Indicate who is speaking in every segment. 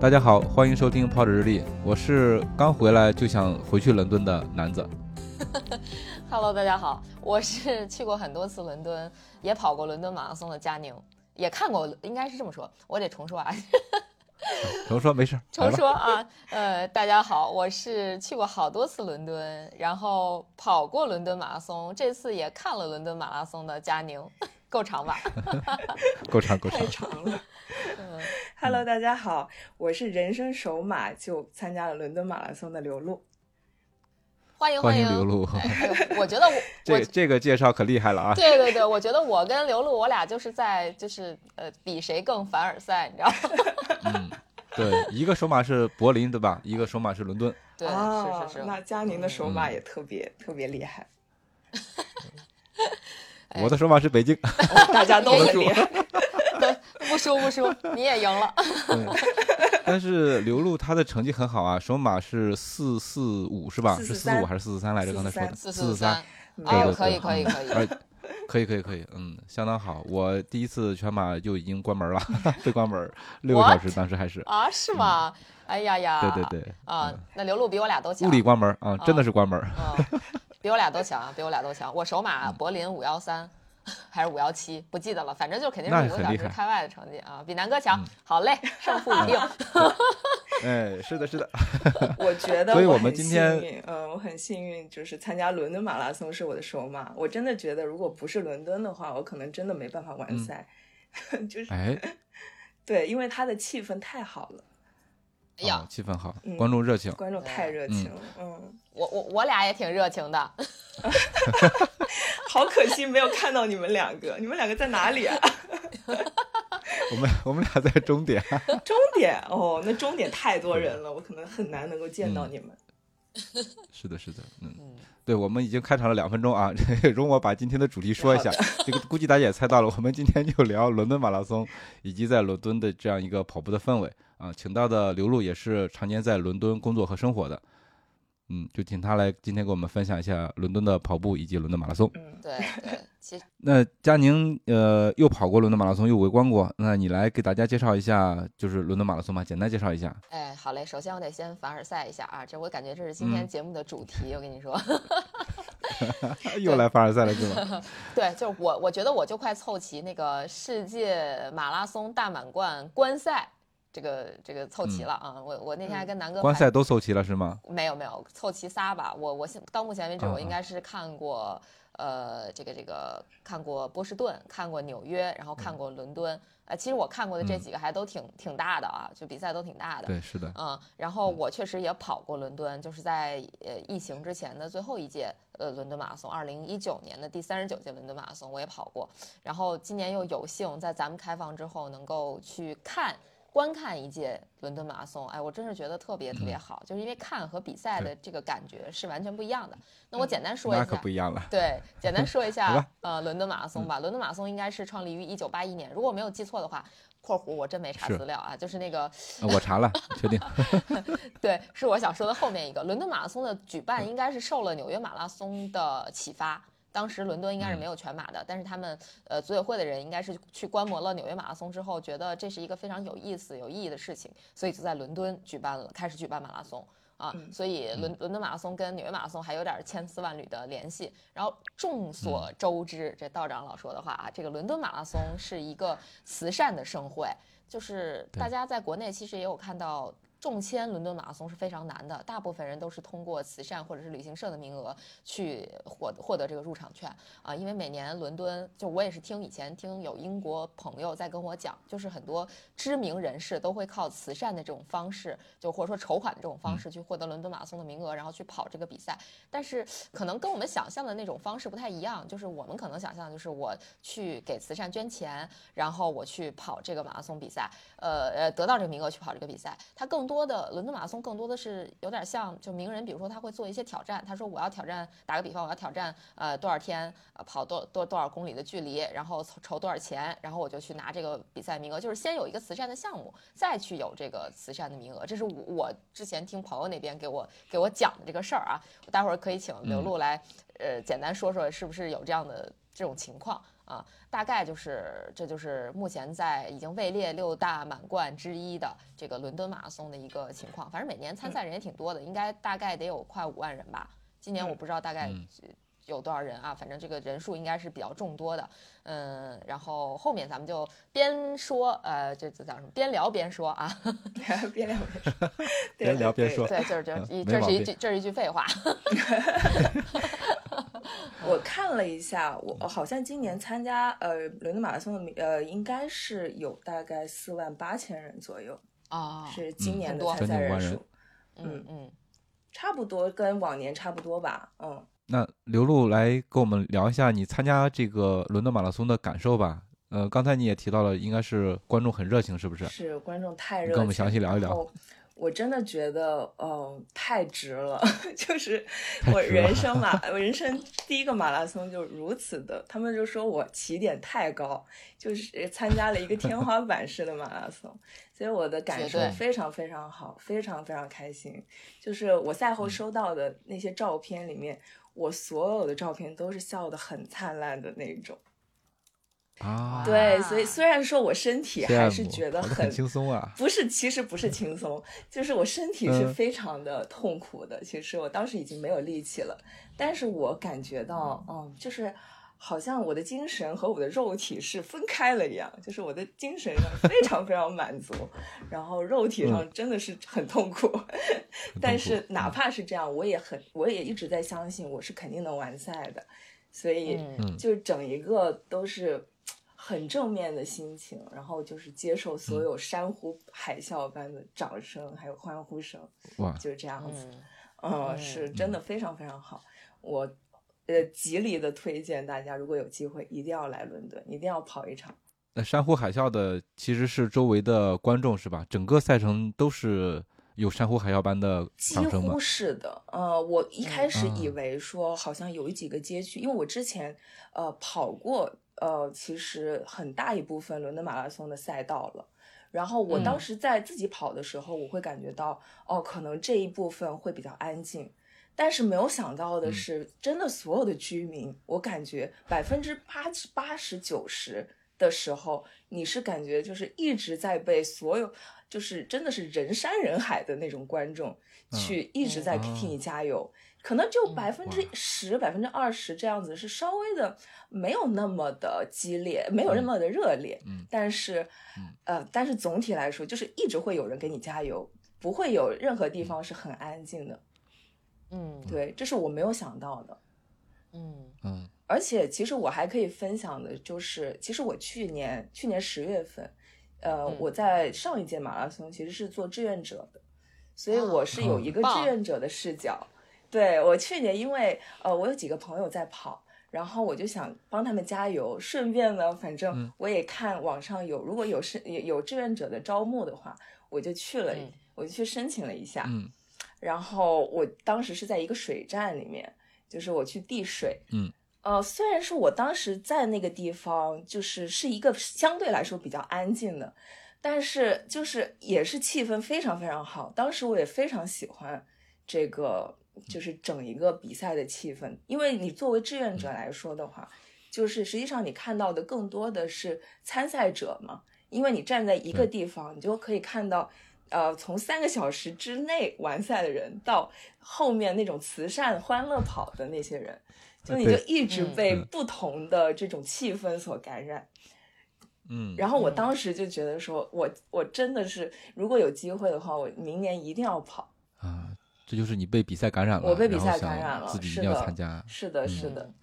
Speaker 1: 大家好，欢迎收听《泡着日历》，我是刚回来就想回去伦敦的男子。
Speaker 2: Hello，大家好，我是去过很多次伦敦，也跑过伦敦马拉松的佳宁，也看过，应该是这么说，我得重说啊，
Speaker 1: 重说没事，
Speaker 2: 重
Speaker 1: 来吧。
Speaker 2: 说啊，呃，大家好，我是去过好多次伦敦，然后跑过伦敦马拉松，这次也看了伦敦马拉松的佳宁， 够 长吧？
Speaker 1: 够长够长
Speaker 2: 哎
Speaker 3: 太。长 了。
Speaker 2: 嗯，
Speaker 3: Hello，大家好，我是人生首马就参加了伦敦马拉松的刘露。
Speaker 2: 欢迎
Speaker 1: 欢
Speaker 2: 迎
Speaker 1: 迎刘露，
Speaker 2: 哎呦我觉得我
Speaker 1: 这
Speaker 2: 我
Speaker 1: 个这个介绍可厉害了啊！
Speaker 2: 对对对，我觉得我跟刘露，我俩就是在就是呃比谁更凡尔赛，你知道吗？
Speaker 1: 嗯，对，一个首马是柏林对吧？一个首马是伦敦。
Speaker 2: 对，
Speaker 3: 啊
Speaker 2: 是是是。
Speaker 3: 那佳宁的首马也特别、特别厉 害，
Speaker 2: 哎
Speaker 1: 我的首马是北京。
Speaker 3: 大家都很厉害。
Speaker 2: 不输不输，你也赢了。
Speaker 1: 嗯但是刘露她的成绩很好啊，首马是四四五是吧？是四
Speaker 3: 443
Speaker 1: 五还是四四三来着？刚才说的四
Speaker 2: 四四
Speaker 1: 三
Speaker 2: 三，，
Speaker 1: 对
Speaker 2: 哎
Speaker 1: 对
Speaker 2: 呦，
Speaker 1: 对，
Speaker 2: 可以可以
Speaker 1: 嗯
Speaker 2: 可以，
Speaker 1: 而可以可以可以，嗯，相当好。我第一次全马就已经关门了， 被关门六个小时，当时还是。
Speaker 2: 啊，是吗？哎呀呀，
Speaker 1: 对对对，
Speaker 2: 啊，那刘露比我俩都强，
Speaker 1: 物理关门啊，真的是关门。
Speaker 2: 嗯，比我俩都强，啊比我俩都强。我首
Speaker 1: 嗯
Speaker 2: 马柏林五幺三。还是五幺七，不记得了，反正就肯定
Speaker 1: 那
Speaker 2: 是五
Speaker 1: 很
Speaker 2: 个小
Speaker 1: 厉
Speaker 2: 时
Speaker 1: 害
Speaker 2: 开外的成绩啊，比南哥强
Speaker 1: 嗯。
Speaker 2: 好嘞，胜负已定。
Speaker 1: 哎，是的，是的，
Speaker 3: 我觉得
Speaker 1: 所以我
Speaker 3: 我
Speaker 1: 们
Speaker 3: 很
Speaker 1: 今
Speaker 3: 幸
Speaker 1: 天
Speaker 3: 运，嗯，我很幸运，就是参加伦敦马拉松是我的首马。我真的觉得，如果不是伦敦的话，我可能真的没办法完赛。
Speaker 1: 嗯
Speaker 3: 就是
Speaker 1: 哎，
Speaker 3: 对，因为它的气氛太好了，
Speaker 2: 哎呀
Speaker 1: 哦，气氛好，
Speaker 3: 嗯
Speaker 1: 观众热情，
Speaker 3: 观众太热情了，嗯，
Speaker 2: 我我我俩也挺热情的，
Speaker 3: 好可惜没有看到你们两个，你们两个在哪里啊？
Speaker 1: 我们我们俩在终点，
Speaker 3: 终点哦，那终点太多人了，我可能很难能够见到你们。
Speaker 1: 是的，是的，嗯，
Speaker 2: 嗯，
Speaker 1: 对，我们已经开场了两分钟啊， 这容我把今天的主题说一下
Speaker 3: 好，
Speaker 1: 这个估计大家也猜到了，我们今天就聊伦敦马拉松以及在伦敦的这样一个跑步的氛围啊，请到的刘露也是常年在伦敦工作和生活的，嗯，就请他来今天给我们分享一下伦敦的跑步以及伦敦马拉松。
Speaker 3: 嗯，
Speaker 2: 对对，其实
Speaker 1: 那佳宁，呃，又跑过伦敦马拉松，又围观过，那你来给大家介绍一下，就是伦敦马拉松吧，简单介绍一下。
Speaker 2: 哎，好嘞，首先我得先凡尔赛一下啊，这我感觉这是今天
Speaker 1: 嗯
Speaker 2: 节目的主题，我跟你说。
Speaker 1: 又来凡尔赛了是 吗？
Speaker 2: 对，就是我，我觉得我就快凑齐那个世界马拉松大满贯观赛，这个这个凑齐了啊！我我那天还跟南哥
Speaker 1: 嗯观
Speaker 2: 盘
Speaker 1: 赛都凑齐了是吗？
Speaker 2: 没有没有凑齐仨吧，我我现到目前为止
Speaker 1: 啊
Speaker 2: 我应
Speaker 1: 啊
Speaker 2: 该是看过呃这个这个看过波士顿，看过纽约，然后看过伦敦，呃其实我看过的这
Speaker 1: 嗯
Speaker 2: 几个还都挺挺大的啊，就比赛都挺大的。
Speaker 1: 对，是
Speaker 3: 哦
Speaker 1: 的，
Speaker 2: 嗯，然后我确实也跑过伦敦，就是在呃疫情之前的最后一届呃伦敦马拉松，二零一九年的第三十九届伦敦马拉松我也跑过。然后今年又有幸在咱们开放之后能够去看观看一届伦敦马拉松，哎，我真是觉得特别特别
Speaker 1: 嗯
Speaker 2: 好，就是因为看和比赛的这个感觉是完全不一样的。那我简单说
Speaker 1: 嗯
Speaker 2: 一
Speaker 1: 那
Speaker 2: 下，
Speaker 1: 可不一样了。
Speaker 2: 对，简单说一
Speaker 1: 好
Speaker 2: 下
Speaker 1: 吧，嗯
Speaker 2: 呃，伦敦马拉松吧。伦敦马拉松应该是创立于一九八一年，如果我没有记错的话。括弧我真没查
Speaker 1: 是
Speaker 2: 资料啊，就是那个
Speaker 1: 啊我查了，确定。
Speaker 2: 对，是我想说的后面一个。伦敦马拉松的举办
Speaker 3: 嗯
Speaker 2: 应该是受了纽约马拉松的启发。当时伦敦应该是
Speaker 3: 嗯
Speaker 2: 没有全马的，但是他们呃组委会的人应该是去观摩了纽约马拉松之后，觉得这是一个非常有意思、有意义的事情，所以就在伦敦举办了，开始举办马拉松啊。
Speaker 3: 嗯
Speaker 2: 所以伦伦敦马拉松跟纽约马拉松还有点千丝万缕的联系。然后众
Speaker 3: 嗯
Speaker 2: 所周知，这道长老说的话啊，这个伦敦马拉松是一个慈善的盛会，就是大
Speaker 1: 对
Speaker 2: 家在国内其实也有看到中签伦敦马拉松是非常难的，大部分人都是通过慈善或者是旅行社的名额去获获得这个入场券啊，因为每年伦敦就我也是听以前听有英国朋友在跟我讲，就是很多知名人士都会靠慈善的这种方式，就或者说筹款的这种方式去获得伦敦马拉松的名额，然后去跑这个比赛，但是可能跟我们想象的那种方式不太一样，就是我们可能想象就是我去给慈善捐钱，然后我去跑这个马拉松比赛，呃呃，得到这个名额去跑这个比赛，它更多的伦敦马拉松更多的是有点像就名人，比如说他会做一些挑战，他说我要挑战，打个比方，我要挑战呃多少天，呃跑多多多少公里的距离，然后筹筹多少钱，然后我就去拿这个比赛名额，就是先有一个慈善的项目，再去有这个慈善的名额，这是我我之前听朋友那边给我给我讲的这个事儿啊，我待会儿可以请
Speaker 1: 嗯
Speaker 2: 刘璐来，呃，简单说说是不是有这样的这种情况。啊，大概就是这就是目前在已经位列六大满贯之一的这个伦敦马拉松的一个情况。反正每年参赛人也挺多的，应该大概得有快五万人吧。今年我不知道大概
Speaker 1: 嗯
Speaker 2: 有多少人啊，反正这个人数应该是比较众多的。嗯，然后后面咱们就边说，呃，这这叫什么？边聊边说啊。
Speaker 3: 别聊别说，
Speaker 1: 别
Speaker 3: 对
Speaker 1: 聊别
Speaker 3: 对
Speaker 1: 说
Speaker 2: 对，就是这
Speaker 1: 嗯
Speaker 2: 一
Speaker 1: 没
Speaker 2: 这
Speaker 1: 毛
Speaker 2: 是一
Speaker 1: 病
Speaker 2: 句这是一句废话。
Speaker 3: 我看了一下，我我好像今年参加呃伦敦马拉松的名呃，应该是有大概四万八千人左右，
Speaker 2: 啊
Speaker 3: 哦是今年
Speaker 2: 很
Speaker 3: 的
Speaker 2: 多
Speaker 3: 参赛
Speaker 1: 将近五万
Speaker 3: 数
Speaker 1: 人，
Speaker 2: 嗯嗯，
Speaker 3: 差不多跟往年差不多吧。嗯，
Speaker 1: 那刘璐来跟我们聊一下你参加这个伦敦马拉松的感受吧。呃，刚才你也提到了，应该是观众很热情，是不是？
Speaker 3: 是观众太热
Speaker 1: 你
Speaker 3: 情，
Speaker 1: 跟我们详细聊一聊
Speaker 3: 然后我真的觉得，嗯、太值了， 就是
Speaker 1: 太
Speaker 3: 我
Speaker 1: 值了
Speaker 3: 人生马，我人生第一个马拉松就如此的，他们就说我起点太高，就是参加了一个天花板式的马拉松，所以我的感受
Speaker 2: 绝对
Speaker 3: 非常非常好，非常非常开心。就是我赛
Speaker 1: 嗯
Speaker 3: 后收到的那些照片里面，我所有的照片都是笑得很灿烂的那种。
Speaker 1: 啊，
Speaker 3: 对，所以虽然说我身体
Speaker 1: 羡
Speaker 3: 还是
Speaker 1: 慕
Speaker 3: 觉得
Speaker 1: 跑得
Speaker 3: 很
Speaker 1: 很轻松 啊。
Speaker 3: 不是，其实不是轻松，就是我身体是
Speaker 1: 嗯
Speaker 3: 非常的痛苦的。其实我当时已经没有力气了，但是我感觉到，嗯，就是好像我的精神和我的肉体是分开了一样，就是我的精神上 非常非常满足，然后肉体上真的是很痛苦。
Speaker 1: 嗯很痛
Speaker 3: 但
Speaker 1: 苦
Speaker 3: 是哪
Speaker 1: 嗯
Speaker 3: 怕是这样，我也很，我也一直在相信我是肯定能完赛的，所以，
Speaker 2: 嗯
Speaker 1: 嗯
Speaker 3: 就整一个都是很正面的心情，然后就是接受
Speaker 2: 嗯
Speaker 3: 所有山呼海啸般的掌声，还有欢呼声，
Speaker 1: 哇，
Speaker 3: 就这样子。
Speaker 2: 嗯，
Speaker 3: 嗯，
Speaker 2: 嗯
Speaker 3: 是真的非常非常好，我呃极力的推荐大家，如果有机会一定要来伦敦，一定要跑一场。
Speaker 1: 那山呼海啸的其实是周围的观众是吧？整个赛程都是有山呼海啸般的
Speaker 3: 几
Speaker 1: 掌声吗
Speaker 3: 乎？是的，呃，我一开始
Speaker 1: 嗯
Speaker 3: 以
Speaker 1: 啊
Speaker 3: 为说好像有几个街区，因为我之前呃跑过呃，其实很大一部分伦敦马拉松的赛道了。然后我当
Speaker 2: 嗯
Speaker 3: 时在自己跑的时候，我会感觉到哦，可能这一部分会比较安静。但是没有想到的
Speaker 1: 嗯
Speaker 3: 是，真的所有的居民，我感觉百分之八十、八十九十的时候，你是感觉就是一直在被所有，就是真的是人山人海的那种观众
Speaker 1: 嗯
Speaker 3: 去一直在
Speaker 1: 嗯
Speaker 3: 替你加油，可能就
Speaker 2: 嗯
Speaker 3: 百分之十、百分之二十这样子，是稍微的没有那么的激烈，没有那
Speaker 1: 嗯
Speaker 3: 么的热烈，
Speaker 1: 嗯
Speaker 3: 但是
Speaker 1: 嗯，
Speaker 3: 呃，但是总体来说，就是一直会有人给你加油，不会有任何
Speaker 1: 嗯
Speaker 3: 地方是很安静的。
Speaker 2: 嗯
Speaker 3: 对，这是我没有想到的。
Speaker 2: 嗯
Speaker 1: 嗯
Speaker 3: 而且其实我还可以分享的就是，其实我去年去年十月份，呃，
Speaker 2: 嗯
Speaker 3: 我在上一届马拉松其实是做志愿者的，所以
Speaker 2: 啊
Speaker 3: 我是有一个志
Speaker 2: 棒
Speaker 3: 愿者的视角。对我去年因为呃，我有几个朋友在跑。然后我就想帮他们加油，顺便呢，反正
Speaker 1: 嗯
Speaker 3: 我也看网上有，如果有是有有志愿者的招募的话，我就去了，
Speaker 2: 嗯
Speaker 3: 我就去申请了一下。
Speaker 1: 嗯
Speaker 3: 然后我当时是在一个水站里面，就是我去递水，
Speaker 1: 嗯，
Speaker 3: 呃，虽然说我当时在那个地方，就是是一个相对来说比较安静的，但是就是也是气氛非常非常好，当时我也非常喜欢这个，就是整一个比赛的气氛，因为你作为志愿者来说的话，就是实际上你看到的更多的是参赛者嘛，因为你站在一个地方，你就可以看到，呃，从三个小时之内完赛的人到后面那种慈善欢乐跑的那些人，就你就
Speaker 1: 对
Speaker 3: 一直被
Speaker 1: 嗯
Speaker 3: 不同的这种气氛所感染。
Speaker 1: 嗯，
Speaker 3: 然后我当时就觉得说，我我真的是，如果有机会的话，我明年一定要跑。
Speaker 1: 啊，这就是你被比赛感染了，
Speaker 3: 我被比
Speaker 1: 然后
Speaker 3: 赛
Speaker 1: 想
Speaker 3: 感染了
Speaker 1: 自己一
Speaker 3: 是
Speaker 1: 定要
Speaker 3: 的
Speaker 1: 参加。
Speaker 3: 是的，是的，
Speaker 2: 嗯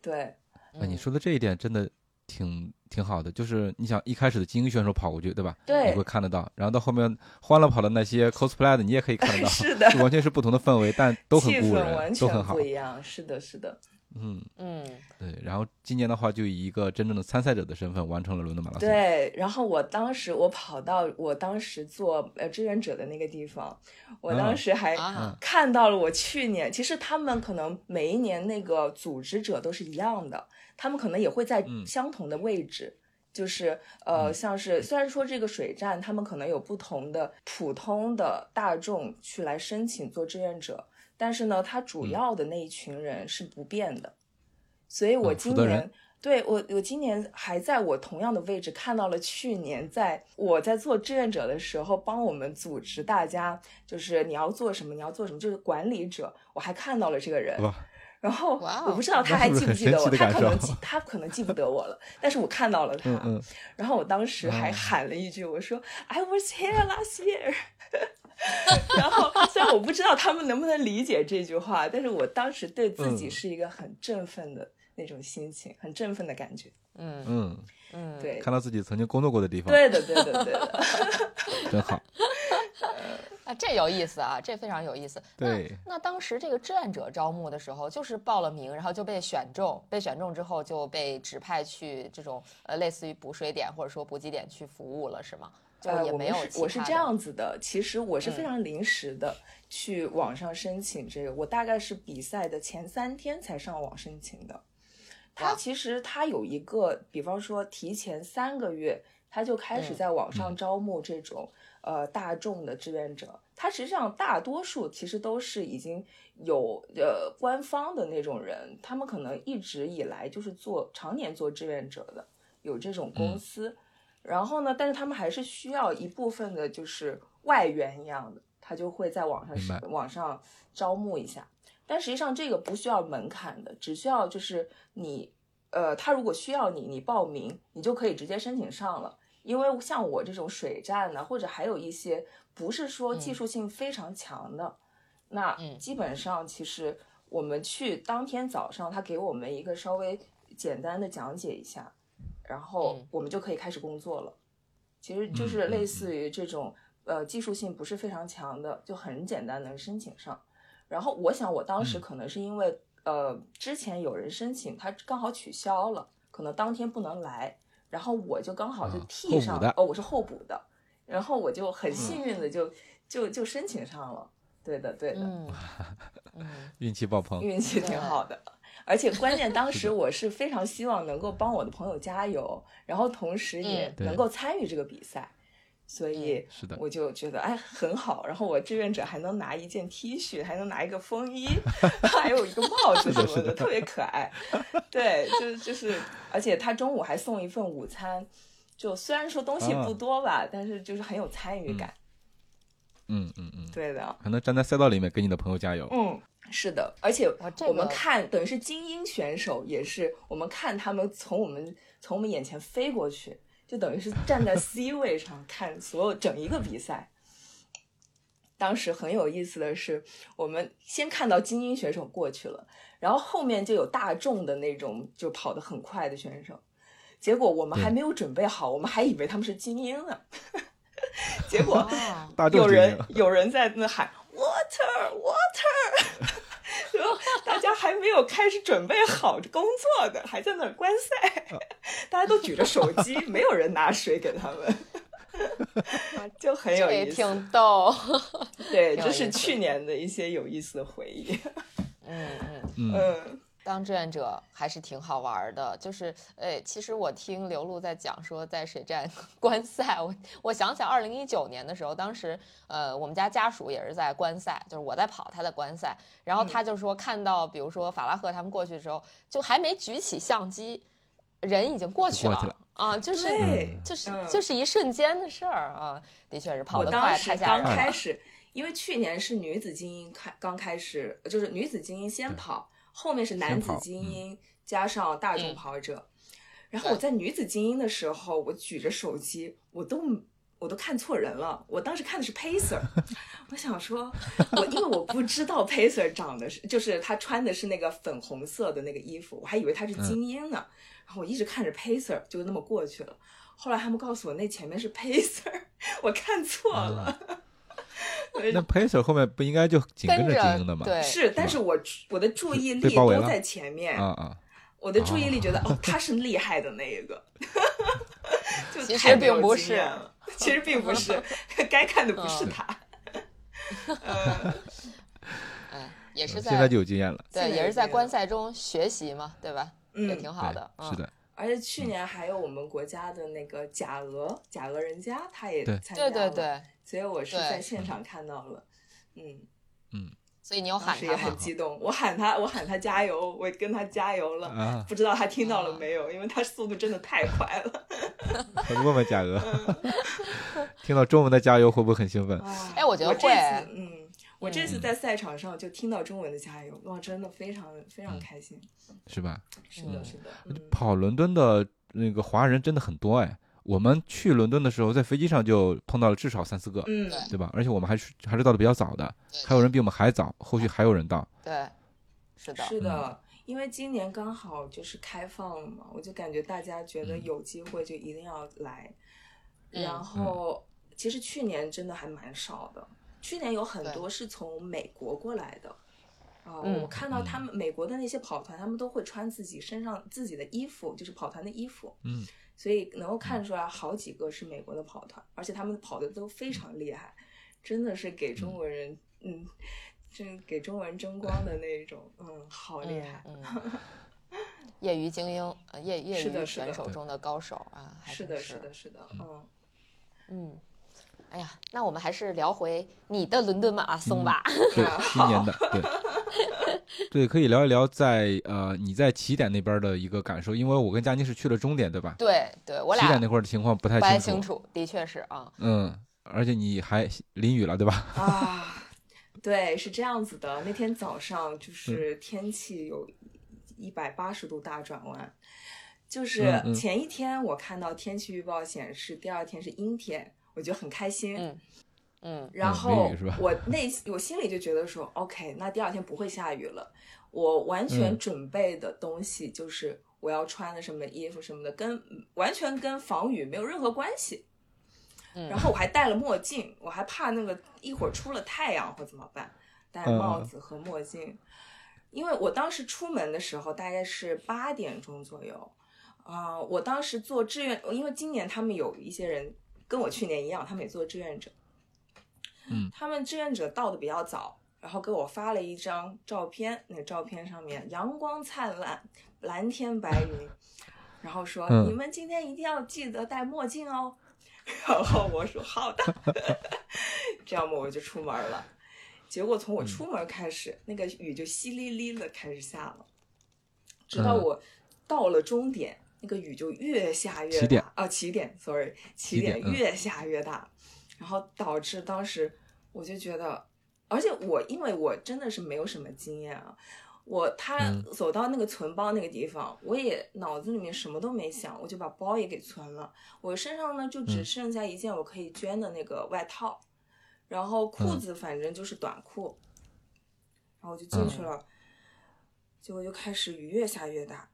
Speaker 3: 对，
Speaker 1: 那你
Speaker 2: 嗯
Speaker 1: 说的这一点真的挺挺好的，就是你想一开始的精英选手跑过去，对吧？你
Speaker 3: 对
Speaker 1: 会，看得到，然后到后面欢乐跑的那些 cosplay 的，你也可以看得到，
Speaker 3: 是的
Speaker 1: 就完全是不同的氛围，但 都很
Speaker 3: 气
Speaker 1: 鼓舞
Speaker 3: 氛
Speaker 1: 人
Speaker 3: 完，
Speaker 1: 都
Speaker 3: 全
Speaker 1: 很好
Speaker 3: 不。一样。是的，是的，
Speaker 1: 嗯，
Speaker 2: 嗯
Speaker 1: 对。然后今年的话，就以一个真正的参赛者的身份完成了伦敦马拉松。，
Speaker 3: 对。啊然后我当时我跑到我当时做呃志愿者的那个地方，我当
Speaker 1: 嗯
Speaker 3: 时还
Speaker 2: 啊
Speaker 3: 看到了我去年，其实他们可能每一年那个组织者都是一样的，他们可能也会在
Speaker 1: 嗯
Speaker 3: 相同的位置，就是呃，
Speaker 1: 嗯
Speaker 3: 像是虽然说这个水站他们可能有不同的普通的大众去来申请做志愿者，但是呢，他主
Speaker 1: 嗯
Speaker 3: 要的那一群人是不变的，所以我
Speaker 1: 嗯
Speaker 3: 今
Speaker 1: 负责
Speaker 3: 年。
Speaker 1: 人
Speaker 3: 对我，我今年还在我同样的位置看到了去年在我在做志愿者的时候，帮我们组织大家，就是你要做什么，你要做什么，就是管理者，我还看到了这个人。
Speaker 1: 哇
Speaker 3: 然后
Speaker 2: 哇哦
Speaker 3: 我不知道他
Speaker 1: 那
Speaker 3: 还
Speaker 1: 是不是
Speaker 3: 记不
Speaker 1: 很
Speaker 3: 记
Speaker 1: 神
Speaker 3: 得
Speaker 1: 奇的感
Speaker 3: 我，他可能
Speaker 1: 受
Speaker 3: 记他可能记不得我了，但是我看到了他。
Speaker 1: 嗯嗯，
Speaker 3: 然后我当时还
Speaker 1: 啊
Speaker 3: 喊了一句，我说 I was here last year 。然后虽然我不知道他们能不能理解这句话，但是我当时对自己
Speaker 1: 嗯
Speaker 3: 是一个很振奋的那种心情，很振奋的感觉。
Speaker 2: 嗯
Speaker 1: 嗯，
Speaker 2: 嗯，
Speaker 3: 对，
Speaker 1: 看到自己曾经工作过的地方，
Speaker 3: 对的，对的，对 的。
Speaker 1: 真好。
Speaker 2: 啊，这有意思啊，这非常有意思。那
Speaker 1: 对
Speaker 2: 那当时这个志愿者招募的时候，就是报了名，然后就被选中，被选中之后就被指派去这种呃类似于补水点或者说补给点去服务了，是吗？就
Speaker 3: 呃，
Speaker 2: 哦也
Speaker 3: 我
Speaker 2: 没
Speaker 3: 们
Speaker 2: 有
Speaker 3: 是
Speaker 2: 其
Speaker 3: 我是
Speaker 2: 他
Speaker 3: 这
Speaker 2: 的
Speaker 3: 样子的，其实我是非
Speaker 2: 嗯
Speaker 3: 常临时的去网上申请这个，我大概是比赛的前三天才上网申请的。它
Speaker 2: 哇
Speaker 3: 其实它有一个，比方说提前三个月，它就开
Speaker 2: 嗯
Speaker 3: 始在网上招募这种、呃大众的志愿者。它实际上大多数其实都是已经有呃官方的那种人，他们可能一直以来就是做常年做志愿者的，有这种公
Speaker 1: 嗯
Speaker 3: 司。然后呢，但是他们还是需要一部分的，就是外援一样的，他就会在网上
Speaker 1: 明白
Speaker 3: 网上招募一下。但实际上这个不需要门槛的，只需要就是你，呃，他如果需要你，你报名，你就可以直接申请上了。因为像我这种水站呢，或者还有一些不是说技
Speaker 2: 嗯
Speaker 3: 术性非常强的，那
Speaker 2: 嗯
Speaker 3: 基本上其实我们去当天早上，他给我们一个稍微简单的讲解一下，然后
Speaker 2: 嗯
Speaker 3: 我们就可以开始工作了。其实就
Speaker 1: 嗯
Speaker 3: 是
Speaker 1: 嗯
Speaker 3: 类
Speaker 1: 嗯
Speaker 3: 似于这种呃技术性不是非常强的，就很简单能申请上。然后我想我当
Speaker 1: 嗯
Speaker 3: 时可能是因为呃之前有人申请，他刚好取消了，可能当天不能来，然后我就刚好就
Speaker 1: 啊候
Speaker 3: 替
Speaker 1: 补
Speaker 3: 上，
Speaker 1: 的嗯
Speaker 3: 哦，我是候补的，然后我就很幸运的就、就就申请上了。对的，对的。
Speaker 2: 嗯 嗯
Speaker 1: 运气爆棚。
Speaker 3: 运气挺好的。而且关键，当时我是非常希望能够帮我的朋友加油，然后同时也
Speaker 2: 嗯
Speaker 1: 对嗯
Speaker 3: 能够参与这个比赛，所以
Speaker 1: 是的，
Speaker 3: 我就觉得哎很好。然后我志愿者还能拿一件 T 恤，还能拿一个风衣， 还有一个帽子
Speaker 1: 是的
Speaker 3: 什么
Speaker 1: 是的
Speaker 3: 的，特别可爱。对，就就是，而且他中午还送一份午餐，就虽然说东西
Speaker 1: 啊
Speaker 3: 不多吧，但是就是很有参与
Speaker 1: 嗯
Speaker 3: 感。
Speaker 1: 嗯嗯嗯，
Speaker 3: 对的，
Speaker 1: 还能站在赛道里面给你的朋友加油。
Speaker 3: 嗯，是的，而且
Speaker 2: 哇这
Speaker 3: 我们
Speaker 2: 个
Speaker 3: 看，等于是精英选手，也是我们看他们从我们从我们眼前飞过去，就等于是站在 C 位上看所有整一个比赛。当时很有意思的是，我们先看到精英选手过去了，然后后面就有大众的那种就跑得很快的选手，结果我们还
Speaker 1: 对
Speaker 3: 没有准备好，我们还以为他们是精英呢， 结果
Speaker 2: 啊
Speaker 1: 大众
Speaker 3: 有
Speaker 1: 精
Speaker 3: 人
Speaker 1: 英，
Speaker 3: 有人在那喊 water water，然 后大家还没有开始准备好工作的，还在那儿观赛，
Speaker 1: 啊
Speaker 3: 大家都举着手机，没有人拿水给他们，就很有
Speaker 2: 啊这也
Speaker 3: 意思。
Speaker 2: 挺逗，
Speaker 3: 对，
Speaker 2: 挺有
Speaker 3: 这
Speaker 2: 意思
Speaker 3: 是去年的一些有意思的回忆。
Speaker 2: 嗯嗯。
Speaker 1: 嗯
Speaker 3: 嗯
Speaker 2: 当志愿者还是挺好玩儿的，就是，诶，其实我听刘露在讲说在水站 观赛，我我想起二零一九年的时候，当时，呃，我们家家属也是在观赛，就是我在跑，他在观赛，
Speaker 1: 嗯
Speaker 2: 然后他就说看到，比如说法拉赫他们过去的时候，就还没举起相机，人已经过去
Speaker 1: 过
Speaker 2: 了
Speaker 1: 去了
Speaker 2: 啊，就是
Speaker 3: 对
Speaker 2: 就是
Speaker 3: 嗯
Speaker 2: 就是一瞬间的事儿啊，的确是跑
Speaker 3: 我
Speaker 2: 得
Speaker 3: 当
Speaker 2: 快
Speaker 3: 时
Speaker 2: 太吓
Speaker 3: 刚
Speaker 2: 人了，
Speaker 3: 开始，因为去年是女子精英开刚开始，就是女子精英先
Speaker 1: 对
Speaker 3: 跑，后面是男子
Speaker 1: 跑
Speaker 3: 精
Speaker 1: 嗯
Speaker 3: 英加上大众
Speaker 2: 嗯
Speaker 3: 跑者。然后我在女子精英的时候，我举着手机，我都我都看错人了。我当时看的是 Pacer，我想说，我因为我不知道 Pacer 长得是，就是她穿的是那个粉红色的那个衣服，我还以为她是精英呢。然后我一直看着 Pacer，就那么过去了。后来他们告诉我，那前面是 Pacer，我看错
Speaker 1: 啊
Speaker 3: 了。
Speaker 1: 嗯那 Pacer 后面不应该就紧跟
Speaker 2: 跟
Speaker 1: 着
Speaker 2: 着
Speaker 1: 精英的吗？
Speaker 2: 对
Speaker 3: 是，但是我我的注意
Speaker 1: 被
Speaker 3: 力
Speaker 1: 包围
Speaker 3: 都
Speaker 1: 了
Speaker 3: 在前面，
Speaker 1: 啊啊，
Speaker 3: 我的注意力觉得、哦， 他是厉害的那一个，就
Speaker 2: 其实
Speaker 3: 太没有
Speaker 2: 并不
Speaker 3: 经
Speaker 2: 是嗯
Speaker 3: 验了，其实并 不是，该看的不是他。呃，
Speaker 2: 哎，也是
Speaker 1: 嗯现
Speaker 2: 在
Speaker 1: 在就有经验了，
Speaker 3: 现在
Speaker 2: 对，
Speaker 3: 有
Speaker 2: 也是在
Speaker 3: 经验
Speaker 2: 观
Speaker 3: 了
Speaker 2: 赛中学习嘛，对吧？也
Speaker 3: 嗯，
Speaker 2: 挺好的，
Speaker 1: 对是
Speaker 2: 嗯，
Speaker 1: 的，
Speaker 3: 而且去年还有我们国家的那个甲鹅，甲鹅人家他也
Speaker 1: 对
Speaker 3: 参加
Speaker 2: 对
Speaker 3: 了，
Speaker 2: 对对，
Speaker 3: 所以我是
Speaker 2: 对
Speaker 3: 在现场看到了，嗯，
Speaker 2: 所以你有哦
Speaker 3: 当
Speaker 2: 喊
Speaker 3: 时也
Speaker 2: 他
Speaker 3: 很
Speaker 2: 吗？
Speaker 3: 激动，我喊他，我喊他加油，我跟他加油了，
Speaker 1: 啊，
Speaker 3: 不知道他听到了没有，因为他速度真的太快了。
Speaker 1: 我问问贾娥， 听到中文的加油会不会很兴奋？
Speaker 3: 啊
Speaker 2: 哎我觉得
Speaker 3: 这
Speaker 2: 会
Speaker 3: 次嗯，我这次
Speaker 1: 嗯
Speaker 3: 在赛场上就听到中文的加油，哇，真的非常非常开心。
Speaker 1: 是吧？
Speaker 3: 是的，
Speaker 2: 嗯
Speaker 3: 是的，嗯
Speaker 1: 跑伦敦的那个华人真的很多哎，我们去伦敦的时候，在飞机上就碰到了至少三四个，
Speaker 3: 嗯，
Speaker 2: 对
Speaker 1: 对吧？而且我们还是还是到的比较早的，
Speaker 2: 对
Speaker 1: 还有人比我们还早，后续还有人到，
Speaker 2: 对，是的，
Speaker 3: 是的。因为今年刚好就是开放了嘛，我就感觉大家觉得有机会就一定要来。
Speaker 2: 嗯
Speaker 3: 然后，其实去年真的还蛮少的，去年有很多是从美国过来的。啊、
Speaker 2: 嗯
Speaker 3: 我看到他们美国的那些跑团，他们都会穿自己身上自己的衣服，就是跑团的衣服。
Speaker 1: 嗯，
Speaker 3: 所以能够看出来好几个是美国的跑团，而且他们跑的都非常厉害，真的是给中国人，嗯，真给中国人争光的那一种，嗯，好厉害，
Speaker 2: 嗯。嗯业余精英，呃业业
Speaker 3: 是的
Speaker 2: 余
Speaker 3: 是的
Speaker 2: 选手中的高手啊，还
Speaker 3: 是
Speaker 2: 真是
Speaker 3: 的，是的，是的，嗯，
Speaker 2: 嗯，哎呀，那我们还是聊回你的伦敦马拉松吧。
Speaker 1: 对，今年 的，对，对，可以聊一聊在呃你在起点那边的一个感受，因为我跟佳妮是去了终点，对吧？
Speaker 2: 对对，我
Speaker 1: 起
Speaker 2: 俩
Speaker 1: 点那块儿的情况不太
Speaker 2: 不太
Speaker 1: 清
Speaker 2: 清，楚，的确是啊，
Speaker 1: 嗯，而且你还淋雨了，对吧？
Speaker 3: 啊，对，是这样子的。那天早上就是天气有一百八十度大转弯，就是
Speaker 1: 嗯嗯
Speaker 3: 前一天我看到天气预报显示第二天是阴天，我就很开心，
Speaker 2: 嗯嗯
Speaker 3: 然
Speaker 1: 嗯
Speaker 3: 后
Speaker 1: 梅雨是吧
Speaker 3: 我内心我心里就觉得说，OK，那第二天不会下雨了。我完全
Speaker 1: 嗯
Speaker 3: 准备的东西就是我要穿的什么衣服什么的，跟完全跟防雨没有任何关系。
Speaker 2: 嗯
Speaker 3: 然后我还戴了墨镜，我还怕那个一会儿出了太阳会怎么办，戴帽子和墨镜。因为我当时出门的时候大概是八点钟左右，啊、我当时做志愿，因为今年他们有一些人跟我去年一样，他们也做志愿者，
Speaker 1: 嗯，
Speaker 3: 他们志愿者到的比较早，然后给我发了一张照片，那个照片上面阳光灿烂，蓝天白云，然后说、
Speaker 1: 嗯
Speaker 3: 你们今天一定要记得戴墨镜哦， 然后我说好的， 这样嘛我就出门了。结果从我出门开始，
Speaker 1: 嗯
Speaker 3: 那个雨就淅沥沥的开始下了，直到
Speaker 1: 嗯
Speaker 3: 我到了终点，那个雨就越下越大
Speaker 1: 起点
Speaker 3: 啊，起点，sorry，起
Speaker 1: 起点嗯
Speaker 3: 点越下越大，然后导致当时我就觉得，而且我因为我真的是没有什么经验啊。我他
Speaker 1: 嗯
Speaker 3: 走到那个存包那个地方，我也脑子里面什么都没想，我就把包也给存了。我身上呢就只
Speaker 1: 嗯
Speaker 3: 剩下一件我可以捐的那个外套，然后裤
Speaker 1: 嗯
Speaker 3: 子反正就是短裤，然后我就
Speaker 1: 嗯
Speaker 3: 进去了，结果就开始雨越下越大，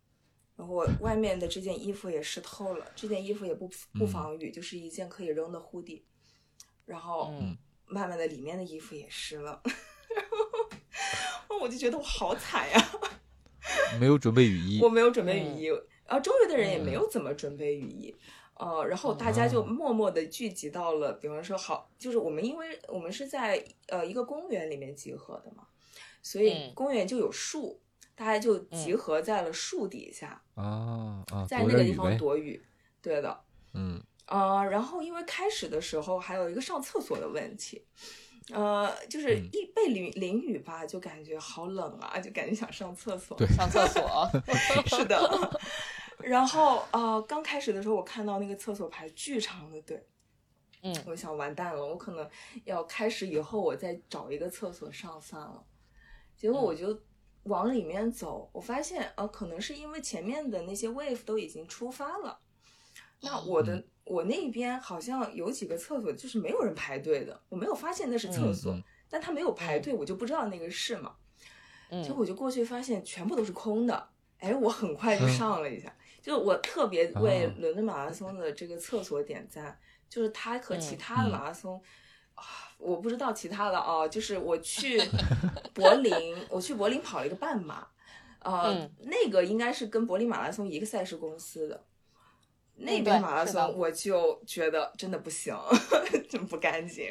Speaker 3: 然后我外面的这件衣服也湿透了，这件衣服也不不
Speaker 1: 嗯
Speaker 3: 防雨，就是一件可以扔的 hoodie，然后
Speaker 2: 嗯
Speaker 3: 慢慢的里面的衣服也湿了， 然后我就觉得我好惨呀、
Speaker 1: 没有准备雨衣
Speaker 3: 我，没有准备雨
Speaker 2: 嗯
Speaker 3: 衣，然后周围的人也没有怎么准备雨衣，呃，然后大家就
Speaker 2: 哦
Speaker 3: 默默的聚集到了，比方说好，就是我们因为我们是在呃一个公园里面集合的嘛，所以
Speaker 2: 嗯
Speaker 3: 公园就有树，大家就集合在了树底下，
Speaker 1: 啊啊，
Speaker 3: 在
Speaker 1: 躲
Speaker 3: 那
Speaker 1: 着
Speaker 3: 个地
Speaker 1: 雨
Speaker 3: 方
Speaker 1: 呗，
Speaker 3: 躲雨，对的，
Speaker 1: 嗯
Speaker 3: 呃，然后因为开始的时候还有一个上厕所的问题，呃，就是
Speaker 1: 嗯
Speaker 3: 一被淋淋雨吧，就感觉好冷啊，就感觉想上厕所，
Speaker 1: 对
Speaker 2: 上 厕所，
Speaker 3: 是的。 然后呃，刚开始的时候，我看到那个厕所排巨长的队，
Speaker 2: 嗯
Speaker 3: 我想完蛋了，我可能
Speaker 1: 嗯
Speaker 3: 要开始以后我再找一个厕所上算了。结果我就往里面走，我发现呃，可能是因为前面的那些 wave 都已经出发了，那我的、
Speaker 1: 嗯
Speaker 3: 我那边好像有几个厕所就是没有人排队的，我没有发现那是厕所，
Speaker 1: 嗯嗯
Speaker 3: 但他没有排队，我就不知道那个是嘛。结果
Speaker 2: 嗯，
Speaker 3: 我就过去发现全部都是空的，哎，我很快
Speaker 2: 嗯
Speaker 3: 就上了一下。就是我特别为
Speaker 1: 哦
Speaker 3: 伦敦马拉松的这个厕所点赞，就是它
Speaker 2: 嗯
Speaker 3: 和其他的马拉松。啊，我不知道其他的啊，就是我去柏林，我去柏林跑了一个半马，呃，
Speaker 2: 嗯
Speaker 3: 那个应该是跟柏林马拉松一个赛事公司的，那
Speaker 2: 嗯
Speaker 3: 边
Speaker 2: 对
Speaker 3: 马拉
Speaker 2: 是的
Speaker 3: 松我就觉得真的不行， 真不 干净。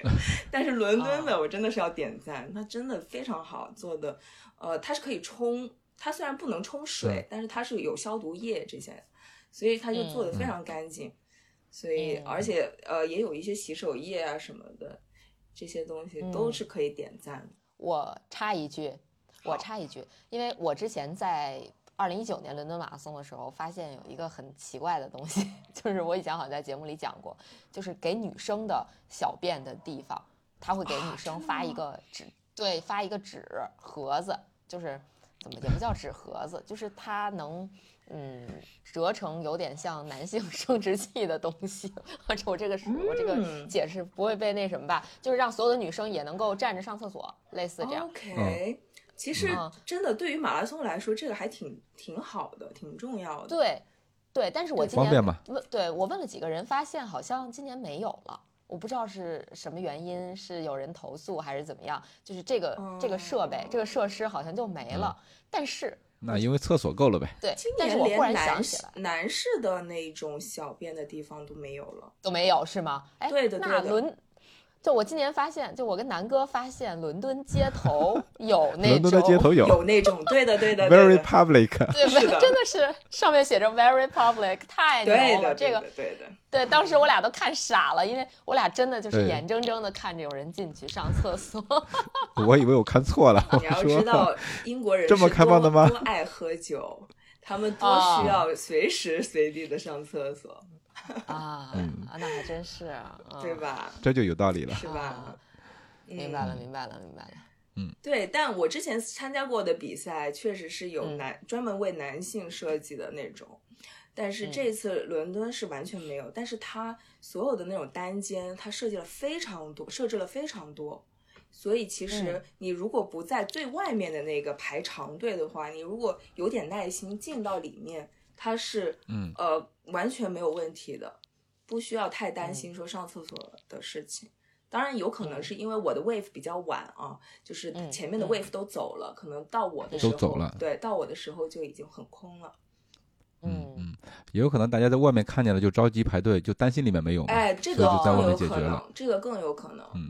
Speaker 3: 但是伦
Speaker 2: 哦
Speaker 3: 敦的我真的是要点赞，它真的非常好做的，呃，它是可以冲，它虽然不能冲水
Speaker 1: 嗯，
Speaker 3: 但是它是有消毒液这些，所以它就做的非常干净。所以
Speaker 2: 嗯
Speaker 3: 而且呃也有一些洗手液啊什么的，这些东
Speaker 2: 嗯
Speaker 3: 西都是可以点赞的。
Speaker 2: 我插一句，我
Speaker 3: 好
Speaker 2: 插一句，因为我之前在二零一九年伦敦马拉松的时候，发现有一个很奇怪的东西， 就是我以前好像在节目里讲过，就是给女生的小便的地方，他会给
Speaker 3: 啊
Speaker 2: 女生
Speaker 3: 真的
Speaker 2: 发
Speaker 3: 吗
Speaker 2: 一个纸，对，发一个纸盒子，就是怎么也不叫纸盒子，就是它能。嗯，折成有点像男性 生殖器的东西， 或者我这个是我这个
Speaker 3: 嗯
Speaker 2: 解释不会被那什么吧？就是让所有的女生也能够站着上厕所，类似这样。
Speaker 3: OK，、其实
Speaker 2: 嗯
Speaker 3: 真的对于马拉松来说，这个还挺挺好的，挺重要的。
Speaker 2: 对，对，但是我今
Speaker 1: 方便
Speaker 2: 年
Speaker 1: 嘛？
Speaker 2: 问，对我问了几个人，发现好像今年没有了。我不知道是什么原因，是有人投诉还是怎么样，就是这个、
Speaker 3: 哦
Speaker 2: 这个设备、这个设施好像就没了。
Speaker 1: 嗯
Speaker 2: 但是
Speaker 1: 那因为厕所够了呗。
Speaker 2: 对
Speaker 3: 今，
Speaker 2: 但是我
Speaker 3: 年
Speaker 2: 忽
Speaker 3: 连
Speaker 2: 然想
Speaker 3: 男
Speaker 2: 起
Speaker 3: 士
Speaker 2: 来
Speaker 3: 男士的那种小便的地方都没有了。
Speaker 2: 都没有是吗？哎，
Speaker 3: 对的
Speaker 2: 那
Speaker 3: 对的
Speaker 2: 伦。就我今年发现，就我跟南哥发现，伦敦街头有 那
Speaker 1: 伦
Speaker 2: 种
Speaker 1: 敦的街头有
Speaker 3: 有那种，对 的，对的，对
Speaker 1: very
Speaker 3: 的，
Speaker 1: public，
Speaker 2: 对，
Speaker 3: 是的
Speaker 2: 真的是上面写着 very public，太牛
Speaker 3: 对
Speaker 2: 了！
Speaker 3: 的，
Speaker 2: 这
Speaker 3: 对
Speaker 2: 个
Speaker 3: 的，对的，
Speaker 2: 对，当时我俩都看傻了，因为我俩真的就是
Speaker 1: 对
Speaker 2: 眼睁睁的看着有人进去上厕 所。
Speaker 1: 我以为我看错了。我
Speaker 3: 你要
Speaker 1: 说
Speaker 3: 知道，英国人
Speaker 1: 这么
Speaker 3: 是
Speaker 1: 开放
Speaker 3: 多
Speaker 1: 的吗
Speaker 3: 多爱喝酒，他们多
Speaker 2: 啊
Speaker 3: 需要随时随地的上厕所，
Speaker 2: 啊，啊那还真是，嗯哦
Speaker 3: 对？吧？
Speaker 1: 这就有道理了。
Speaker 3: 是吧？嗯
Speaker 2: 明白了，明白了，明白了。嗯
Speaker 3: 对，但我之前参加过的比赛确实是有
Speaker 2: 嗯
Speaker 3: 男、专门为男性设计的那种，但是
Speaker 2: 嗯
Speaker 3: 这次伦敦是完全没有。但是它所有的那种单间，它设计了非常多，设置了非常多。所以其实
Speaker 2: 嗯
Speaker 3: 你如果不在最外面的那个排长队的话，你如果有点耐心进到里面，它是
Speaker 1: 嗯
Speaker 3: 呃完全没有问题的，不需要太
Speaker 1: 嗯
Speaker 3: 担心说上厕所的事情。当然有可能
Speaker 2: 嗯
Speaker 3: 是因为我的 wave 比较晚啊，就是
Speaker 2: 嗯
Speaker 3: 前面的
Speaker 2: 嗯
Speaker 3: wave 都走了，可能到我的
Speaker 2: 都
Speaker 3: 时候，
Speaker 1: 走了哦
Speaker 3: 对，到我的时候就已经很空了。
Speaker 1: 嗯
Speaker 2: 嗯，
Speaker 1: 嗯，也有可能大家在外面看见了就着急排队，就担心里面没有嘛。
Speaker 3: 哎，这
Speaker 1: 所
Speaker 3: 个
Speaker 1: 以就在
Speaker 3: 更
Speaker 1: 外面
Speaker 3: 有
Speaker 1: 解
Speaker 3: 可
Speaker 1: 决了。
Speaker 3: 能，这个更有可能，
Speaker 1: 嗯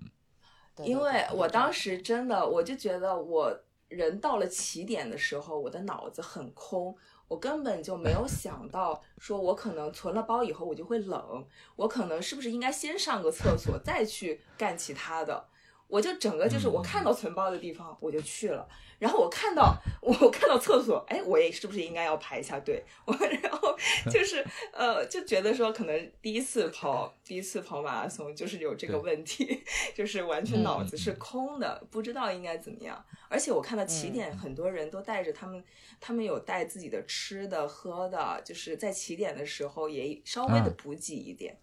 Speaker 2: 对
Speaker 3: 因为我当，
Speaker 2: 对
Speaker 3: 时真的，我就觉得我人到了起点的时候，我的脑子很空，我根本就没有 想到，说我可能存了包以后我就会冷，我可能是不是应该先上个厕所，再去干其他的。我就整个就是
Speaker 1: 嗯
Speaker 3: 我看到存包的地方我就去了，然后我看到 我看到厕所，哎，我也是不是应该要排一下队？ 我然后 就是呃，就觉得说可能第一次跑第一次跑马拉松就是有这个
Speaker 1: 对嗯
Speaker 3: 问题， 就是完全脑子是空的，不知道应该怎么样。而且我看到
Speaker 1: 嗯
Speaker 3: 起点很多人都带着他们，他们有带自己的吃的喝的，就是在起点的时候也稍微
Speaker 1: 嗯
Speaker 3: 的
Speaker 1: 哦
Speaker 3: 补给一点。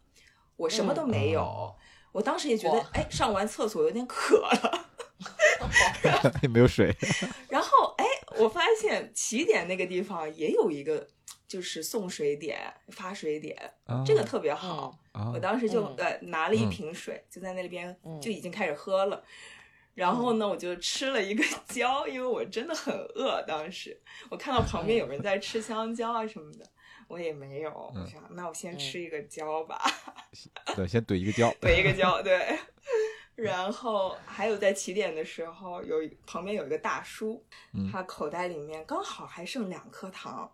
Speaker 3: 我什么都没有，我当时也觉得
Speaker 2: 哇，
Speaker 3: 哎，上完厕所有点渴了。
Speaker 1: 也没有水。
Speaker 3: 然后哎，我发现起点那个地方也有一个，就是送水点、发水点，
Speaker 1: 啊
Speaker 3: 这个特别
Speaker 2: 对对
Speaker 3: 好。
Speaker 1: 啊
Speaker 3: 我，当时就
Speaker 2: 嗯
Speaker 3: 呃拿了一
Speaker 1: 嗯
Speaker 3: 瓶水，就在那边
Speaker 2: 嗯
Speaker 3: 就已经开始喝了。然后呢，我就吃了一个
Speaker 2: 嗯
Speaker 3: 蕉，因为我真的很饿。当时我看到旁边有人在吃香蕉啊什么的，我也没有。我
Speaker 1: 嗯
Speaker 3: 想，那我先
Speaker 2: 嗯
Speaker 3: 吃一个蕉吧。
Speaker 1: 对，先怼一个胶。
Speaker 3: 对一个胶，对。然后还有在起点的时候，有一旁边有一个大叔，
Speaker 1: 嗯
Speaker 3: 他口袋里面刚好还剩两颗糖，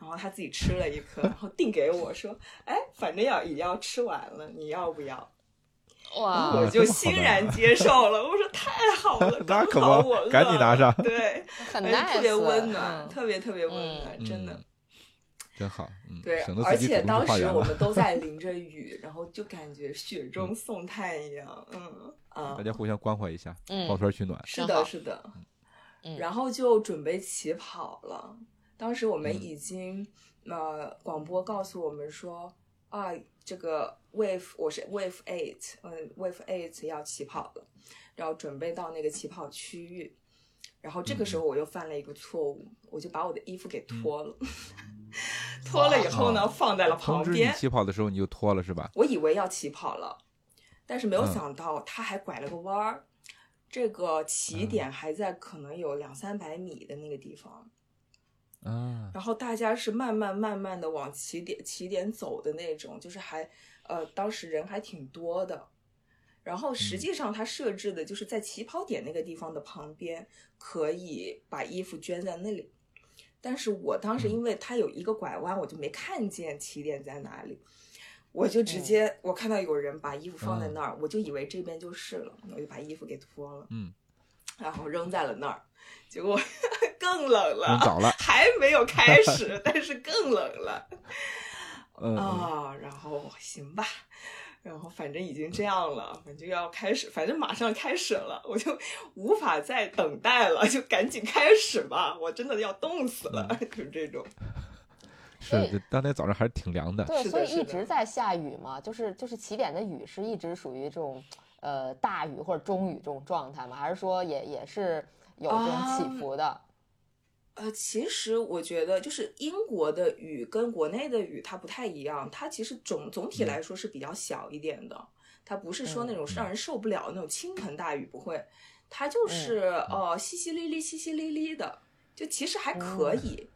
Speaker 3: 然后他自己吃了一颗，然后递给我说：“哎，反正要也要吃完了，你要不要
Speaker 2: 对？”哇，
Speaker 1: 哦
Speaker 3: 我就欣然接 受了。我说太好了，
Speaker 1: 那
Speaker 3: 刚
Speaker 1: 可
Speaker 3: 好
Speaker 1: 不
Speaker 3: 我饿
Speaker 1: 赶紧拿
Speaker 3: 了
Speaker 1: 上
Speaker 3: 对，
Speaker 2: 很
Speaker 3: 哎
Speaker 2: nice，
Speaker 3: 特别温暖，
Speaker 2: 嗯
Speaker 3: 特别特别温暖，
Speaker 1: 嗯
Speaker 3: 真的。
Speaker 1: 真好，嗯，
Speaker 3: 对
Speaker 1: 省，得
Speaker 3: 而
Speaker 1: 自己
Speaker 3: 且
Speaker 1: 主动
Speaker 3: 当
Speaker 1: 去化
Speaker 3: 时
Speaker 1: 缘
Speaker 3: 我
Speaker 1: 了。
Speaker 3: 们都在淋着雨，然后就感觉雪中送炭一样，嗯啊
Speaker 1: 大，家互相关怀一下，
Speaker 2: 嗯
Speaker 1: 抱团取暖。
Speaker 3: 是
Speaker 2: 真好
Speaker 3: 的，是的。
Speaker 2: 嗯
Speaker 3: 然后就准备起跑了。当时我们
Speaker 1: 嗯
Speaker 3: 已经、呃广播告诉我们说啊，这个 wave 我是 wave eight，嗯，wave eight 要起跑了，然后准备到那个起跑区域。然后这个时
Speaker 1: 嗯
Speaker 3: 候我又犯了一个错误，我就把我的衣服给脱了， 脱了以后呢，
Speaker 1: 嗯哇
Speaker 3: 放在了旁
Speaker 1: 通知你
Speaker 3: 边。
Speaker 1: 起跑的时候你就脱了是吧？
Speaker 3: 我以为要起跑了，但是没有
Speaker 1: 嗯
Speaker 3: 想到他还拐了个弯儿，这个起点还在可能有两三百米的那个地方。
Speaker 1: 啊，
Speaker 3: 然后大家是慢慢慢慢的往起点起点走的那种，就是还呃当时人还挺多的。然后
Speaker 1: 嗯
Speaker 3: 实际上他设置的就是在起跑点那个地方的旁边，可以把衣服捐在那里。但是我当时
Speaker 1: 嗯
Speaker 3: 因为他有一个拐弯，我就没看见起点在哪里，我就
Speaker 1: 嗯
Speaker 3: 直接我看到有人把衣服放在那儿，我就以为这边就是了，我就把衣服给脱了，
Speaker 1: 嗯，
Speaker 3: 然后扔在了那儿，结果 更冷了，
Speaker 1: 扔倒了，
Speaker 3: 还没有开 始，但是更冷了
Speaker 1: 嗯，嗯
Speaker 3: 啊。然后行吧，然后反正已经这样了，反正要开始，反正马上开始了，我就无法再等待了，就赶紧开始吧，我真的要冻死了，
Speaker 1: 嗯
Speaker 3: 就是这种。
Speaker 1: 是，这当天早上还是挺凉的，
Speaker 2: 对，
Speaker 3: 是
Speaker 2: 所
Speaker 3: 的
Speaker 2: 以
Speaker 3: 是
Speaker 2: 一
Speaker 3: 的
Speaker 2: 直在下雨嘛，就是就是起点的雨是一直属于这种呃大雨或者中雨这种状态吗？还是说也也是有这种起
Speaker 3: 啊
Speaker 2: 伏的？
Speaker 3: 呃，其实我觉得就是英国的雨跟国内的雨它不太一样，它其实总总
Speaker 2: 嗯
Speaker 3: 体来说是比较小一点的，它不是说那种
Speaker 2: 嗯
Speaker 3: 让人受不了的那种倾盆大雨，不会，它
Speaker 2: 嗯
Speaker 3: 就是呃淅淅沥沥、淅淅沥沥的，就其实还可以。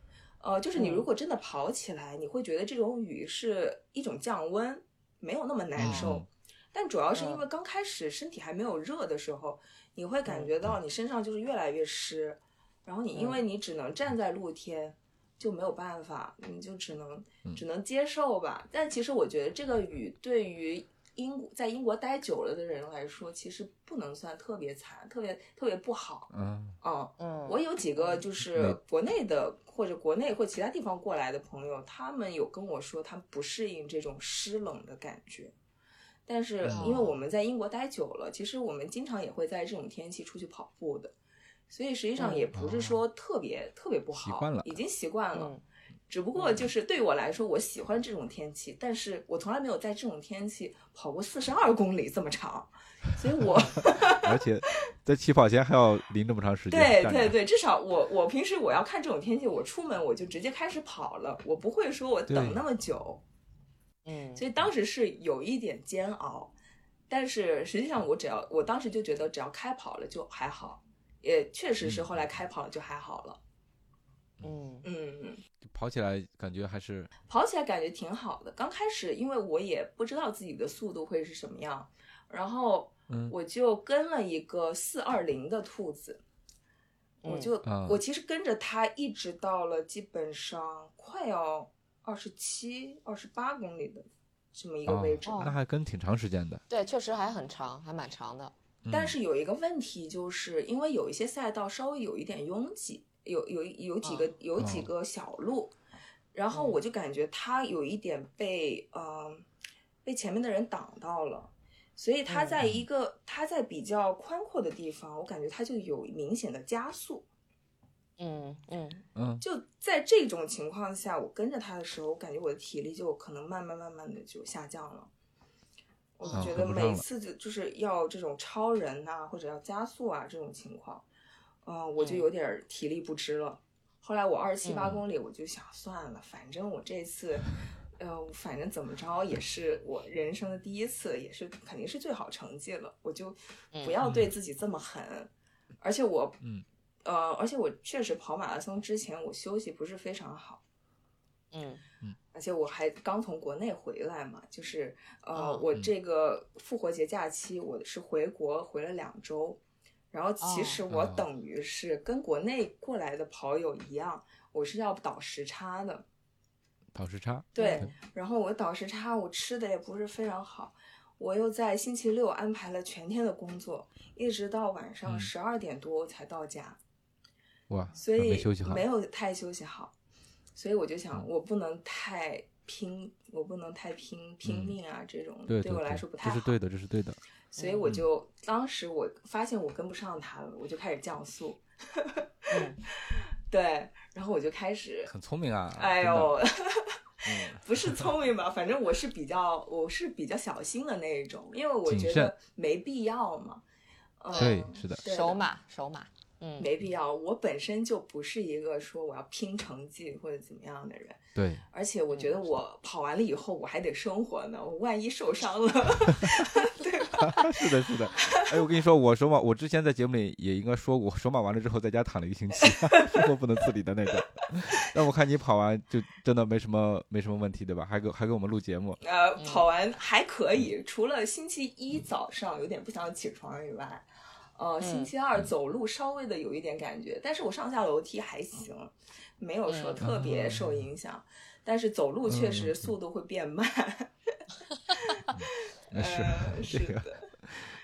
Speaker 3: 呃，就是你如
Speaker 2: 哦嗯
Speaker 3: 果真的跑起来，你会觉得这种雨是一种降温，没有那么难受。
Speaker 1: 嗯
Speaker 3: 但主要是因为
Speaker 2: 哦嗯
Speaker 3: 刚开始身体还没有热的时候，你会感
Speaker 2: 嗯
Speaker 3: 觉到你身上就是越来越湿。然后你因为你只能站在露天，就没有办法，你就只能
Speaker 1: 嗯
Speaker 3: 只能接受吧。但其实我觉得这个雨对于英国在英国待久了的人来说，其实不能算特别惨，特别特别不好。
Speaker 1: 嗯
Speaker 3: 嗯，
Speaker 2: 嗯，
Speaker 3: 我有几个就是
Speaker 1: 没
Speaker 3: 国内的或者国内或其他地方过来的朋友，他们有跟我说他们不适应这种湿冷的感觉。但是
Speaker 2: 嗯
Speaker 3: 因为我们在英国待久了，其实我们经常也会在这种天气出去跑步的，所以实际上
Speaker 2: 嗯
Speaker 3: 也不是说特别、特别不好，
Speaker 1: 习惯了
Speaker 3: 已经习惯了。
Speaker 2: 嗯
Speaker 3: 只不过就是对我来说，我喜欢这种天气，但是我从来没有在这种天气跑过四十二公里这么长，所以我。
Speaker 1: 而且在起跑前还要淋这么长时间，
Speaker 3: 对
Speaker 1: 站着
Speaker 3: 对对，至少我我平时我要看这种天气，我出门我就直接开始跑了，我不会说我等
Speaker 1: 对
Speaker 3: 那么久，
Speaker 2: 嗯，
Speaker 3: 所以当时是有一点煎熬，但是实际上我只要我当时就觉得只要开跑了就还好，也确实是
Speaker 1: 嗯
Speaker 3: 后来开跑了就还好了，
Speaker 2: 嗯
Speaker 3: 嗯嗯。
Speaker 1: 跑起来感觉还是
Speaker 3: 跑起来感觉挺好的。刚开始因为我也不知道自己的速度会是什么样，然后
Speaker 1: 嗯
Speaker 3: 我就跟了一个四二零的兔子，
Speaker 2: 嗯
Speaker 3: 我就、
Speaker 1: 啊
Speaker 3: 我其实跟着它一直到了基本上快要二十七、二十八公里的这么一个
Speaker 1: 哦
Speaker 3: 位置吧。
Speaker 1: 那还跟挺长时间的，
Speaker 2: 对，确实还很长，还蛮长的。
Speaker 3: 但
Speaker 1: 嗯
Speaker 3: 是有一个问题，就是因为有一些赛道稍微有一点拥挤，有有有几个
Speaker 2: 啊
Speaker 3: 有几
Speaker 1: 哦
Speaker 3: 个小路，然
Speaker 2: 嗯
Speaker 3: 后我就感觉它有一点被呃被前面的人挡到了，所以
Speaker 2: 嗯
Speaker 3: 它在一个它在比较宽阔的地方，我感觉它就有明显的加速。
Speaker 2: 嗯嗯
Speaker 1: 嗯
Speaker 3: 就在这种情况下，我跟着它的时候，我感觉我的体力就可能慢慢慢慢的就下降了。我就
Speaker 1: 啊
Speaker 3: 觉
Speaker 1: 跟
Speaker 3: 得
Speaker 1: 不上
Speaker 3: 每
Speaker 1: 了
Speaker 3: 次就就是要这种超人呐、或者要加速啊这种情况，嗯、我就
Speaker 2: 嗯
Speaker 3: 有点儿体力不支了。后来我二十七八
Speaker 1: 嗯
Speaker 3: 公里，我就想算了，反正我这次，呃，反正怎么着也是我人生的第一次，也是肯定是最好成绩了，我就
Speaker 2: 嗯
Speaker 3: 不要对自己这么狠。而且我，
Speaker 1: 嗯，
Speaker 3: 呃，而且我确实跑马拉松之前我休息不是非常好，
Speaker 2: 嗯
Speaker 3: 而且我还刚从国内回来嘛，就是呃，
Speaker 2: 哦
Speaker 3: 我
Speaker 1: 嗯
Speaker 3: 这个复活节假期我是回国回了两周，然后其实我
Speaker 1: 哦
Speaker 3: 等于是跟国内过来的跑友一样，我是要倒时差的，
Speaker 1: 倒时差，
Speaker 3: 对，
Speaker 2: 嗯
Speaker 3: 然后我倒时差，我吃的也不是非常好，我又在星期六安排了全天的工作，一直到晚上
Speaker 1: 嗯
Speaker 3: 十二点多我才到家，
Speaker 1: 哇，
Speaker 3: 所以
Speaker 1: 没休息好，嗯
Speaker 3: 没有太休息好，所以我就想，我不能太拼，我不能太拼拼命啊，这种
Speaker 1: 嗯对
Speaker 3: 我
Speaker 1: 对
Speaker 3: 来说不太
Speaker 1: 这
Speaker 3: 好
Speaker 1: 是。对的，嗯这是对的，
Speaker 3: 所以我就当时我发现我跟不上他了，我就开始降速，
Speaker 2: 嗯
Speaker 3: 对，然后我就开始，
Speaker 1: 很聪明啊！
Speaker 3: 哎
Speaker 1: 真的
Speaker 3: 呦，
Speaker 1: 嗯
Speaker 3: 不是聪明吧？反正我是比较，我是比较小心的那一种，因为我觉
Speaker 1: 谨慎
Speaker 3: 得没必要嘛。嗯、
Speaker 1: 对，是的，
Speaker 3: 对的
Speaker 2: 手马手马，嗯，
Speaker 3: 没必要。我本身就不是一个说我要拼成绩或者怎么样的人，
Speaker 1: 对，
Speaker 3: 而且我
Speaker 1: 嗯
Speaker 3: 觉得我跑完了以后我还得生活呢，我万一受 伤了，
Speaker 1: 是的，是的。哎，我跟你说，我手马，我之前在节目里也应该说过，我手马完了之后在家躺了一个星期， 生活不能自理的那种。 但我看你跑完就真的没什么没什么问题，对吧？还给还给我们录节目，
Speaker 3: 呃，
Speaker 1: 嗯
Speaker 3: 跑完还可以，除了星期一早上有点不想起床以外，呃，星
Speaker 1: 嗯
Speaker 3: 期二走路稍微的有一点感觉，但是我上下楼梯还行，没有说
Speaker 2: 嗯
Speaker 3: 特别受影响，但是走路
Speaker 1: 嗯
Speaker 3: 确实速度会变慢，
Speaker 1: 那是、
Speaker 3: 呃，是
Speaker 1: 这个，
Speaker 3: 的，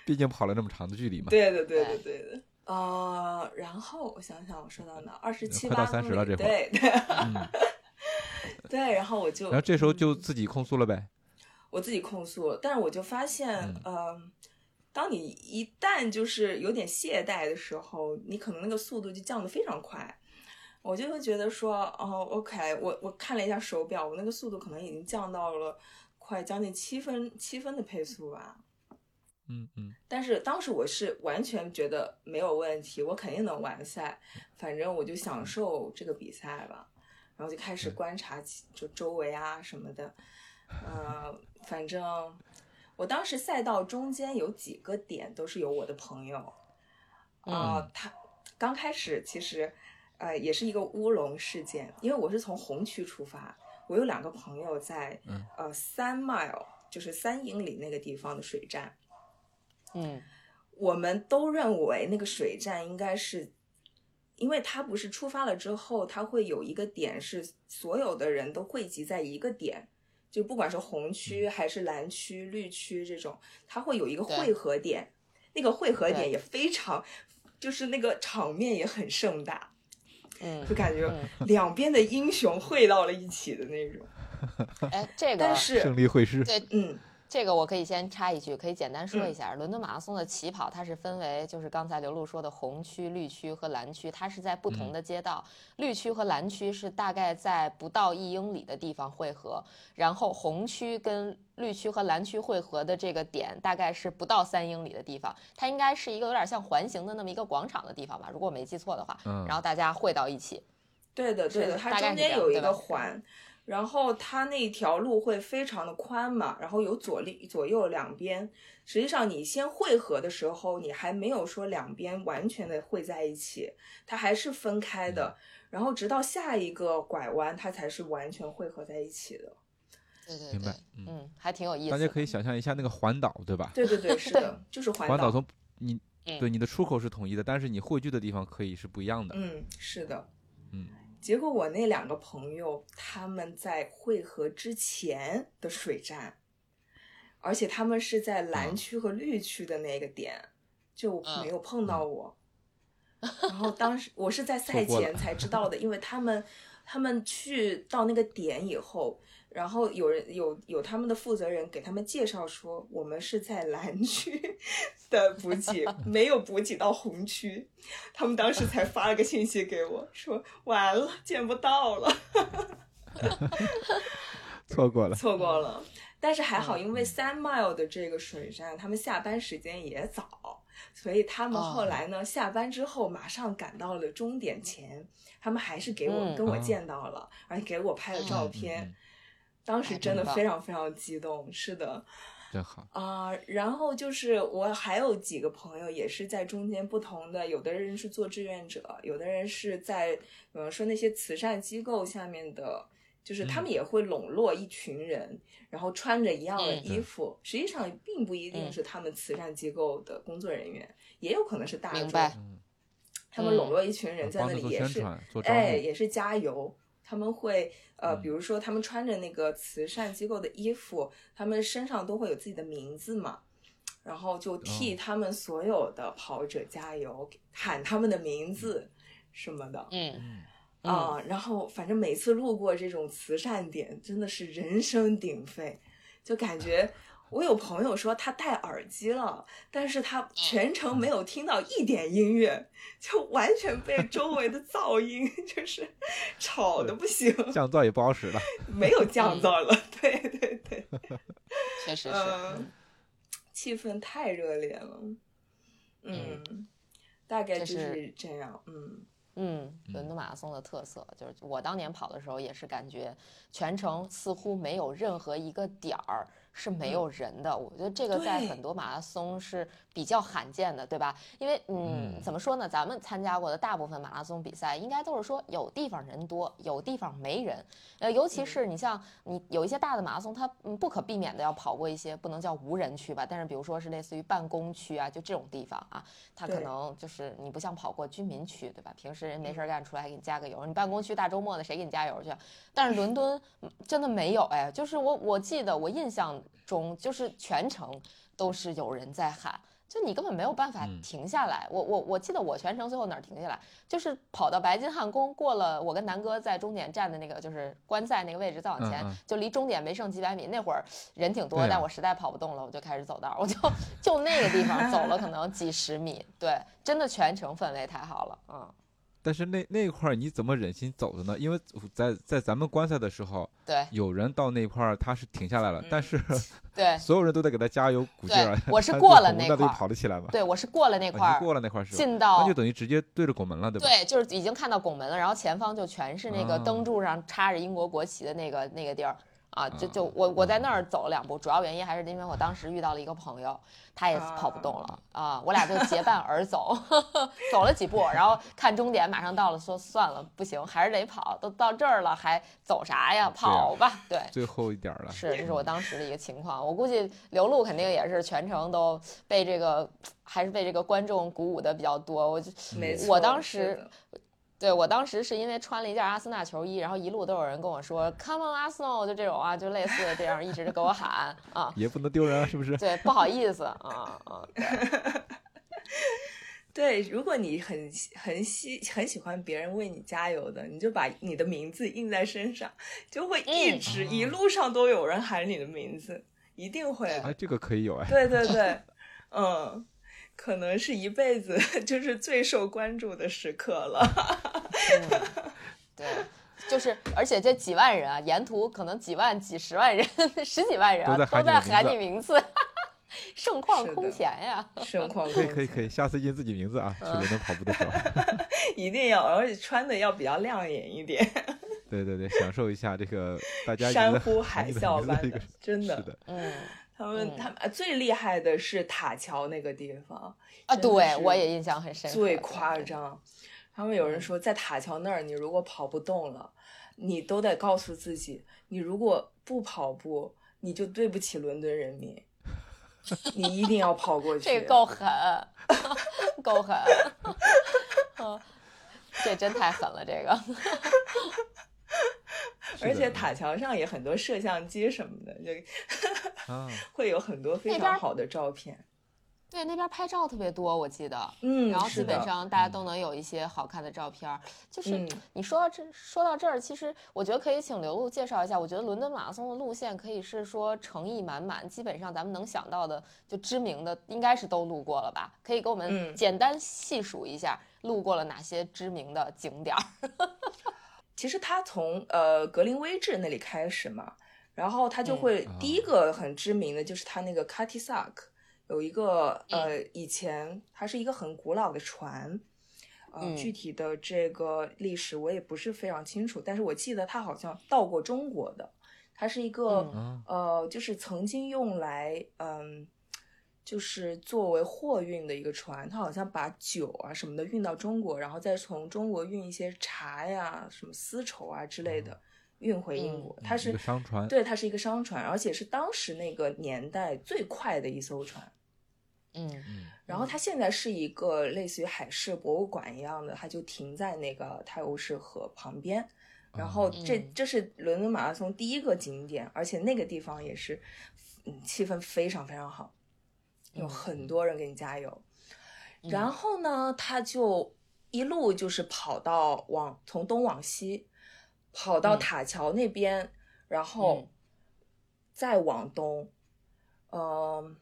Speaker 1: 毕竟跑了那么长的距离嘛。
Speaker 3: 对的，对的，对的。呃，然后我想想，我说到哪？二十七
Speaker 1: 嗯快到30了这会儿
Speaker 3: 对对
Speaker 1: 嗯，
Speaker 3: 对， 然后我就，
Speaker 1: 然后这时候就自己控诉了呗。
Speaker 3: 我自己控诉，但是我就发现，嗯、当你一旦就是有点懈怠的时候，你可能那个速度就降得非常快。我就会觉得说，哦，OK，我我看了一下手表，我那个速度可能已经降到了快将近七分七分的配速吧。
Speaker 1: 嗯嗯，
Speaker 3: 但是当时我是完全觉得没有问题，我肯定能完赛，反正我就
Speaker 1: 嗯
Speaker 3: 享受这个比赛吧，然后就开始观察其就周围啊什么的，呃，反正我当时赛道中间有几个点都是有我的朋友，啊、
Speaker 1: 嗯
Speaker 3: 他刚开始其实呃也是一个乌龙事件，因为我是从红区出发，我有两个朋友在、
Speaker 1: 嗯
Speaker 3: 呃三 mile 就是三英里那个地方的水站。
Speaker 2: 嗯
Speaker 3: 我们都认为那个水站应该是，因为它不是出发了之后，它会有一个点是所有的人都汇集在一个点，就不管是红区还是蓝区、绿区这种，它会有一个
Speaker 2: 嗯对
Speaker 3: 汇合点，那个汇合点
Speaker 2: 对
Speaker 3: 也非常，就是那个场面也很盛大，
Speaker 2: 嗯
Speaker 3: 就，感觉
Speaker 2: 嗯
Speaker 3: 两边的英雄汇到了一起的那种。
Speaker 2: 哎，这个
Speaker 3: 但是
Speaker 1: 胜，利会师。
Speaker 2: 对
Speaker 3: 嗯，
Speaker 2: 这个我可以先插一句，可以简单
Speaker 1: 嗯
Speaker 2: 说一下，伦敦马拉松的起跑它是分为，就是刚才刘露说的红区、绿区和蓝区，它是在不
Speaker 1: 嗯
Speaker 2: 同的街道，绿区和蓝区是大概在不到一英里的地方汇合，然后红区跟绿区和蓝区汇合的这个点大概是不到三英里的地方，它应该是一个有点像环形的那么一个广场的地方吧，如果我没记错的话，
Speaker 1: 嗯
Speaker 2: 然后大家汇到一起，
Speaker 3: 对的，对
Speaker 2: 是
Speaker 3: 的，
Speaker 2: 的
Speaker 3: 它
Speaker 2: 大概
Speaker 3: 中
Speaker 2: 是
Speaker 3: 间
Speaker 2: 这样
Speaker 3: 有一
Speaker 2: 对吧
Speaker 3: 个环，然后它那条路会非常的宽嘛，然后有左立左右两边。实际上，你先汇合的时候，你还没有说两边完全的汇在一起，它还是分开
Speaker 2: 嗯
Speaker 3: 的。然后直到下一个拐弯，它才是完全汇合在一起的。
Speaker 2: 对对
Speaker 1: 明
Speaker 2: 对
Speaker 1: 白，嗯
Speaker 2: 嗯，还挺有意思
Speaker 1: 大
Speaker 2: 的，
Speaker 1: 家可以想象一下那个环岛，对吧？
Speaker 3: 对对对，是 的，就是环
Speaker 1: 环
Speaker 3: 岛。
Speaker 1: 从你
Speaker 2: 嗯
Speaker 1: 对你的出口是统一的，但是你汇聚的地方可以是不一样的。
Speaker 3: 嗯，是的。
Speaker 1: 嗯，
Speaker 3: 结果我那两个朋友他们在汇合之前的水站，而且他们是在
Speaker 1: 啊
Speaker 3: 蓝区和绿区的那个点，就没有碰到我。然后当时我是在赛
Speaker 1: 错过
Speaker 3: 前
Speaker 1: 了
Speaker 3: 才知道的，因为他们他们去到那个点以后，然后有人有有他们的负责人给他们介绍说，我们是在蓝区 的补给，没有补给到红区。他们当时才发了个信息给我说，完了，见不到了，
Speaker 1: 错过了。
Speaker 3: 错过了。但是还好，
Speaker 2: 嗯
Speaker 3: 因为三 mile 的这个水站，他们下班时间也早，所以他们
Speaker 2: 哦
Speaker 3: 后来呢，下班之后马上赶到了终点前，他们还是给我
Speaker 2: 嗯
Speaker 3: 跟我
Speaker 1: 哦
Speaker 3: 见到了，而且给我拍了
Speaker 2: 嗯
Speaker 3: 照
Speaker 1: 嗯
Speaker 3: 片。
Speaker 1: 嗯
Speaker 3: 当时
Speaker 2: 哎
Speaker 3: 真的
Speaker 2: 真棒
Speaker 3: 非常非常激动，是的，
Speaker 1: 真好。
Speaker 3: 啊、然后就是我还有几个朋友也是在中间不同的，有的人是做志愿者，有的人是在嗯说那些慈善机构下面的，就是他
Speaker 1: 嗯
Speaker 3: 们也会笼络一群人，然后穿着一样的
Speaker 2: 嗯
Speaker 3: 衣服，实际上并不一定
Speaker 2: 嗯
Speaker 3: 是他们慈善机构的工作人员，也有可能是大
Speaker 2: 明
Speaker 3: 众，
Speaker 2: 白
Speaker 1: 嗯
Speaker 2: 嗯
Speaker 3: 他们笼络一群人在
Speaker 1: 帮
Speaker 3: 那
Speaker 1: 着
Speaker 3: 里
Speaker 1: 做
Speaker 3: 也
Speaker 1: 宣
Speaker 3: 是
Speaker 1: 传，做招
Speaker 3: 哎，
Speaker 1: 募。
Speaker 3: 也是加油。他们会呃，
Speaker 1: 嗯
Speaker 3: 比如说他们穿着那个慈善机构的衣服，他们身上都会有自己的名字嘛，然后就替
Speaker 1: 哦
Speaker 3: 他们所有的跑者加油，喊他们的名字什么的啊、
Speaker 2: 嗯
Speaker 1: 嗯，
Speaker 2: 嗯
Speaker 3: 然后反正 每次路过这种慈善点，真的是人声鼎沸，就感觉我有朋友说他戴耳机了，但是
Speaker 2: 嗯
Speaker 3: 他全程没有听到一点音乐，就完全被周围的噪音 就是吵的不行，
Speaker 1: 降噪也不好使了。
Speaker 3: 没有降噪了。对对对，
Speaker 2: 嗯确实是。
Speaker 3: 嗯，气氛太热烈了。嗯，大概
Speaker 2: 这
Speaker 3: 就是是这样。嗯，
Speaker 2: 嗯，伦
Speaker 1: 嗯
Speaker 2: 敦马拉松的特色就是我当年跑的时候也是感觉全程似乎没有任何一个点儿是没有人的。我觉得这个在
Speaker 3: 对
Speaker 2: 很多马拉松是比较罕见的，对吧？因为嗯，
Speaker 1: 嗯
Speaker 2: 怎么说呢？咱们参加过的大部分马拉松比赛，应该都是说有地方人多，有地方没人。呃，尤其
Speaker 3: 嗯
Speaker 2: 是你像你有一些大的马拉松，它嗯不可避免的要跑过一些不能叫无人区吧，但是比如说是类似于办公区啊，就这种地方啊，它可
Speaker 3: 对
Speaker 2: 能就是你不像跑过居民区，对吧？平时人没事儿干出来给你加个油，你办公区大周末的谁给你加油去？啊但是伦敦嗯真的没有，哎，就是我我记得我印象中就是全程都是有人在喊。就你根本没有办法
Speaker 1: 嗯
Speaker 2: 停下来，我我我记得我全程最后哪儿停下来，就是跑到白金汉宫，过了我跟南哥在终点站的那个就是观赛那个位置，再往前、
Speaker 1: 嗯嗯
Speaker 2: 就离终点没剩几百米，那会儿人挺多，
Speaker 1: 对啊
Speaker 2: 但我实在跑不动了，我就开始走道儿，我就就那个地方走了可能几十米，对，真的全程氛围太好了，嗯，
Speaker 1: 但是那那块儿你怎么忍心走的呢？因为在在咱们观赛的时候，
Speaker 2: 对
Speaker 1: 有人到那块儿他是停下来了，但是
Speaker 2: 嗯对
Speaker 1: 所有人都在给他加油鼓劲儿啊。
Speaker 2: 对我是
Speaker 1: 他
Speaker 2: 过
Speaker 1: 就
Speaker 2: 了
Speaker 1: 很无奈
Speaker 2: 那
Speaker 1: 地就
Speaker 2: 块儿
Speaker 1: 跑了起来嘛。
Speaker 2: 对，我是过了
Speaker 1: 啊
Speaker 2: 那块
Speaker 1: 你
Speaker 2: 儿
Speaker 1: 过了那块儿是吧？
Speaker 2: 进到
Speaker 1: 那就等于直接对着拱门了，对吧？
Speaker 2: 对，就是已经看到拱门了，然后前方就全是那个
Speaker 1: 啊
Speaker 2: 灯柱上插着英国国旗的那个那个地儿啊，就就
Speaker 1: 啊
Speaker 2: 我我在那儿走了两步，主要原因还是因为我当时遇到了一个朋友，他也跑不动了啊，我俩就结伴而走， 走了几步，然后看终点马上到了，说算了，不行，还是得跑，都到这儿了还走啥
Speaker 1: 啊
Speaker 2: 呀，跑吧，对。
Speaker 1: 最后一点儿了。
Speaker 2: 是，这是我当时的一个情况。我估计刘露肯定也是全程都被这个，还是被这个观众鼓舞的比较多。我就
Speaker 3: 没错。
Speaker 2: 嗯我当
Speaker 3: 是
Speaker 2: 时
Speaker 3: 的
Speaker 2: 对我当时是因为穿了一件阿森纳球衣，然后一路都有人跟我说 “Come on Arsenal”，就这种啊，就类似的这样，一直就给我喊啊，
Speaker 1: 也不能丢人啊，是不是？
Speaker 2: 对，不好意思啊啊，
Speaker 3: 对，如果你很喜很喜很喜欢别人为你加油的，你就把你的名字印在身上，就会一
Speaker 2: 嗯
Speaker 3: 直、一路上都有人喊你的名字，一定会的。
Speaker 1: 哎，这个可以有哎。
Speaker 3: 对对对，嗯，可能是一辈子 就是最受关注的时刻 了。
Speaker 2: 嗯对，就是而且这几万人啊，沿途可能几万、几十万人、十几万人啊，
Speaker 1: 都在喊
Speaker 2: 都
Speaker 1: 你的名字
Speaker 2: 在喊你名字， 盛况
Speaker 3: 是的
Speaker 2: 空前呀！
Speaker 3: 盛况
Speaker 1: 可
Speaker 3: 空
Speaker 1: 以可以可以，下次印自己名字啊，
Speaker 3: 嗯
Speaker 1: 去伦敦跑步的 时候。
Speaker 3: 前一定要，而且穿的要比较亮眼一点，
Speaker 1: 对对对，享受一下这个大家一直在
Speaker 3: 山呼
Speaker 1: 喊
Speaker 3: 海
Speaker 1: 你的名
Speaker 3: 啸
Speaker 1: 字
Speaker 3: 般
Speaker 1: 这
Speaker 3: 的
Speaker 1: 个，
Speaker 3: 真
Speaker 1: 是的，
Speaker 2: 嗯
Speaker 3: 他们
Speaker 2: 嗯
Speaker 3: 他们啊最厉害的是塔桥那个地方，
Speaker 2: 啊，
Speaker 3: 真的
Speaker 2: 对
Speaker 3: 是
Speaker 2: 我也印象很深刻，对
Speaker 3: 最夸
Speaker 2: 对
Speaker 3: 张。他们有
Speaker 2: 嗯
Speaker 3: 人说，在塔桥那儿，你如果跑不动了，你都得告诉自己，你如果不跑步，你就对不起伦敦人民。你一定要 跑过去，
Speaker 2: 这个够狠，够狠， 嗯，这真太狠了，这个，
Speaker 1: 是
Speaker 3: 而且
Speaker 1: 的
Speaker 3: 塔桥上也很多摄像机什么的，就
Speaker 1: 啊，
Speaker 3: 会有很多非
Speaker 2: 那边
Speaker 3: 常
Speaker 2: 儿
Speaker 3: 好的照片。
Speaker 2: 对，那边拍照特别多，我记得。
Speaker 3: 嗯，
Speaker 2: 然后
Speaker 3: 是
Speaker 2: 基本
Speaker 3: 的，
Speaker 2: 上大家都能有一些好看的照片儿，就是
Speaker 3: 嗯
Speaker 2: 你说到这说到这儿，其实我觉得可以请刘露介绍一下。我觉得伦敦马拉松的路线可以是说诚意满满，基本上咱们能想到的就知名的应该是都路过了吧？可以给我们
Speaker 3: 嗯
Speaker 2: 简单细数一下路过了哪些知名的景 点儿？
Speaker 3: 其实他从呃格林威治那里开始嘛，然后他
Speaker 2: 嗯
Speaker 3: 就会、
Speaker 1: 啊
Speaker 3: 第一个很知名的就是他那个 c a t i s a k 有一个
Speaker 2: 嗯
Speaker 3: 呃以前它是一个很古老的船，呃、
Speaker 2: 嗯
Speaker 3: 具体的这个历史我也不是非常清楚，但是我记得它好像到过中国的，它是一个、
Speaker 2: 嗯
Speaker 1: 啊
Speaker 3: 呃就是曾经用来嗯。就是作为货运的一个船，它好像把酒啊什么的运到中国，然后再从中国运一些茶呀、什么丝绸啊之类的运回英国。它
Speaker 1: 嗯一
Speaker 3: 是
Speaker 1: 个商船，
Speaker 3: 对，它是一个商船，而且是当时那个年代最快的一艘船。
Speaker 2: 嗯
Speaker 1: 嗯，
Speaker 3: 然后它现在是一个类似于海事博物馆一样的，它就停在那个泰晤士河旁边。然后这
Speaker 2: 嗯
Speaker 3: 这是伦敦马拉松第一个景点，而且那个地方也是，嗯，气氛非常非常好，有
Speaker 2: 嗯
Speaker 3: 很多人给你加油。然后呢，他就一路就是跑到往从东往西，跑到
Speaker 2: 嗯
Speaker 3: 塔桥那边，然后再往东，呃，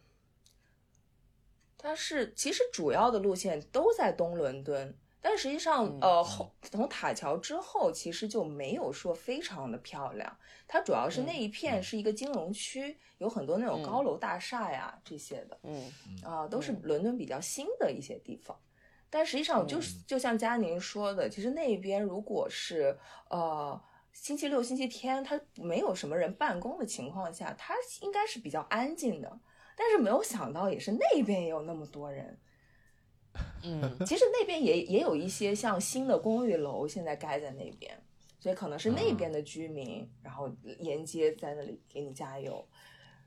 Speaker 3: 它是其实主要的路线都在东伦敦，但实际上，
Speaker 2: 嗯
Speaker 3: 呃，后从塔桥之后，其实就没有说非常的漂亮。它主要是那
Speaker 2: 嗯
Speaker 3: 一片是一个金融区，有很多那种
Speaker 2: 嗯
Speaker 3: 高楼大厦呀、这些的
Speaker 2: 嗯
Speaker 3: 啊、都是
Speaker 2: 嗯
Speaker 3: 伦敦比较新的一些地方。但实际上，就是就像佳宁说的，其实那边如果是呃星期六、星期天，它没有什么人办公的情况下，它应该是比较安静的。但是没有想到，也是那边也有那么多人。
Speaker 2: 嗯，
Speaker 3: 其实那边也也有一些像新的公寓楼，现在盖在那边，所以可能是那边的居民，然后沿街在那里给你加油。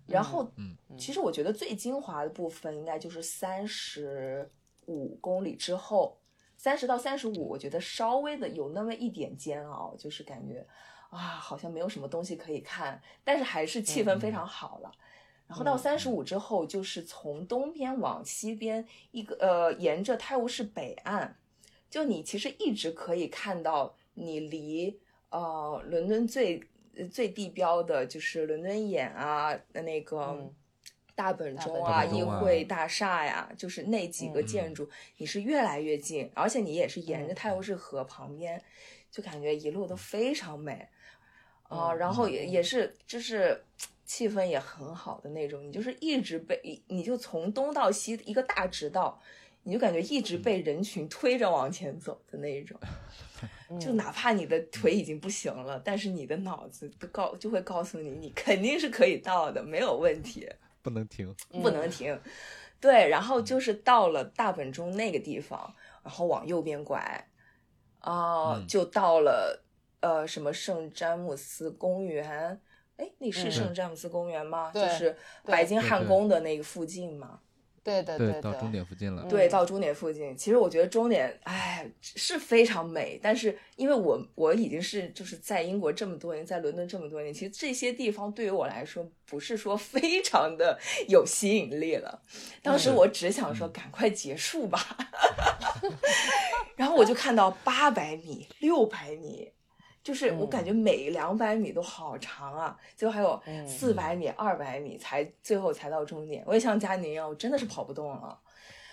Speaker 3: 然后，
Speaker 1: 嗯
Speaker 2: 嗯
Speaker 3: 其实我觉得最精华的部分应该就是三十五公里之后，三十到三十五，我觉得稍微的有那么一点煎熬，就是感觉啊，好像没有什么东西可以看，但是还是气氛非常好了。然后到
Speaker 2: 嗯
Speaker 3: 三十五之后，就是从东边往西边一个呃，沿着泰晤士北岸，就你其实一直可以看到你离呃伦敦最呃最地标的就是伦敦眼啊，呃那个。
Speaker 2: 嗯
Speaker 3: 大本钟
Speaker 1: 大
Speaker 3: 啊、
Speaker 1: 本钟
Speaker 3: 议
Speaker 1: 啊
Speaker 3: 会大厦呀、就是那几个
Speaker 2: 嗯
Speaker 3: 建筑，你是越来越近，而且你也是沿着
Speaker 2: 嗯
Speaker 3: 泰晤士河旁边，就感觉一路都非常美啊、
Speaker 2: 嗯
Speaker 3: 然后
Speaker 2: 嗯
Speaker 3: 也
Speaker 2: 嗯
Speaker 3: 也是就是气氛也很好的那种，你就是一直被，你就从东到西一个大直道，你就感觉一直
Speaker 2: 嗯
Speaker 3: 被人群推着往前走的那一种，就
Speaker 2: 嗯
Speaker 3: 哪怕你的腿已经不行了，但是你的脑子都告就会告诉你，你肯定是可以到的，没有问题。
Speaker 1: 不能停。
Speaker 3: 不
Speaker 2: 嗯
Speaker 3: 能停。对，然后就是到了大本钟那个地方，然后往右边拐，啊、
Speaker 1: 嗯
Speaker 3: 就到了呃什么圣詹姆斯公园。哎，那是
Speaker 2: 嗯
Speaker 3: 圣詹姆斯公园吗？就
Speaker 2: 对
Speaker 3: 是
Speaker 2: 对
Speaker 3: 白金
Speaker 1: 对
Speaker 3: 汉
Speaker 1: 对
Speaker 3: 宫的那个附近嘛。
Speaker 2: 对对对
Speaker 1: 到终点附近了。
Speaker 2: 嗯
Speaker 3: 对，到终点附近。其实我觉得终点，哎，是非常美。但是因为我我已经是就是在英国这么多年，在伦敦这么多年，其实这些地方对于我来说不是说非常的有吸引力了。当
Speaker 2: 嗯
Speaker 3: 时我只想说赶快结束吧， 然后我就看到八百米、六百米。就是我感觉每两百米都好长啊，最后还有
Speaker 2: 嗯
Speaker 3: 四百米、二百米才最后才到终点。我也像佳宁一样，我真的是跑不动了。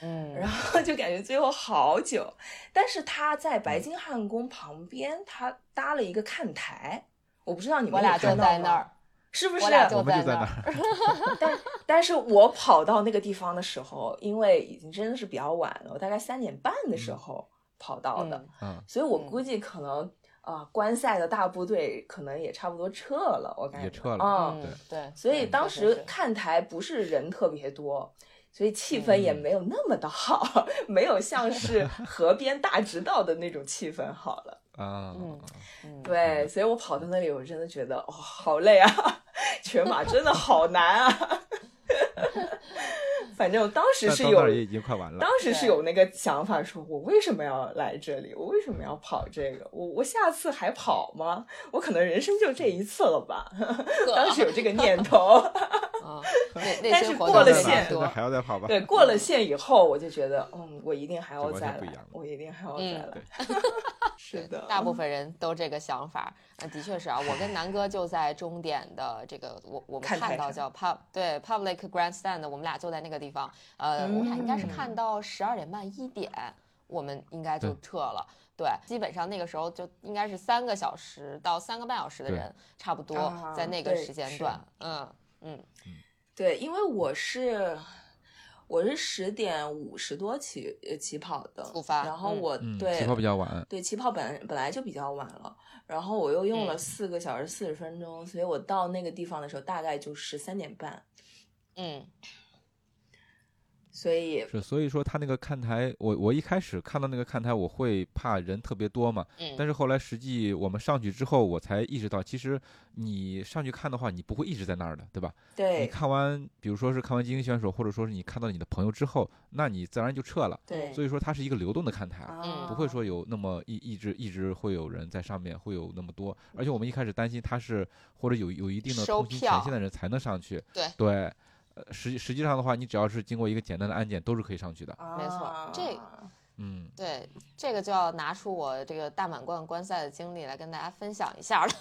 Speaker 2: 嗯，
Speaker 3: 然后就感觉最后好久，但是他在
Speaker 1: 嗯
Speaker 3: 白金汉宫旁边，他搭了一个看台，我不知道你们
Speaker 2: 我
Speaker 3: 有
Speaker 2: 俩就
Speaker 3: 看到
Speaker 2: 在
Speaker 3: 吗
Speaker 2: 那儿，，
Speaker 3: 是不是
Speaker 2: 我？俩就
Speaker 1: 我们就
Speaker 2: 在
Speaker 1: 在
Speaker 2: 那
Speaker 1: 那
Speaker 2: 儿，
Speaker 3: 但但是我跑到那个地方的时候，因为已经真的是比较晚了，我大概三点半的时候跑到的，
Speaker 2: 嗯
Speaker 1: 嗯，
Speaker 3: 所以我
Speaker 2: 嗯
Speaker 3: 估计可能啊、观赛的大部队可能也差不多撤了，我感觉
Speaker 1: 也撤了
Speaker 3: 嗯，
Speaker 2: 嗯对，
Speaker 3: 所以当
Speaker 2: 对
Speaker 3: 时
Speaker 2: 对对
Speaker 3: 看台不是人特别多，所以气氛
Speaker 1: 嗯
Speaker 3: 也没有那么的好， 没有像是河边大直道的那种气氛好了。
Speaker 1: 啊，
Speaker 2: 嗯嗯
Speaker 3: 对，所以我跑到那里，我真的觉得哦，好累啊， 全马真的好 难啊。反正我当时
Speaker 1: 但
Speaker 3: 是
Speaker 1: 到
Speaker 3: 有
Speaker 1: 那，儿也已经快完了。
Speaker 3: 当时是有那个想法，说我为什么要来这里？我为什么要跑这个？我我下次还跑吗？我可能人生就这一次了吧。 当时有这个念头。
Speaker 2: 啊，内内
Speaker 3: 但
Speaker 2: 心
Speaker 3: 是
Speaker 2: 活
Speaker 3: 过
Speaker 2: 动
Speaker 3: 了
Speaker 2: 非常
Speaker 3: 线
Speaker 1: 现在
Speaker 2: 多
Speaker 1: 还要再跑吧？
Speaker 3: 对，过了线以后，我就觉得，嗯，我一定还要
Speaker 1: 就完
Speaker 3: 再
Speaker 1: 全不一
Speaker 3: 来
Speaker 1: 样了，
Speaker 3: 我一定还要
Speaker 2: 嗯
Speaker 3: 再来
Speaker 1: 对。
Speaker 3: 是
Speaker 2: 对
Speaker 3: 的，
Speaker 2: 大部分人都这个想法。呃，的确是啊，我跟南哥就在终点的这个，我我们
Speaker 3: 看台
Speaker 2: 看到
Speaker 3: 上
Speaker 2: 叫 pub 对 public grandstand，我们俩就在那个地方。呃，我们俩应该是
Speaker 3: 嗯
Speaker 2: 看到十二点半一点，我们应该就
Speaker 1: 对
Speaker 2: 撤了。对，基本上那个时候就应该是三个小时到三个半小时的
Speaker 1: 对
Speaker 2: 人，差不多
Speaker 3: 啊
Speaker 2: 在那个
Speaker 3: 对
Speaker 2: 时间
Speaker 3: 是
Speaker 2: 段。嗯嗯
Speaker 3: 对，因为我是我是十点五十多起呃起跑的
Speaker 2: 出发
Speaker 3: 然后
Speaker 2: 嗯
Speaker 3: 我
Speaker 1: 嗯，
Speaker 3: 对
Speaker 1: 起跑比较晚。
Speaker 3: 对起跑本本来就比较晚了，然后我又用了
Speaker 2: 嗯
Speaker 3: 四个小时四十分钟，所以我到那个地方的时候大概就是三点半，
Speaker 2: 嗯
Speaker 3: 所以
Speaker 1: 是，所以说他那个看台，我我一开始看到那个看台，我会怕人特别多嘛。
Speaker 2: 嗯，
Speaker 1: 但是
Speaker 2: 是
Speaker 1: 后来实际我们上去之后，我才意识到，其实你上去看的话，你不会一直在那儿的，对吧？
Speaker 2: 哎
Speaker 1: 你
Speaker 3: 对
Speaker 1: 看完，比如说是看完精英选手，或者说是你看到你的朋友之后，那你自然就撤了。
Speaker 2: 哎
Speaker 3: 对，
Speaker 1: 所以说它是一个流动的看台，
Speaker 2: 哦
Speaker 3: 啊
Speaker 2: 嗯
Speaker 1: 不会说有那么一一直一直会有人在上面，会有那么多。而且我们一开始担心它是或者有有一定的
Speaker 2: 收
Speaker 1: 通行
Speaker 2: 票
Speaker 1: 权限的人才能上去。
Speaker 2: 对
Speaker 1: 对，呃，实际实际上的话，你只要是经过一个简单的安检，都是可以上去的。
Speaker 3: 啊
Speaker 2: 没错这
Speaker 1: 嗯，
Speaker 2: 对，这个就要拿出我这个大满贯观赛的经历来跟大家分享一下了。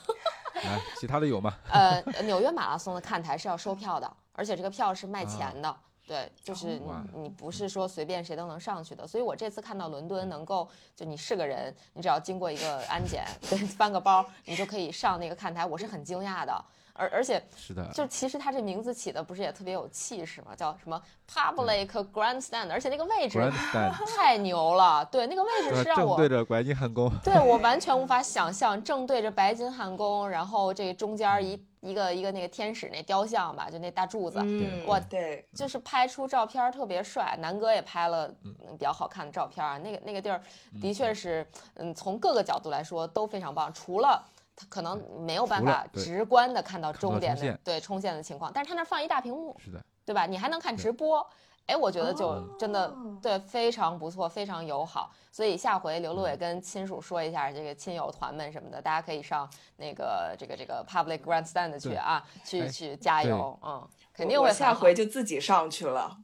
Speaker 1: 来，其他的有吗？
Speaker 2: 呃，纽约马拉松的看台是要收票的，而且这个票是卖钱的。对，就是
Speaker 1: 啊哦哇嗯
Speaker 2: 你你不是说随便谁都能上去的，所以我这次看到伦敦能够，就你是个人，你只要经过一个安检，对，翻个包，你就可以上那个看台，我是很惊讶的。而而且
Speaker 1: 是的，
Speaker 2: 就其实它这名字起的不是也特别有气势嘛，叫什么 Public Grandstand，而且那个位置
Speaker 1: 嗯 Grand Stand，
Speaker 2: 太牛了，对，那个位置是让
Speaker 1: 正
Speaker 2: 我
Speaker 1: 对着白金汉宫，
Speaker 2: 对我完全无法想象，正对着白金汉宫，然后这个中间儿
Speaker 1: 嗯
Speaker 2: 一一个一个那个天使那雕像吧，就那大柱子，
Speaker 3: 嗯，
Speaker 2: 啊我
Speaker 3: 对，
Speaker 2: 就是拍出照片儿特别帅。南哥也拍了嗯比较好看的照片儿啊，那个那个地儿的确是，嗯，从各个角度来说都非常棒，除了。他可能没有办
Speaker 1: 除了
Speaker 2: 法
Speaker 1: 对
Speaker 2: 直观的看到终
Speaker 1: 冲
Speaker 2: 点的
Speaker 1: 线
Speaker 2: 对冲线的情况，但是他那儿放一大屏幕，
Speaker 1: 是的，
Speaker 2: 对吧？你还能看直播，哎，我觉得就
Speaker 3: 哦
Speaker 2: 真的、对非常不错，非常友好。所以下回刘璐
Speaker 1: 嗯
Speaker 2: 也跟亲属说一下，这个亲友团们什么的，大家可以上那个这个这个 public grandstand 去啊，去
Speaker 1: 哎
Speaker 2: 去加油，嗯，肯定
Speaker 3: 我
Speaker 2: 会
Speaker 3: 我
Speaker 2: 很好
Speaker 3: 下回就自己上 去了。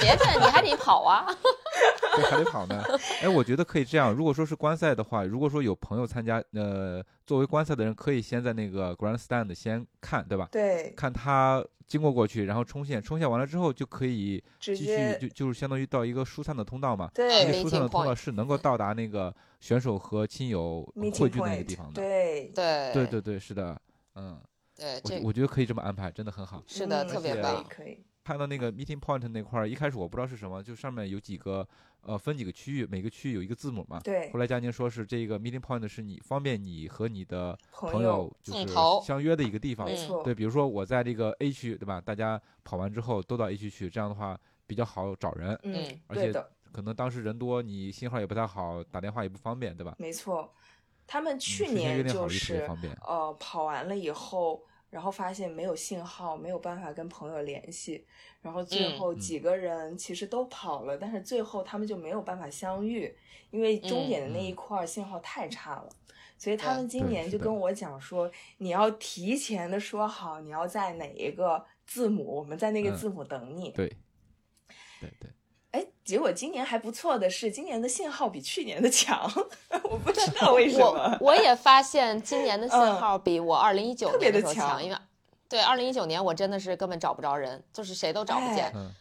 Speaker 2: 别去，你还得跑啊。
Speaker 1: 对，还得跑呢。哎，我觉得可以这样，如果说是观赛的话，如果说有朋友参加，呃，作为观赛的人，可以先在那个 grandstand 先看，对吧？
Speaker 3: 对，
Speaker 1: 看他经过过去，然后冲线，冲线完了之后就可以
Speaker 3: 直
Speaker 1: 继
Speaker 3: 接
Speaker 1: 续就就是相当于到一个疏散的通道嘛。
Speaker 3: 对
Speaker 1: 那个
Speaker 2: Meeting
Speaker 1: 疏散的通道
Speaker 2: point
Speaker 1: 是能够到达那个选手和亲友
Speaker 3: meeting
Speaker 1: 汇聚的那个
Speaker 3: point，
Speaker 1: 地方的。
Speaker 3: 对，
Speaker 2: 对
Speaker 1: 对对对，是的，嗯，
Speaker 2: 对，
Speaker 1: 我
Speaker 2: 这
Speaker 1: 我觉得可以这么安排，真的很好。
Speaker 2: 是的，
Speaker 3: 嗯
Speaker 2: 特别
Speaker 1: 而且
Speaker 2: 棒。
Speaker 3: 可以可以，
Speaker 1: 看到那个 meeting point 那块儿，一开始我不知道是什么，就上面有几个呃分几个区域，每个区域有一个字母嘛。
Speaker 3: 对
Speaker 1: 后，来佳宁说是这个 meeting point 是你方便你和你的
Speaker 3: 朋
Speaker 1: 友
Speaker 3: 友
Speaker 1: 就
Speaker 2: 碰
Speaker 1: 是
Speaker 2: 头
Speaker 1: 相约的一个地方
Speaker 2: 嗯。
Speaker 3: 没错，
Speaker 1: 对，比如说我在这个 A 区，对吧？大家跑完之后都到 A 区去，这样的话比较好找人。
Speaker 3: 嗯
Speaker 2: 嗯，
Speaker 1: 而
Speaker 3: 对
Speaker 1: 且
Speaker 3: 的，
Speaker 1: 可能当时人多，你信号也不太好，打电话也不方便，对吧？
Speaker 3: 没错。他们
Speaker 1: 嗯
Speaker 3: 嗯去
Speaker 1: 事先约
Speaker 3: 年
Speaker 1: 定好就特
Speaker 3: 就
Speaker 1: 别
Speaker 3: 是
Speaker 1: 方便。
Speaker 3: 呃跑完了以后，然后发现没有信号，没有办法跟朋友联系，然后最
Speaker 2: 嗯
Speaker 3: 后几个人其实都跑了，但是最后他们就没有办法相遇，因为终点的那一块儿信号太差了。所以他们今
Speaker 1: 对
Speaker 3: 年
Speaker 1: 是
Speaker 3: 就
Speaker 1: 的
Speaker 3: 跟我讲说，你要提前的说好，你要在哪一个字母，我们在那个
Speaker 1: 嗯
Speaker 3: 字母等你。
Speaker 1: 对，对对，
Speaker 3: 哎，结果今年还不错的是，今年的信号比去年的强， 我不知道为什
Speaker 2: 我
Speaker 3: 么。
Speaker 2: 我也发现今年的信
Speaker 3: 嗯
Speaker 2: 号比我二零一九
Speaker 3: 特别
Speaker 2: 年
Speaker 3: 地
Speaker 2: 时候强，
Speaker 3: 强
Speaker 2: 因为对二零一九年我真的是根本找不着人，就是谁都找不
Speaker 3: 哎
Speaker 2: 见
Speaker 1: 嗯，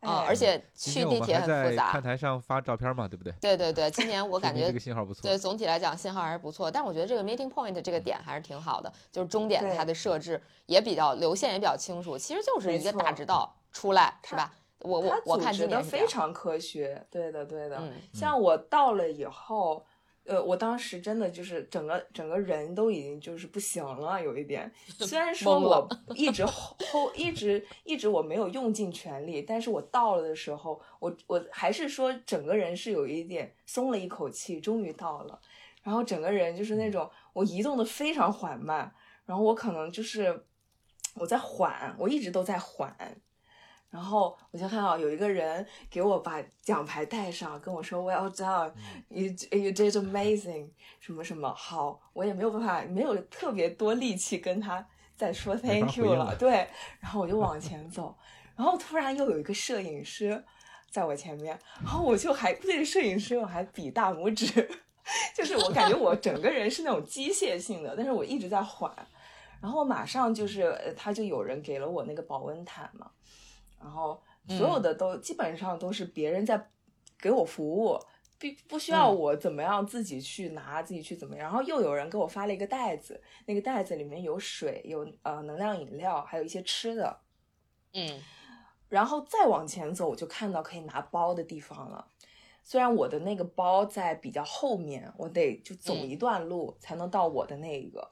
Speaker 2: 啊，
Speaker 3: 哎
Speaker 2: 而且
Speaker 1: 今
Speaker 2: 去
Speaker 1: 天我
Speaker 2: 地
Speaker 1: 们
Speaker 2: 铁
Speaker 1: 还
Speaker 2: 很复
Speaker 1: 在
Speaker 2: 杂
Speaker 1: 看。台上发照片嘛，对不对？
Speaker 2: 对对对，今年我
Speaker 1: 我
Speaker 2: 感觉
Speaker 1: 这个信号不错
Speaker 2: 对，。总体来讲信号还是不错，但我觉得这个 meeting point 这个点还是挺好的，就是终点它
Speaker 3: 对
Speaker 2: 的设置也比较流线也比较清楚，其实就是
Speaker 3: 没
Speaker 2: 一个
Speaker 3: 错
Speaker 2: 大直道出来是
Speaker 3: 它
Speaker 2: 吧？我我
Speaker 3: 他
Speaker 2: 我
Speaker 3: 组
Speaker 2: 看
Speaker 3: 织
Speaker 2: 今年
Speaker 3: 的
Speaker 2: 是这
Speaker 3: 非
Speaker 2: 样，
Speaker 3: 常科学，对的，对的。
Speaker 2: 嗯
Speaker 3: 像我到了以后，呃，我当时真的就是整个整个人都已经就是不行了，有一点。虽然说
Speaker 2: 懵了
Speaker 3: 我一直 hold 一直一直我没有用尽全力，但是我到了的时候，我我还是说整个人是有一点松了一口气，终于到了。然后整个人就是
Speaker 2: 嗯
Speaker 3: 那种我移动的非常缓慢，然后我可能就是我在缓，我一直都在缓。然后我就看到有一个人给我把奖牌带上，跟我说 “Well done，you you did amazing”，什 么什么好，我也没有办法，没有特别多力气跟他再说
Speaker 1: 没法
Speaker 3: “Thank
Speaker 1: 回
Speaker 3: you”
Speaker 1: 应
Speaker 3: 了
Speaker 1: 了。
Speaker 3: 对，然后我就往前走，然后突然又有一个摄影师在我前面，然后我就还对着摄影师我还比大拇指， 就是我感觉我整个人是那种机械性的，但是我一直在缓，然后马上就是呃他就有人给了我那个保温毯嘛，然后所有的都、基本上都是别人在给我服务。不不需要
Speaker 2: 嗯
Speaker 3: 我怎么样自己去拿，自己去怎么样，然后又有人给我发了一个袋子，那个袋子里面有水，有呃能量饮料，还有一些吃的，
Speaker 2: 嗯
Speaker 3: 然后再往前走，我就看到可以拿包的地方了。虽然我的那个包在比较后面，我得就走
Speaker 2: 嗯
Speaker 3: 一段路才能到我的那一个。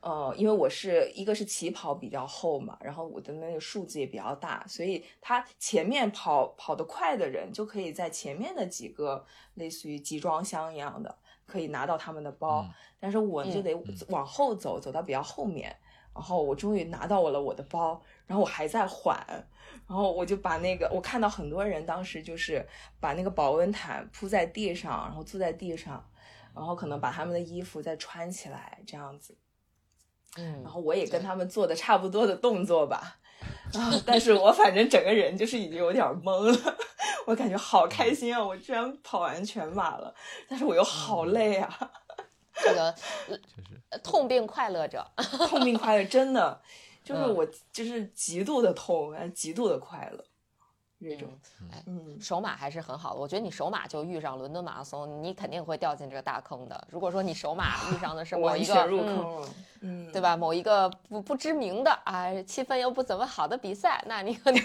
Speaker 3: 呃，因为我是一个是起跑比较后嘛，然后我的那个数字也比较大，所以他前面跑跑得快的人就可以在前面的几个类似于集装箱一样的，可以拿到他们的包。
Speaker 1: 嗯
Speaker 3: 但是我就
Speaker 2: 嗯
Speaker 3: 得往后走，走到比较后面，然后我终于拿到我了我的包，然后我还在缓，然后我就把那个我看到很多人当时就是把那个保温毯铺在地上，然后坐在地上，然后可能把他们的衣服再穿起来这样子，然
Speaker 2: 嗯，
Speaker 3: 后我也
Speaker 2: 对
Speaker 3: 跟他们做的差不多的动作吧，啊，但是我反正整个人就是已经有点懵了，我感觉好开心啊！我居然跑完全马了，但是我又好累啊！
Speaker 2: 这个
Speaker 1: 确实，
Speaker 2: 呃痛并快乐着。
Speaker 3: 痛并快乐，真的就是
Speaker 2: 嗯
Speaker 3: 我就是极度的痛，但极度的快乐，那种
Speaker 2: 嗯，哎，
Speaker 3: 嗯，
Speaker 2: 首马还是很好的，我觉得你首马就遇上伦敦马拉松，你肯定会掉进这个大坑的。如果说你首马遇上的是某
Speaker 3: 完
Speaker 2: 一
Speaker 3: 全
Speaker 2: 个，
Speaker 3: 入
Speaker 2: 嗯
Speaker 3: 坑了，嗯，
Speaker 2: 对？吧？某一个不不知名的啊，气氛又不怎么好的比赛，那你可能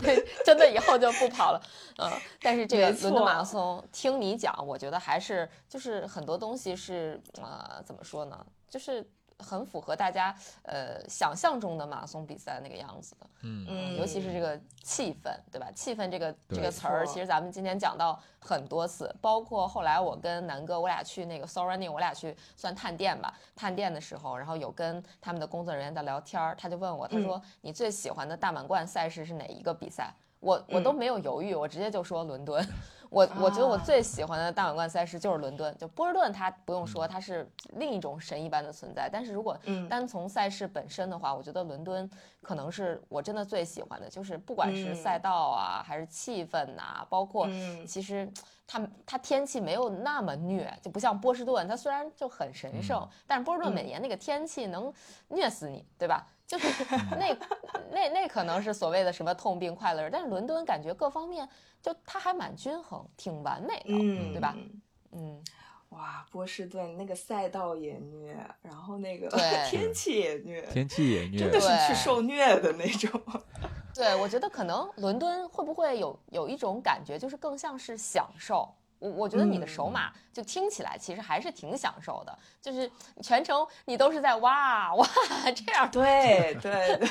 Speaker 2: 对真的以后就不跑了。嗯，但是这个
Speaker 3: 没
Speaker 2: 伦敦马拉
Speaker 3: 错
Speaker 2: 松，听你讲，我觉得还是就是很多东西是啊、呃怎么说呢？就是很符合大家呃想象中的马拉松比赛那个样子的。
Speaker 1: 嗯
Speaker 3: 嗯，
Speaker 2: 尤其是这个气氛，对吧？气氛这个这
Speaker 1: 对
Speaker 2: 个词儿，
Speaker 3: 没错
Speaker 2: 其实咱们今天讲到很多次，包括后来我跟南哥，我俩去那个 s o r a n i 我俩去算探店吧，探店的时候，然后有跟他们的工作人员在聊天儿，他就问我，他
Speaker 3: 嗯
Speaker 2: 说、你最喜欢的大满贯赛事是哪一个比赛？我我都
Speaker 3: 嗯
Speaker 2: 没有犹豫，我直接就说伦敦。 我我觉得我
Speaker 3: 啊
Speaker 2: 最喜欢的大满贯赛事就是伦敦，就波士顿，它不用说，它是另一种神一般的存在。但是如果
Speaker 3: 嗯
Speaker 2: 单从赛事本身的话，我觉得伦敦可能是我真的最喜欢的，就是不管是
Speaker 3: 嗯
Speaker 2: 赛道啊，还是气氛呐、包括
Speaker 3: 嗯
Speaker 2: 其实它它天气没有那么虐，就不像波士顿，它虽然就很神
Speaker 3: 嗯
Speaker 2: 圣，但是波士顿每年那个天气能虐死你，对吧？就是
Speaker 3: 嗯
Speaker 2: 那那那可能是所谓的什么痛并快乐着，但是伦敦感觉各方面就它还蛮均衡，挺完美的，
Speaker 3: 嗯，
Speaker 2: 对吧？嗯，
Speaker 3: 哇，波士顿那个赛道也虐，然后那个
Speaker 2: 对
Speaker 3: 天气也虐，
Speaker 1: 天气也
Speaker 3: 真
Speaker 1: 虐
Speaker 3: 的，是
Speaker 2: 对
Speaker 3: 去受虐的那 种。
Speaker 2: 对，我觉得可能伦敦会不会有有一种感觉，就是更像是享受。我我觉得你的首
Speaker 3: 嗯
Speaker 2: 马就听起来其实还是挺享受的，就是全程你都是在哇哇这样
Speaker 3: 啊对对，对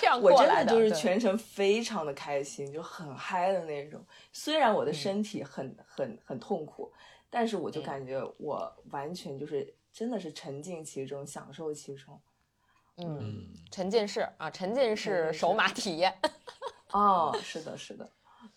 Speaker 2: 这样
Speaker 3: 我
Speaker 2: 呃过
Speaker 3: 真
Speaker 2: 来
Speaker 3: 的就是
Speaker 2: 对
Speaker 3: 全程非常的开心，就很嗨的那种。虽然我的身体很、很很痛苦，但是我就
Speaker 2: 嗯
Speaker 3: 感觉我完全就是真的是沉浸其中，享受其中。
Speaker 2: 嗯
Speaker 1: 嗯，
Speaker 2: 沉浸式啊，沉浸式
Speaker 3: 浸式
Speaker 2: 首马体验，
Speaker 3: 哦，是的，是的，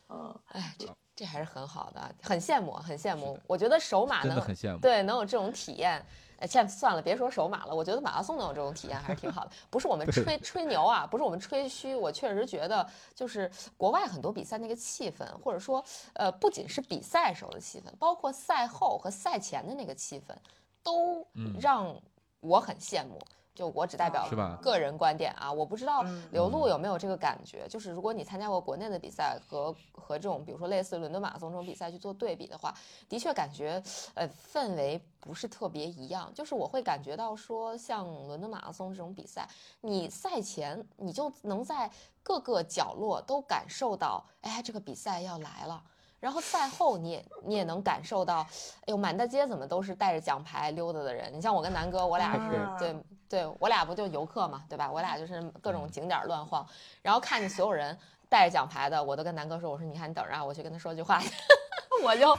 Speaker 3: 嗯，
Speaker 2: 哎，这这还是很好的，很羡慕，很羡
Speaker 1: 是
Speaker 2: 慕
Speaker 1: 的。
Speaker 2: 我觉得首马
Speaker 1: 真
Speaker 2: 能
Speaker 1: 的很羡慕。
Speaker 2: 对，能有这种体验。哎，现在算了，别说首马了，我觉得马拉松能有这种体验还是挺好的。不是我们吹吹牛啊，不是我们吹嘘，我确实觉得就是国外很多比赛那个气氛，或者说呃，不仅是比赛时候的气氛，包括赛后和赛前的那个气氛，都
Speaker 1: 嗯
Speaker 2: 让我很羡慕。就我只代表
Speaker 1: 是吧
Speaker 2: 个人观点啊，我不知道
Speaker 3: 嗯
Speaker 2: 刘露有没有这个感觉，就是如果你参加过国内的比赛和和这种比如说类似伦敦马拉松这种比赛去做对比的话，的确感觉呃氛围不是特别一样。就是我会感觉到说，像伦敦马拉松这种比赛，你赛前你就能在各个角落都感受到，哎，这个比赛要来了。然后赛后你也你也能感受到，哎呦，满大街怎么都是带着奖牌溜达的人？你像我跟南哥，我俩是、
Speaker 3: 啊
Speaker 2: 对对，我俩不就游客嘛，对吧？我俩就是各
Speaker 1: 嗯
Speaker 2: 种景点儿乱晃，然后看见所有人带着奖牌的，我都跟南哥说，我说你看你等着啊，我去跟他说句话去。 我就，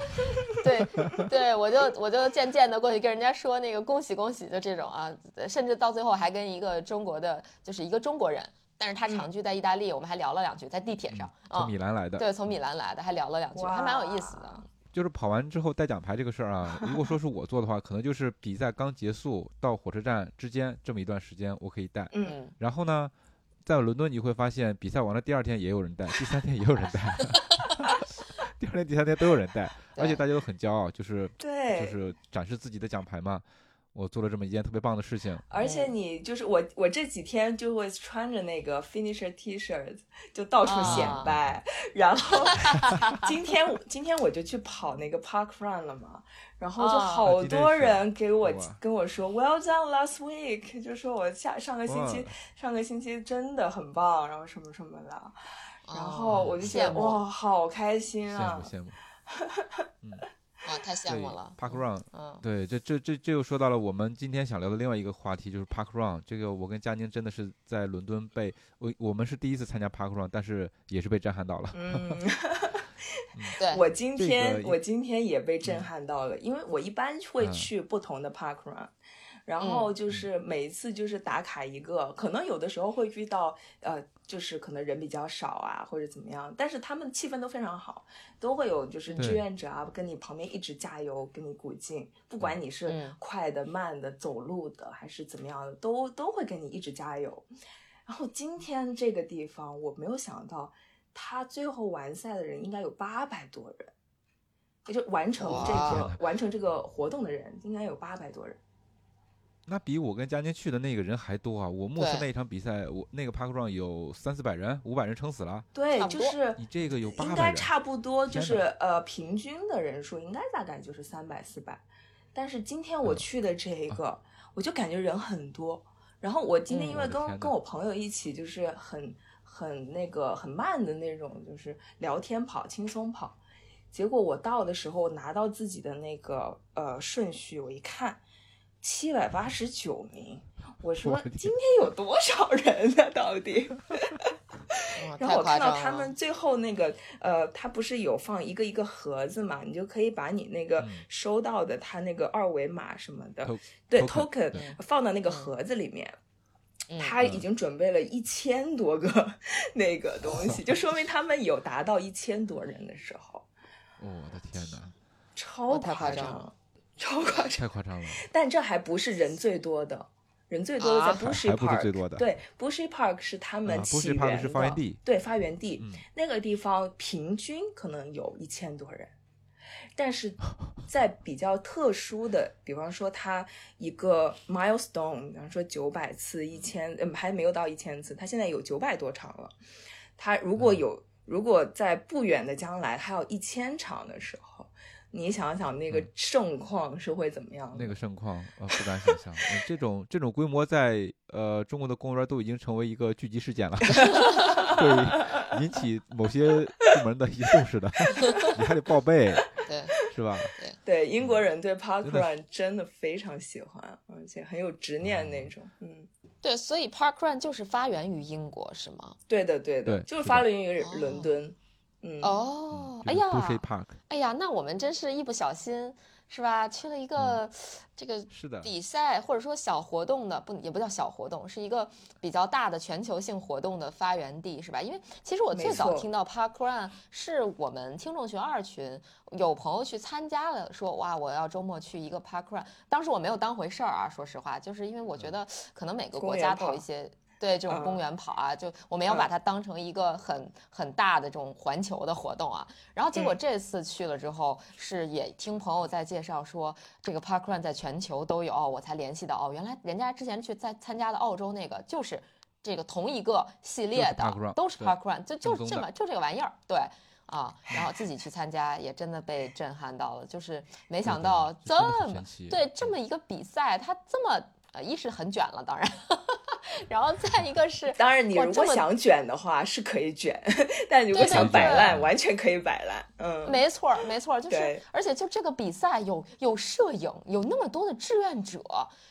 Speaker 2: 对对，我就我就渐渐的过去跟人家说那个恭喜恭喜，就这种啊，甚至到最后还跟一个中国的，就是一个中国人，但是他
Speaker 3: 嗯
Speaker 2: 长居在意大利，我们还聊了两句，在地铁上
Speaker 1: 嗯
Speaker 2: 啊
Speaker 1: 从，米兰来的，
Speaker 2: 对，从米兰来的，还聊了两句，还蛮有意思的
Speaker 3: 哇。
Speaker 1: 就是跑完之后带奖牌这个事儿 啊，如果说是我做的话，可能就是比赛刚结束到火车站之间这么一段时间，我可以带。
Speaker 3: 嗯
Speaker 2: 嗯，
Speaker 1: 然后呢，在伦敦你会发现，比赛完了第二天也有人带，第三天也有人带， 第二天、第三天都有人带，
Speaker 2: 对
Speaker 1: 而且大家都很骄傲，就是
Speaker 3: 对，
Speaker 1: 就是展示自己的奖牌嘛。我做了这么一件特别棒的事情，
Speaker 3: 而且
Speaker 2: 嗯
Speaker 3: 你就是我，我这几天就会穿着那个 finisher T 恤，就到处显
Speaker 2: 啊
Speaker 3: 摆。然后 今天今天我就去跑那个 park run 了嘛，然后就
Speaker 2: 啊
Speaker 3: 好多人给我、
Speaker 1: 啊今天是哇
Speaker 3: 跟我说 well done last week，就说我下上个星期
Speaker 1: 哇
Speaker 3: 上个星期真的很棒，然后什么什么的。然
Speaker 2: 哦
Speaker 3: 后我就觉
Speaker 2: 羡
Speaker 3: 得
Speaker 2: 慕
Speaker 3: 哇，好开心
Speaker 1: 羡
Speaker 3: 啊
Speaker 1: 慕！羡慕。
Speaker 2: 啊，太嗯羡
Speaker 1: 对
Speaker 2: 慕了。
Speaker 1: ，Park Run，
Speaker 2: 嗯，
Speaker 1: 对，这这这这又说到了我们今天想聊的另外一个话题，就是 Park Run。这个我跟佳宁真的是在伦敦被我我们是第一次参加 Park Run，但是也是被震撼到了。
Speaker 3: 嗯。
Speaker 2: 对，
Speaker 3: 我今
Speaker 1: 这
Speaker 3: 天、
Speaker 1: 个
Speaker 3: 我今天也被震撼到了，因为我一般会
Speaker 1: 嗯
Speaker 3: 去不同的 park run，、然
Speaker 2: 嗯
Speaker 3: 后就是每一次就是打卡一个，可能有的时候会遇到呃，就是可能人比较少啊，或者怎么样，但是他们气氛都非常好，都会有就是
Speaker 1: 对
Speaker 3: 志愿者啊跟你旁边一直加油，跟你鼓劲，不管你是
Speaker 2: 嗯
Speaker 3: 快的、慢的、走路的还是怎么样的，都都会给你一直加油。然后今天这个地方我没有想到，他最后完赛的人应该有八百多人，也就完成这
Speaker 2: 哇
Speaker 3: 个完成这个活动的人应该有八百多人。
Speaker 1: 那比我跟佳宁去的那个人还多啊！我莫斯
Speaker 2: 对
Speaker 1: 那一场比赛，我那个 park run 有三四百人，五百人撑死了，
Speaker 3: 对
Speaker 2: 差，不
Speaker 3: 就
Speaker 2: 多
Speaker 3: 是
Speaker 1: 你这个有八
Speaker 3: 应
Speaker 1: 百
Speaker 3: 该
Speaker 1: 人，
Speaker 3: 差不多，就
Speaker 1: 天
Speaker 3: 是
Speaker 1: 哪
Speaker 3: 呃平均的人数应该大概就是三百四百，但是今天我
Speaker 1: 嗯
Speaker 3: 去的这一个，我就感觉人很多。然后我今天
Speaker 2: 嗯
Speaker 3: 因
Speaker 1: 我
Speaker 3: 为
Speaker 1: 的
Speaker 3: 跟、
Speaker 1: 天哪
Speaker 3: 跟我朋友一起，就是很很那个很慢的那种，就是聊天跑、轻松跑。结果我到的时候，我拿到自己的那个呃顺序，我一看，七百八十九名，我说
Speaker 1: 我的天
Speaker 3: 今天有多少人呢？到底？
Speaker 2: 哇嗯
Speaker 3: 然
Speaker 2: 太
Speaker 3: 后我
Speaker 2: 夸
Speaker 3: 看到
Speaker 2: 张
Speaker 3: 他
Speaker 2: 了
Speaker 3: 们最后那个，呃，他不是有放一个一个盒子嘛，你就可以把你那个
Speaker 1: 嗯
Speaker 3: 收到的他那个二维码什么的，
Speaker 1: To-
Speaker 3: 对
Speaker 1: token，
Speaker 3: token
Speaker 1: 对
Speaker 3: 放到那个
Speaker 2: 嗯
Speaker 3: 盒子里面。
Speaker 2: 嗯
Speaker 3: 他已经准备了一千多个那个东 西，就说明他们有达到一千多人的时候，
Speaker 1: 哦我的天哪，
Speaker 3: 超
Speaker 2: 太夸
Speaker 3: 夸
Speaker 2: 张
Speaker 3: 张，
Speaker 2: 了
Speaker 3: 超夸张。
Speaker 1: 太夸张 了！
Speaker 3: 但这还不是人最多的，人最多的在
Speaker 2: 啊
Speaker 3: Bushy
Speaker 1: 还
Speaker 3: Park，、
Speaker 1: 不是最多的
Speaker 3: 对，Bushy Park 是他们
Speaker 1: 啊，Bushy
Speaker 3: 起源
Speaker 1: Park
Speaker 3: 的，
Speaker 1: 是发源地
Speaker 3: 对，发源地、
Speaker 1: 嗯
Speaker 3: 那个地方平均可能有一千多人，但是在比较特殊的，比方说它一个 milestone，比方说九百次、一千，嗯，还没有到一千次，它现在有九百多场了。它如
Speaker 1: 嗯
Speaker 3: 果有，如果在不远的将来还有一千场的时候，你想想那个
Speaker 1: 嗯
Speaker 3: 盛况是会怎么样的？
Speaker 1: 那个盛况，呃，不敢想象。嗯这种这种规模在呃中国的公务员都已经成为一个聚集事件了，会引起某些部门的一重视的， 你还得报备，
Speaker 2: 对
Speaker 1: 是吧？
Speaker 3: 对，英国人对 park
Speaker 1: 嗯真的
Speaker 3: run 真的非常喜欢，而且很有执念那种。嗯，
Speaker 2: 对，所以 Park Run 就是发源于英国是吗？
Speaker 3: 对的，对的，
Speaker 1: 对
Speaker 3: 就是
Speaker 1: 是
Speaker 3: 发
Speaker 1: 的
Speaker 3: 源于
Speaker 2: 哦
Speaker 3: 伦敦。嗯，，
Speaker 2: 哦，哎
Speaker 1: 就是 Bushy
Speaker 2: 呀，
Speaker 1: Park
Speaker 2: 哎呀，那我们真是一不小心是吧？去了一个这个
Speaker 1: 是的，
Speaker 2: 比赛或者说小活动的，不也不叫小活动，是一个比较大的全球性活动的发源地，是吧？因为其实我
Speaker 3: 没
Speaker 2: 最早
Speaker 3: 错
Speaker 2: 听到 Park Run 是我们听众群二群有朋友去参加了，说哇，我要周末去一个 Park Run。当时我没有当回事儿啊，说实话，就是因为我
Speaker 1: 嗯
Speaker 2: 觉得可能每个
Speaker 3: 公
Speaker 2: 国
Speaker 3: 园
Speaker 2: 家都
Speaker 3: 跑
Speaker 2: 有一些。对这种公
Speaker 3: 嗯
Speaker 2: 园跑啊，就我们要把
Speaker 3: 嗯
Speaker 2: 它当成一个很很大的这种环球的活动啊。然后结果
Speaker 3: 嗯
Speaker 2: 这次去了之后，是也听朋友在介绍说，这个 Park Run 在全球都有，我才联系到哦，原来人家之前去在参加的澳洲那个就是这个同一个系列的，
Speaker 1: park run，
Speaker 2: 都是
Speaker 1: 对
Speaker 2: Park Run，就就
Speaker 1: 正宗
Speaker 2: 是
Speaker 1: 的
Speaker 2: 这么就这个玩意儿，对。啊，然后自己去参加，也真的被震撼到了，就是没想到
Speaker 1: 对对真
Speaker 2: 这
Speaker 1: 的很
Speaker 2: 么
Speaker 1: 神奇
Speaker 2: 对这么一个比赛，它这么呃，一是很卷了，当然， 然后再一 个是
Speaker 3: 当然你
Speaker 2: 哇
Speaker 3: 如
Speaker 2: 这
Speaker 3: 果
Speaker 2: 么
Speaker 3: 想卷的话是可以卷，但你如果
Speaker 2: 对对
Speaker 3: 想摆
Speaker 2: 对
Speaker 3: 烂，完全可以摆烂。嗯，
Speaker 2: 没错儿，没错儿，就是
Speaker 3: 对，
Speaker 2: 而且就这个比赛有有摄影，有那么多的志愿者，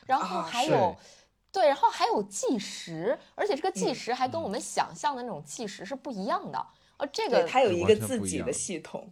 Speaker 2: 然后
Speaker 3: 啊
Speaker 2: 还
Speaker 1: 是
Speaker 2: 有、对，然后还有计时，而且这个计
Speaker 3: 嗯
Speaker 2: 时还跟我们想象的那种计时是不一样的。呃，这
Speaker 3: 对，
Speaker 2: 个
Speaker 3: 它有
Speaker 1: 对
Speaker 3: 一
Speaker 1: 完
Speaker 3: 个
Speaker 1: 全
Speaker 3: 自
Speaker 1: 不一
Speaker 3: 己
Speaker 1: 样
Speaker 3: 的
Speaker 1: 的
Speaker 3: 系统。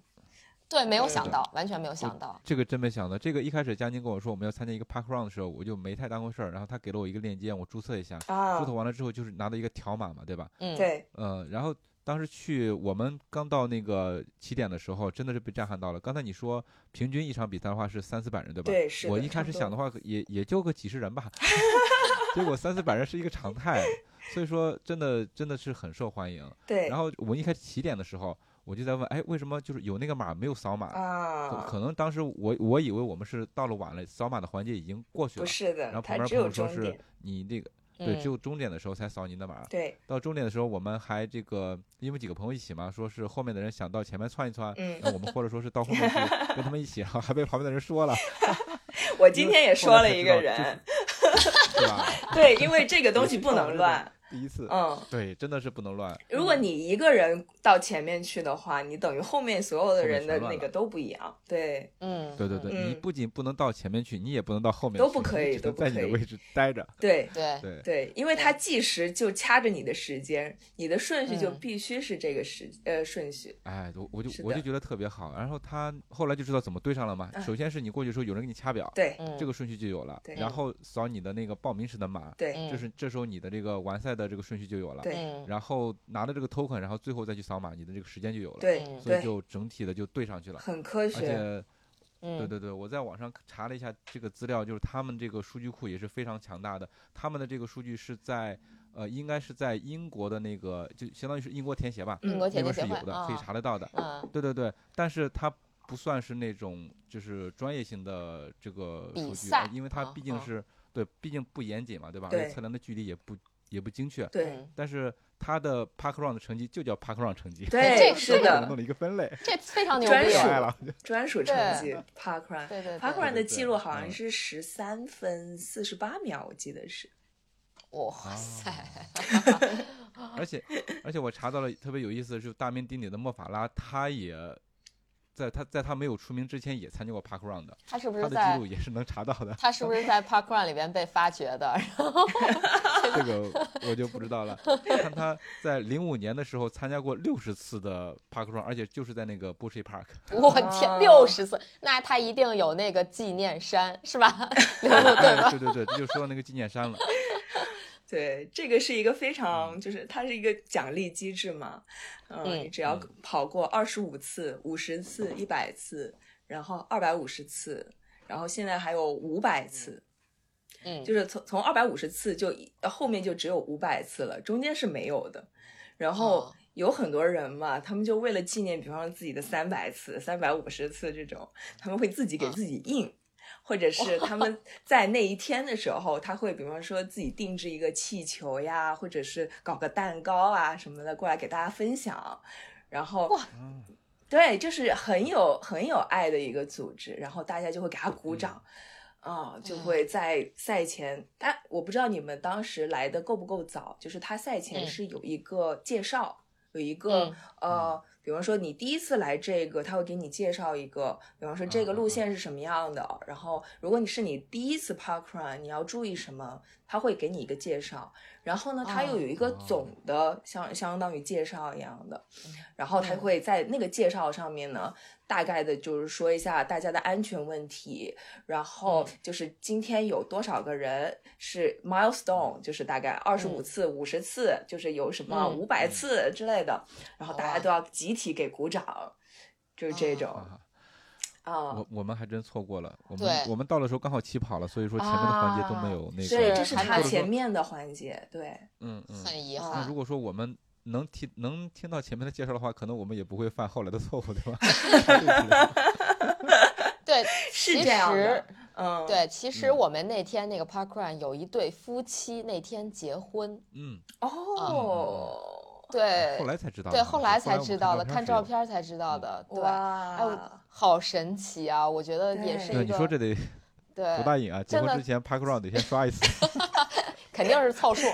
Speaker 2: 对没有
Speaker 3: 是
Speaker 2: 想
Speaker 1: 的
Speaker 2: 到，完全没有
Speaker 1: 我
Speaker 2: 想到。
Speaker 1: 这个真没想到。这个一开始佳宁跟我说我们要参加一个 park run 的时候，我就没太当回事儿。然后他给了我一个链接，让我注册一下。
Speaker 3: 啊
Speaker 1: 注册完了之后，就是拿到一个条码嘛，对吧？
Speaker 2: 嗯，
Speaker 3: 对，
Speaker 1: 呃，然后当时去我们刚到那个起点的时候，真的是被震撼到了。刚才你说平均一场比赛的话是三四百人，对吧？
Speaker 3: 对是
Speaker 1: 我
Speaker 3: 的
Speaker 1: 一
Speaker 3: 差
Speaker 1: 开
Speaker 3: 不
Speaker 1: 始
Speaker 3: 多
Speaker 1: 想的话，也也就个几十 人吧，结果三四百人是一个常态，所以说真的真的是很受欢迎。
Speaker 3: 对，
Speaker 1: 然后我们一开始起点的时候，我就在问，哎，为什么就是有那个码没有扫码？可
Speaker 3: 啊，
Speaker 1: 可能当时我我以为我们是到了晚了，扫码的环节已经过去
Speaker 3: 不
Speaker 1: 了。
Speaker 3: 是
Speaker 1: 然
Speaker 3: 的，
Speaker 1: 后旁
Speaker 3: 它
Speaker 1: 边
Speaker 3: 只
Speaker 1: 朋
Speaker 3: 有
Speaker 1: 友
Speaker 3: 终
Speaker 1: 说是
Speaker 3: 点。
Speaker 1: 你那个对，只
Speaker 2: 嗯
Speaker 1: 有终点的时候才扫您的码。
Speaker 3: 对，
Speaker 1: 到终点的时候，我们还这个，因为几个朋友一起嘛，说是后面的人想到前面窜一窜，
Speaker 3: 嗯
Speaker 1: 然后我们或者说是到后面去跟他们一起，然后还被旁边的人说了，
Speaker 3: 我今天也
Speaker 1: 后
Speaker 3: 说
Speaker 1: 来
Speaker 3: 了
Speaker 1: 才
Speaker 3: 一
Speaker 1: 知
Speaker 3: 个
Speaker 1: 道
Speaker 3: 人，
Speaker 1: 对吧？
Speaker 3: 对，因为这个 东
Speaker 1: 也
Speaker 3: 西
Speaker 1: 是
Speaker 3: 不
Speaker 1: 到我 这
Speaker 3: 能乱
Speaker 1: 种。，第一次，
Speaker 3: 嗯，
Speaker 1: 对，真的是不能乱，
Speaker 3: 如果你一个人到前面去的话，你等于后面所有的人的
Speaker 1: 后面全乱了
Speaker 3: 那个都不一样，对，
Speaker 2: 嗯，
Speaker 1: 对对对，
Speaker 3: 嗯
Speaker 1: 你不仅不能到前面去，你也不能到后面去，
Speaker 3: 都不可以
Speaker 1: 你只
Speaker 3: 都
Speaker 1: 能
Speaker 3: 不
Speaker 1: 在你的
Speaker 3: 可以
Speaker 1: 位置待着，
Speaker 3: 对，
Speaker 2: 对
Speaker 1: 对，
Speaker 3: 对，因为它计时就掐着你的时间，你的顺序就
Speaker 2: 嗯
Speaker 3: 必须是这个时、呃顺序，
Speaker 1: 哎，我我就是我就
Speaker 3: 的
Speaker 1: 觉得特别好，然后他后来就知道怎么对上了嘛，
Speaker 3: 嗯
Speaker 1: 首先是你过去的时候有人给你掐表，
Speaker 3: 对
Speaker 2: 嗯，
Speaker 1: 这个顺序就有了，
Speaker 3: 对
Speaker 1: 然后扫你的那个报名时的码，
Speaker 3: 对、
Speaker 2: 嗯
Speaker 1: 就是这时候你的这个完赛的这个顺序就有了，
Speaker 3: 对
Speaker 2: 嗯
Speaker 1: 然后拿到这个 token，然后最后再去扫码，你的这个时间就有了，
Speaker 3: 对
Speaker 2: 嗯
Speaker 1: 所以
Speaker 3: 对，
Speaker 1: 就整体的就对上去了。
Speaker 3: 很科
Speaker 1: 而
Speaker 3: 学，
Speaker 1: 且，对
Speaker 2: 嗯，
Speaker 1: 对对，我在网上查了一下这个资料，就是他们这个数据库也是非常强大的。他们的这个数据是在呃，应该是在英国的那个，就相当于是英国田协吧，
Speaker 2: 英国
Speaker 1: 那
Speaker 2: 田
Speaker 1: 个
Speaker 2: 径
Speaker 1: 是
Speaker 2: 协会
Speaker 1: 有的，
Speaker 2: 啊
Speaker 1: 可以，查得到的。
Speaker 2: 嗯，
Speaker 1: 对对对，但是它不算是那种就是专业性的这个
Speaker 2: 比
Speaker 1: 数据呃
Speaker 2: 赛，
Speaker 1: 因为它
Speaker 2: 啊
Speaker 1: 毕竟
Speaker 2: 啊
Speaker 1: 是对，毕竟不严谨嘛，对吧？而
Speaker 3: 对
Speaker 1: 且测量的距离也不也不精确。
Speaker 3: 对
Speaker 2: 嗯，
Speaker 1: 但是它的 park run 的成绩就叫 park run 成绩，
Speaker 2: 哎这
Speaker 3: 对，
Speaker 2: 个哎
Speaker 3: 是
Speaker 1: 我们
Speaker 3: 的，
Speaker 1: 弄了一个分类，
Speaker 2: 这非常牛
Speaker 3: 专
Speaker 1: 可
Speaker 2: 逼啊
Speaker 3: 属，
Speaker 1: 爱了。
Speaker 3: 专属成绩 park run。
Speaker 2: 对对
Speaker 3: park
Speaker 2: 对，
Speaker 3: run 的
Speaker 1: 对对
Speaker 3: 记录好像
Speaker 1: 嗯
Speaker 3: 是十三分四十八秒，我记得是。
Speaker 2: 哇塞，
Speaker 1: 啊
Speaker 2: 啊
Speaker 1: 而且而且我查到了特别有意思的是，大名鼎鼎的莫法拉，他也在他在他没有出名之前也参加过 park run 的，
Speaker 2: 他是不
Speaker 1: 他的
Speaker 2: 是
Speaker 1: 记
Speaker 2: 在
Speaker 1: 录也是能查到 的。
Speaker 2: 他是不是在 Park Run 里边被发掘的？然后
Speaker 1: 这个我就不知道了。我看他在零五年的时候参加过六十次的 park run，而且就是在那个 Bushy Park。
Speaker 2: 我
Speaker 3: 哦
Speaker 2: 天，六十岁，那他一定有那个纪念衫是 吧？刘露哦对吧？
Speaker 1: 哎对对对，这就说到那个纪念山了。
Speaker 3: 对，这个是一个非
Speaker 1: 嗯
Speaker 3: 常，就是它是一个奖励机制嘛，嗯，
Speaker 2: 嗯
Speaker 3: 你只要
Speaker 1: 嗯
Speaker 3: 跑过二十五次、五十次、一百次，然后二百五十次，然后现在还有五百次，
Speaker 2: 嗯，
Speaker 3: 就是从从二百五十次就一呃后面就只有五百次了，中间是没有的。然后
Speaker 2: 哦
Speaker 3: 有很多人嘛，他们就为了纪念，比方说自己的三百次、三百五十次这种，他们会自
Speaker 2: 嗯
Speaker 3: 己给自己印。或者是他们在那一天的时候，他会比方说自己定制一个气球呀，或者是搞个蛋糕啊什么的过来给大家分享，然后
Speaker 2: 哇
Speaker 1: 嗯
Speaker 3: 对，就是很有很有爱的一个组织，然后大家就会给他
Speaker 2: 嗯
Speaker 3: 鼓掌，啊、就会在赛前，他我不知道你们当时来的够不够早，就是他赛前
Speaker 2: 嗯
Speaker 3: 是有一个介绍，有一个、呃，比方说你第一次来这个，他会给你介绍一个，比方说这
Speaker 1: 嗯
Speaker 3: 个
Speaker 1: 嗯
Speaker 3: 路
Speaker 1: 嗯
Speaker 3: 线是什么样的，然后如果你是你第一次 park run，你要注意什么，他会给你一个介绍，然后呢，他
Speaker 2: 哦
Speaker 3: 又有一个
Speaker 1: 哦
Speaker 3: 总的相相当于介绍一样的。然后他会在那个介绍上面呢，大概的就是说一下大家的安全问题，然后就是今天有多少个人是
Speaker 1: 嗯
Speaker 3: milestone，就是大概二十五
Speaker 2: 嗯
Speaker 3: 次、五十次，就是有什么
Speaker 2: 嗯
Speaker 3: 五百次之类的，然后
Speaker 2: 好
Speaker 3: 大家
Speaker 2: 啊
Speaker 3: 都要集体给鼓掌，就是这种
Speaker 1: 啊，
Speaker 3: 啊
Speaker 1: 我。我们还真错过了。我
Speaker 2: 对
Speaker 1: 们我们到的时候刚好起跑了，所以说前面的环节都
Speaker 2: 啊
Speaker 1: 没有那个。
Speaker 3: 对，这是
Speaker 2: 是
Speaker 3: 他
Speaker 1: 或
Speaker 2: 还
Speaker 1: 者说
Speaker 3: 前面的环节，对，
Speaker 1: 嗯嗯。
Speaker 2: 很啊遗
Speaker 1: 那
Speaker 2: 憾
Speaker 3: 哦
Speaker 1: 如。果说我们能听能听到前面的介绍的话，可能我们也不会犯后来的错误，对吧？
Speaker 2: 对，
Speaker 3: 是
Speaker 2: 其
Speaker 3: 这样
Speaker 2: 实
Speaker 3: 的，嗯，，
Speaker 2: 对，其实
Speaker 1: 嗯
Speaker 2: 我们那天那个 Park Run 有一对夫妻那天结婚，
Speaker 1: 嗯，
Speaker 3: 哦，
Speaker 2: 对
Speaker 1: 后，来才知道的
Speaker 2: 对，
Speaker 1: 啊。
Speaker 2: 后来才
Speaker 1: 我们
Speaker 2: 知道的，看
Speaker 1: 看
Speaker 2: 照
Speaker 1: 照片是有的嗯
Speaker 2: 片儿才知道的，对。哎我
Speaker 3: 哇，
Speaker 2: 好神奇啊！我觉得也
Speaker 3: 对
Speaker 2: 是
Speaker 1: 对，
Speaker 2: 一
Speaker 1: 你
Speaker 2: 个
Speaker 1: 说这得多
Speaker 2: 对
Speaker 1: 大瘾啊！结
Speaker 2: 真
Speaker 1: 婚
Speaker 2: 的
Speaker 1: 之前 park round 得先刷一次，
Speaker 2: 肯定是凑数，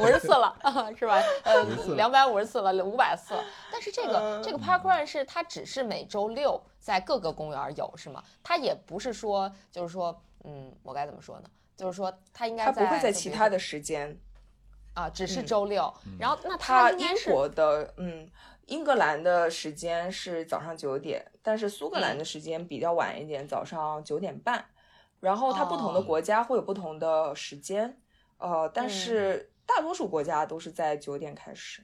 Speaker 2: 五十次了 是吧？呃
Speaker 1: 50次，了
Speaker 2: 两百五十次了，五百次了。但是这个
Speaker 3: 嗯
Speaker 2: 这个 Park Run 是它只是每周六在各个公园有是吗？它也不是说就是说，嗯，我该怎么说呢？就是说它应该
Speaker 3: 他不会在
Speaker 2: 就比
Speaker 3: 其
Speaker 2: 如
Speaker 3: 他
Speaker 2: 说
Speaker 3: 的时间。
Speaker 2: 啊，只是
Speaker 3: 嗯
Speaker 2: 周六。然后那它
Speaker 3: 它
Speaker 2: 应
Speaker 3: 英
Speaker 2: 该是
Speaker 3: 国的，嗯，英格兰的时间是早上九点，但是苏格兰
Speaker 2: 嗯
Speaker 3: 的时间比较晚一点，早上九点半。然后它不同的
Speaker 2: 哦
Speaker 3: 国家会有不同的时间，呃，但
Speaker 2: 嗯
Speaker 3: 是大多数国家都是在九点开始。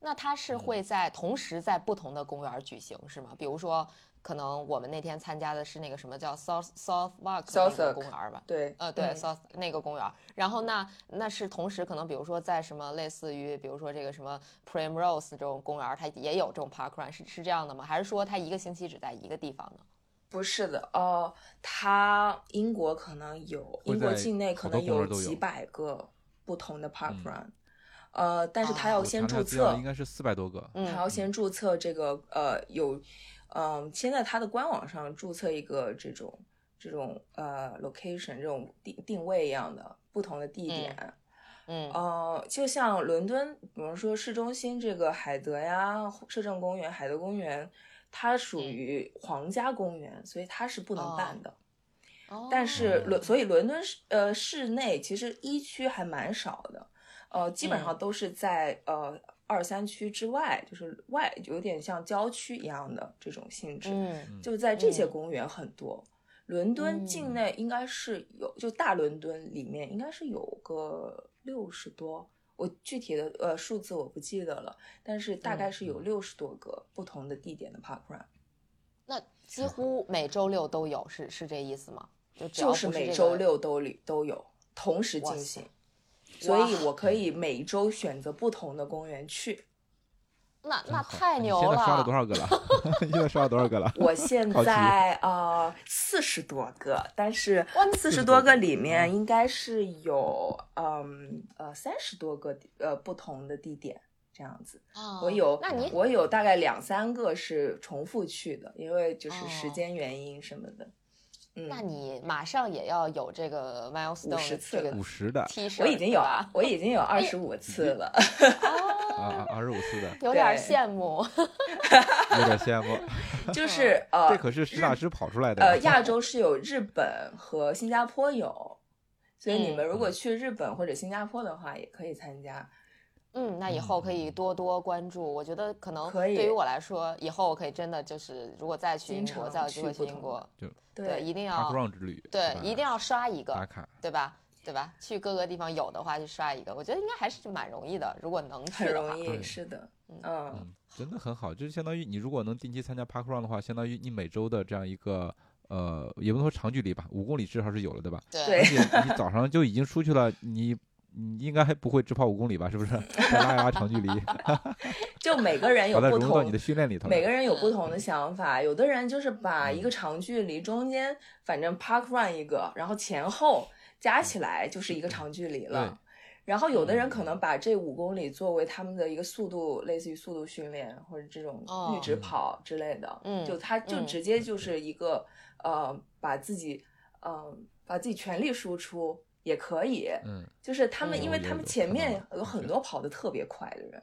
Speaker 2: 那它是会在同时在不同的公园儿举行是吗？比如说，可能我们那天参加的是那个什么叫 South South Park 那个
Speaker 3: Southwark
Speaker 2: 公园儿吧？
Speaker 3: 对，
Speaker 2: 呃，对
Speaker 3: 嗯
Speaker 2: ，South 那个公园儿，然后那那是同时可能，比如说在什么类似于，比如说这个什么 Primrose 这种公园儿，它也有这种 park run，是是这样的吗？还是说它一个星期只在一个地方呢？
Speaker 3: 不是的，哦，它英国可能有，
Speaker 1: 会
Speaker 3: 英国
Speaker 1: 在
Speaker 3: 境内
Speaker 1: 好
Speaker 3: 可
Speaker 1: 多
Speaker 3: 能
Speaker 1: 公园都
Speaker 3: 几
Speaker 1: 有
Speaker 3: 百个不同的 park
Speaker 1: 嗯
Speaker 3: run，、呃，但是它
Speaker 2: 哦
Speaker 3: 要
Speaker 1: 我
Speaker 3: 先
Speaker 1: 查了
Speaker 3: 注
Speaker 1: 一下资料
Speaker 3: 册
Speaker 1: 应，该是四百多个。
Speaker 2: 嗯
Speaker 3: 还要先注册这个呃有，嗯、先在它的官网上注册一个这种这种呃 location 这种定定位一样的不同的地点，
Speaker 2: 嗯，
Speaker 3: 呃，就像伦敦，比如说市中心这个海德呀、摄政公园、海德公园，它属
Speaker 2: 嗯
Speaker 3: 于皇家公园，所以它是不能
Speaker 2: 哦
Speaker 3: 办的。
Speaker 2: 哦
Speaker 3: 但是伦，
Speaker 2: 以
Speaker 3: 所以伦敦市呃市内其实一区还蛮少的，呃，基本上
Speaker 2: 嗯
Speaker 3: 都是在、呃二三区之外，就是外有点像郊区一样的这种性质，
Speaker 2: 嗯
Speaker 3: 就在这些
Speaker 2: 嗯
Speaker 3: 公园很多。伦敦境
Speaker 1: 嗯
Speaker 3: 内应该是有，就大伦敦里面应该是有个六十多，我具体的呃数字我不记得了，但是大
Speaker 2: 嗯
Speaker 3: 概是有六十多个不同的地点的 park run。
Speaker 2: 那几乎每周六都有，是是这意思吗？就只要
Speaker 3: 就
Speaker 2: 不
Speaker 3: 是
Speaker 2: 是
Speaker 3: 每
Speaker 2: 这
Speaker 3: 周
Speaker 2: 个
Speaker 3: 六都里都有同时
Speaker 2: 哇
Speaker 3: 进
Speaker 2: 塞
Speaker 3: 行。所以我可以每周选择不同的公园 去。
Speaker 2: 那
Speaker 1: 真
Speaker 2: 那
Speaker 1: 好
Speaker 2: 太
Speaker 1: 哎你
Speaker 2: 牛
Speaker 1: 现在刷了
Speaker 2: 了
Speaker 1: 多！少个了？ 你现在刷了多少个了？
Speaker 3: 我现
Speaker 1: 好奇
Speaker 3: 在呃四十多个，但是
Speaker 2: 哇
Speaker 3: 四
Speaker 1: 40
Speaker 3: 十
Speaker 1: 多
Speaker 3: 多
Speaker 1: 个
Speaker 3: 个里面
Speaker 2: 嗯
Speaker 3: 应该是有嗯呃三十多个地呃不同的地点这样子。
Speaker 2: 啊
Speaker 3: 我有，
Speaker 2: 那你
Speaker 3: 我有大概两三个是重复去的，因为就是时
Speaker 2: 哦
Speaker 3: 间原因什么的。嗯，
Speaker 2: 那你马上也要有这个 milestone 的
Speaker 3: 50次
Speaker 2: 这个
Speaker 3: 了
Speaker 1: 五十的
Speaker 2: T 恤，
Speaker 3: 我已经有
Speaker 2: 啊，，
Speaker 3: 我已经有二十五次了。
Speaker 1: 啊啊，二十五次的，
Speaker 2: 有点
Speaker 3: 对
Speaker 2: 羡慕。
Speaker 1: 有点羡慕。
Speaker 3: 就是
Speaker 2: 哦
Speaker 3: 呃，
Speaker 1: 这可是实打实跑出来的呀。
Speaker 3: 呃，亚洲是有日本和新加坡有，所以你
Speaker 2: 嗯
Speaker 3: 们如果去日本或者新加坡的话，也可以参加。
Speaker 2: 嗯，那以后可以多多关注。我觉得可能
Speaker 3: 可以
Speaker 2: 对于我来说，以后我可以真的就是，如果再去
Speaker 3: 经
Speaker 2: 英国，
Speaker 3: 常
Speaker 2: 再有机
Speaker 3: 去
Speaker 2: 会去
Speaker 3: 不
Speaker 2: 英
Speaker 3: 同
Speaker 2: 国，对，
Speaker 3: 对，
Speaker 2: 一定
Speaker 1: 卡
Speaker 2: 要
Speaker 1: 布让之旅，
Speaker 2: 对
Speaker 1: 是吧，
Speaker 2: 一定要刷一
Speaker 1: 打
Speaker 2: 个，
Speaker 1: 卡。
Speaker 2: 对吧？对吧？去各个地方有的话就刷一个，我觉得应该还是蛮容易的。如果能去
Speaker 3: 很
Speaker 2: 的话
Speaker 3: 容，易，
Speaker 1: 对
Speaker 3: 是的
Speaker 2: 嗯，
Speaker 3: 嗯，
Speaker 1: 嗯，真的很好，就是相当于你如果能定期参加 Park Run 的话，相当于你每周的这样一个呃，也不能说长距离吧，五公里至少是有了的吧。
Speaker 2: 对
Speaker 3: 对
Speaker 1: 而且你早上就已经出去了，你你应该还不会只跑五公里吧？是不是？再拉一拉长距 离，
Speaker 3: 就每个人有
Speaker 1: 把它
Speaker 3: 不
Speaker 1: 融入到你
Speaker 3: 同
Speaker 1: 的。嗯训练里头来。
Speaker 3: 每个人有
Speaker 2: 嗯
Speaker 3: 不同的想法，有的人就是把一个长距离中间反正 park run 一个，然后前后加起来就是一个长距离
Speaker 1: 嗯对嗯
Speaker 3: 了。然后有的人可能把这五公里作为他们的一个速度，类似于速度训练或者这种
Speaker 2: 哦
Speaker 3: 阈
Speaker 1: 嗯
Speaker 3: 值跑之类的，
Speaker 2: 嗯
Speaker 3: 就他就
Speaker 2: 嗯
Speaker 3: 直接就是一个、呃，把自己呃把自己全力输出也可以，
Speaker 1: 嗯，
Speaker 3: 就是他们，
Speaker 2: 嗯
Speaker 3: 因为
Speaker 1: 有
Speaker 3: 他们
Speaker 1: 有
Speaker 3: 前
Speaker 1: 看到
Speaker 3: 面
Speaker 1: 了
Speaker 3: 有很
Speaker 1: 是
Speaker 3: 多跑得特别快的人，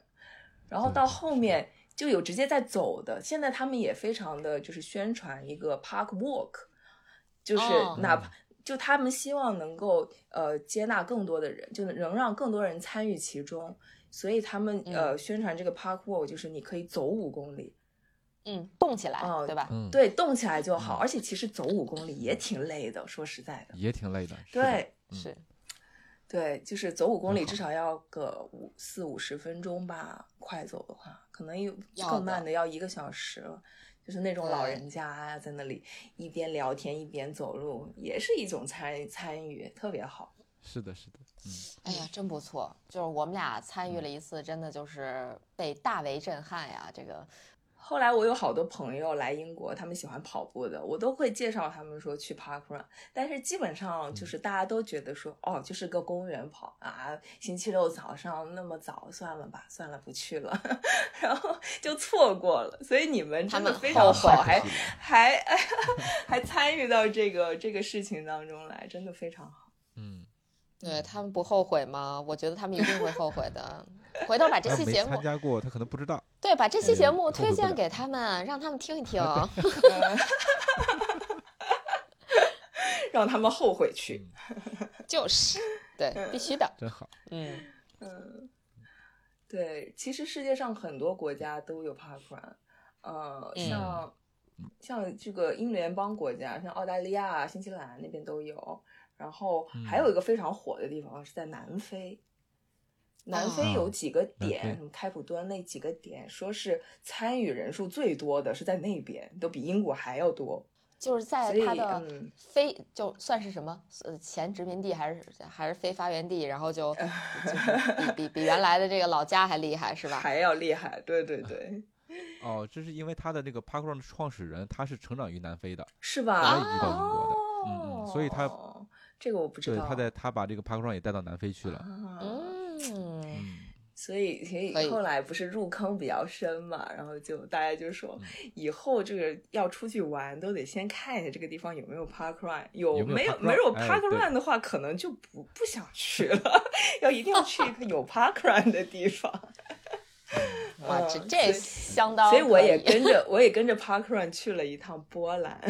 Speaker 3: 然后
Speaker 1: 对
Speaker 3: 到
Speaker 1: 是
Speaker 3: 后面就有直接在走的。现在他们也非常的就是宣传一个 park walk，就是
Speaker 2: 哦
Speaker 3: 哪怕、就他们希望能够呃接纳更多的人，就能能让更多人参与其中，所以他们、呃宣传这个 park walk 就是你可以走五公里，
Speaker 2: 嗯，动起来，
Speaker 3: 哦
Speaker 2: 对吧？
Speaker 1: 嗯，，
Speaker 3: 对，动起来就好。而且其实走五公里也挺累的，说实在的，
Speaker 1: 也挺累的。是的，
Speaker 3: 对。
Speaker 1: 嗯
Speaker 2: 是，
Speaker 3: 对，就是走五公
Speaker 1: 很
Speaker 3: 里
Speaker 1: 好
Speaker 2: 嗯
Speaker 3: 至少要个五四五十分钟吧，快走的话，可能有
Speaker 2: 要
Speaker 3: 更
Speaker 2: 的
Speaker 3: 慢的要一个小时了。就是那种老
Speaker 2: 对
Speaker 3: 人家啊，在那里一边聊天一边走路，也是一种参参与，特别好。
Speaker 1: 是的，是的。嗯，
Speaker 2: 哎呀，真不错！就是我们俩参与了一次，真的就是被大为震撼呀。这个
Speaker 3: 后来我有好多朋友来英国，他们喜欢跑步的，我都会介绍他们说去 park run，但是基本上就是大家都觉得说，哦，就是个公园跑啊，星期六早上那么早，算了吧，算了，不去了， 然后就错过了。所以你们真的
Speaker 2: 他们
Speaker 3: 非常
Speaker 2: 后悔
Speaker 3: 好，
Speaker 2: 了
Speaker 3: 还还 还参与到这个这个事情当中来，真的非常好。
Speaker 1: 嗯，
Speaker 2: 对他们不后悔吗？我觉得他们一定会后 悔的。回头把这
Speaker 1: 他
Speaker 2: 期
Speaker 1: 没
Speaker 2: 节目
Speaker 1: 参，加过，他可能不知道。
Speaker 2: 对，把这
Speaker 3: 哎
Speaker 2: 期节目
Speaker 1: 嗯后悔
Speaker 2: 推
Speaker 1: 不
Speaker 2: 荐
Speaker 1: 了
Speaker 2: 给他们，让他们听一 听。
Speaker 3: 嗯让他们后悔去。
Speaker 2: 就是，对，必须的。
Speaker 1: 真好，
Speaker 2: 嗯，
Speaker 3: 嗯，对，其实世界上很多国家都有 park run，呃，
Speaker 2: 嗯
Speaker 3: 像、像这个英联邦国家，像澳大利亚、新西兰那边都有，然后
Speaker 1: 嗯
Speaker 3: 还有一个非常火的地方是在南非。南非有几个
Speaker 1: 啊南
Speaker 3: 点，
Speaker 1: 非
Speaker 3: 什么开普敦那几个点，说是参与人数最多的是在那边，都比英国还要多。
Speaker 2: 就是在
Speaker 3: 所以
Speaker 2: 他的
Speaker 3: 嗯
Speaker 2: 非就算是什么呃前殖民地还是还是非发源地，然后 就就是比比比原来的这个老家还厉害是吧？
Speaker 3: 还要厉害，对对对，
Speaker 1: 哦，这是因为他的那个 Parkrun 的创始人，他是成长于南非的，
Speaker 3: 是
Speaker 1: 后
Speaker 3: 吧？
Speaker 1: 移到英国的，嗯嗯，所以他
Speaker 3: 哦这个我不知
Speaker 1: 对
Speaker 3: 道。
Speaker 1: 他在他把这个 Parkrun 也带到南非去了，
Speaker 3: 啊，
Speaker 2: 哦嗯，
Speaker 1: 嗯，
Speaker 3: 所以所
Speaker 2: 可以
Speaker 3: 以后来不是入坑比较深嘛，然后就大家就说，以后这个要出去玩都得先看一下这个地方有没有 park run，有
Speaker 1: 有没
Speaker 3: 没
Speaker 1: 有
Speaker 3: 有
Speaker 1: park run，
Speaker 3: 没有
Speaker 1: 哎
Speaker 3: park
Speaker 1: 对
Speaker 3: run 的话，可能就不不想去了， 要一定要去一个有 park run 的地方。
Speaker 2: 哇，这
Speaker 3: 嗯
Speaker 2: 这
Speaker 3: 所以
Speaker 2: 相当
Speaker 3: 所
Speaker 2: 可以，
Speaker 3: 以我也跟着我也跟着 park run 去了一趟波兰，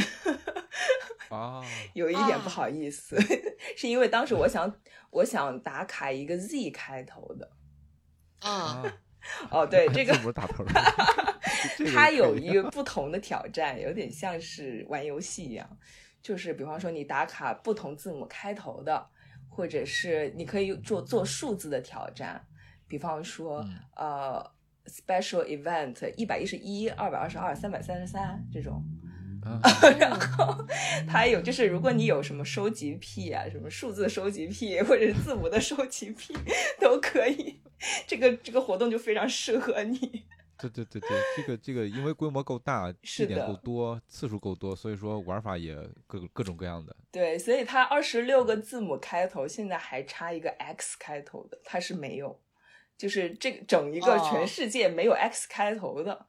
Speaker 1: 啊，
Speaker 3: 有一点
Speaker 2: 啊
Speaker 3: 不好意思， 是因为当时我想我想打卡一个 Z 开头的。
Speaker 2: 啊。
Speaker 1: 啊
Speaker 3: 哦， 对，这个
Speaker 1: 字母打头儿， 这个
Speaker 3: 它
Speaker 1: 可
Speaker 3: 有
Speaker 1: 以
Speaker 3: 一个不同的挑战，有点像是玩游戏一样，就是比方说你打卡不同字母开头的，或者是你可以做做数字的挑战，比方说、
Speaker 1: 嗯
Speaker 3: 呃 special event 一百一十一、二百二十二、三百三十三这种，
Speaker 1: 啊
Speaker 3: 然后它有就是，如果你有什么收集癖啊，什么数字收集癖或者是字母的收集癖， 都可以。这个这个活动就非常适合你。
Speaker 1: 对对对对，这个这个因为规模够大，
Speaker 3: 是
Speaker 1: 地点
Speaker 3: 的
Speaker 1: 够多，次数够多，所以说玩法也各各种各样的。
Speaker 3: 对，所以它二十六个字母开头，现在还差一个 X 开头的，它是没有，就是这个整一个
Speaker 2: 哦
Speaker 3: 全世界没有 X 开头的。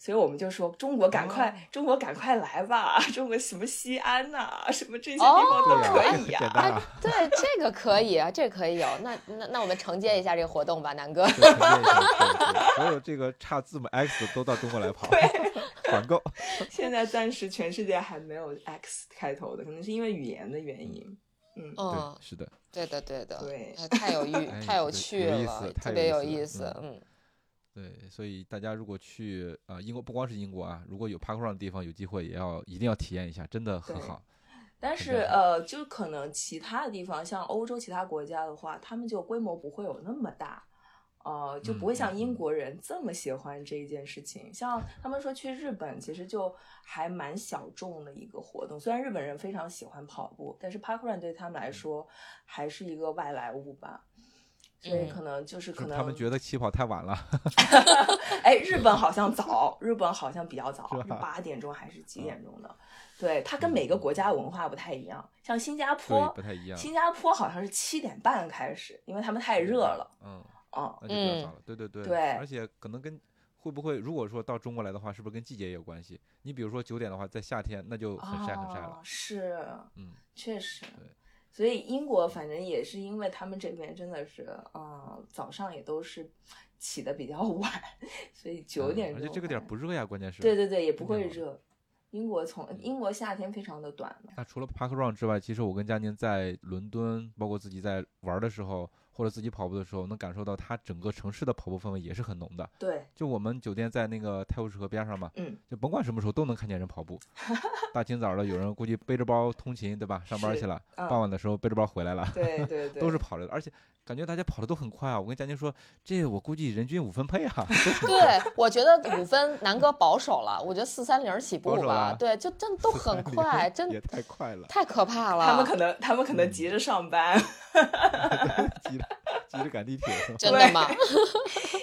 Speaker 3: 所以我们就说，中国赶
Speaker 1: 哦
Speaker 3: 快，中国赶快来吧！中国什么西安呐、什么这些地方都
Speaker 1: 哦对呀、
Speaker 3: 哦可以呀、
Speaker 1: 简单啊，
Speaker 2: 对，这个可以啊，这个可以有。那那那我们承接一下这个活动吧，南哥。
Speaker 1: 对啊对对对所有这个差字母 X 的都到中国来跑，团购。
Speaker 3: 现在暂时全世界还没有 X 开头的，可能是因为语言的原因。嗯，
Speaker 2: 嗯
Speaker 1: 对，，是的，
Speaker 2: 对的，对的，
Speaker 3: 对
Speaker 2: 哎太有意
Speaker 1: 哎，
Speaker 2: 太有
Speaker 1: 有
Speaker 2: 趣
Speaker 1: 有意
Speaker 2: 了
Speaker 1: 思，
Speaker 2: 特
Speaker 1: 太
Speaker 2: 别
Speaker 1: 有
Speaker 2: 有
Speaker 1: 意
Speaker 2: 意
Speaker 1: 思了
Speaker 2: 思。嗯，
Speaker 1: 对，所以大家如果去呃英国，不光是英国啊，如果有 parkrun 的地方，有机会也要一定要体验一下，真的很
Speaker 3: 对
Speaker 1: 好。
Speaker 3: 但
Speaker 1: 是
Speaker 3: 是
Speaker 1: 这样
Speaker 3: 呃，就可能其他的地方，像欧洲其他国家的话，他们就规模不会有那么大，呃，就不会像
Speaker 1: 嗯
Speaker 3: 英国人这么喜欢这一件事情。像他们说去日本，其实就还蛮小众的一个活动。虽然日本人非常喜欢跑步，但是 parkrun 对他们来说还是一个外来物吧。所以
Speaker 2: 嗯
Speaker 3: 可能就是
Speaker 1: 就
Speaker 3: 可
Speaker 1: 是
Speaker 3: 能
Speaker 1: 他们觉得起跑太晚了，
Speaker 3: 哎，日本好像早，日本好像比较早
Speaker 1: 是，吧嗯
Speaker 3: 八点钟还是几点钟的？对，它跟每个国家文化不太一样，像新加
Speaker 1: 对，
Speaker 3: 坡
Speaker 1: 不，太一样。
Speaker 3: 新加坡好像是七点半开始，因为他们太热了。
Speaker 1: 嗯，
Speaker 3: 嗯，
Speaker 1: 那就比较
Speaker 2: 嗯
Speaker 1: 早了。对对对，
Speaker 3: 对
Speaker 1: 而且可能跟会不会，如果说到中国来的话，是不是跟季节也有关系？你比如说九点的话，在夏天那就很晒很晒
Speaker 3: 哦
Speaker 1: 了。
Speaker 3: 是，
Speaker 1: 嗯，
Speaker 3: 确实
Speaker 1: 对。
Speaker 3: 所以英国反正也是因为他们这边真的是，嗯，早上也都是起的比较晚， 所以九
Speaker 1: 嗯
Speaker 3: 点
Speaker 1: 而
Speaker 3: 钟。
Speaker 1: 且这个点儿不热嗯呀，关键是。
Speaker 3: 对对对，也不
Speaker 1: 真的
Speaker 3: 会
Speaker 1: 吗
Speaker 3: 热。英国从
Speaker 1: 嗯
Speaker 3: 英国夏天非常的短嘛，
Speaker 1: 那除了 parkrun 之外，其实我跟佳宁在伦敦，包括自己在玩儿的时候，或者自己跑步的时候，能感受到它整个城市的跑步氛围也是很浓的。
Speaker 3: 对，
Speaker 1: 就我们酒店在那个泰晤士河边上嘛，
Speaker 3: 嗯，
Speaker 1: 就甭管什么时候都能看见人跑 步。大清早的有人估计背着包通勤，对吧？上班
Speaker 3: 是
Speaker 1: 去了，
Speaker 3: 嗯
Speaker 1: 傍晚的时候背着包回来了。
Speaker 3: 对对对，
Speaker 1: 都是 跑着的，而且感觉大家跑的都很快啊！我跟佳宁说，这我估计人均五分配啊，都很快
Speaker 2: 对，我觉得五分南哥保守了，我觉得四三零起步
Speaker 1: 保守
Speaker 2: 吧
Speaker 1: 了，啊
Speaker 2: 对，就真的都 很快，真
Speaker 1: 也太快了，
Speaker 2: 太可怕了。
Speaker 3: 他们可能他们可
Speaker 1: 嗯
Speaker 3: 能急着上班，
Speaker 1: 急着急着赶地铁是吧？
Speaker 2: 真的吗？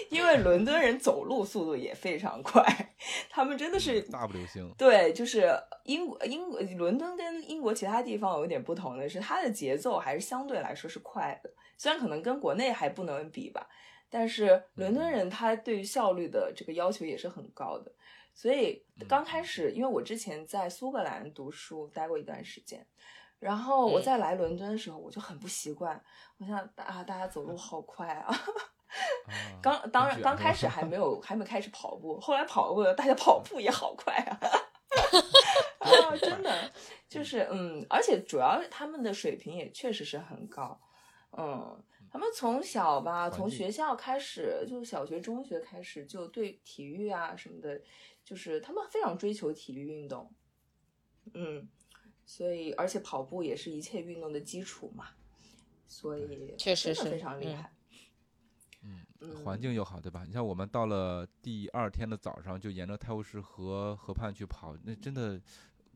Speaker 3: 因为伦敦人走路速度也非常快， 他们真的是
Speaker 1: 大不流行，
Speaker 3: 对，就是英国英国伦敦跟英国其他地方有点不同的是，它的节奏还是相对来说是快的，虽然可能跟国内还不能比吧，但是伦敦人他对于效率的这个要求也是很高的。所以刚开始，因为我之前在苏格兰读书待过一段时间，然后我
Speaker 2: 嗯
Speaker 3: 再来伦敦的时候，我就很不习惯，我想啊，大家走路好快啊，
Speaker 1: 啊
Speaker 3: 刚当然
Speaker 1: 很卷
Speaker 3: 刚
Speaker 1: 是
Speaker 3: 开
Speaker 1: 吧
Speaker 3: 始还没 有还没开始跑步，后来跑步了，大家跑步也好快 啊！啊，真的就是嗯，而且主要他们的水平也确实是很高，嗯，他们从小吧，
Speaker 1: 环
Speaker 3: 从
Speaker 1: 境
Speaker 3: 学校开始，就小学、中学开始，就对体育啊什么的，就是他们非常追求体育运动，嗯，所以而且跑步也是一切运动的基础嘛，所以
Speaker 2: 确实
Speaker 3: 真的
Speaker 2: 是
Speaker 3: 非常厉
Speaker 2: 嗯
Speaker 3: 害，
Speaker 1: 嗯，
Speaker 3: 嗯
Speaker 1: 环境又好，对吧？你像我们到了第二天的早上，就沿着泰晤士河河畔去跑，那真的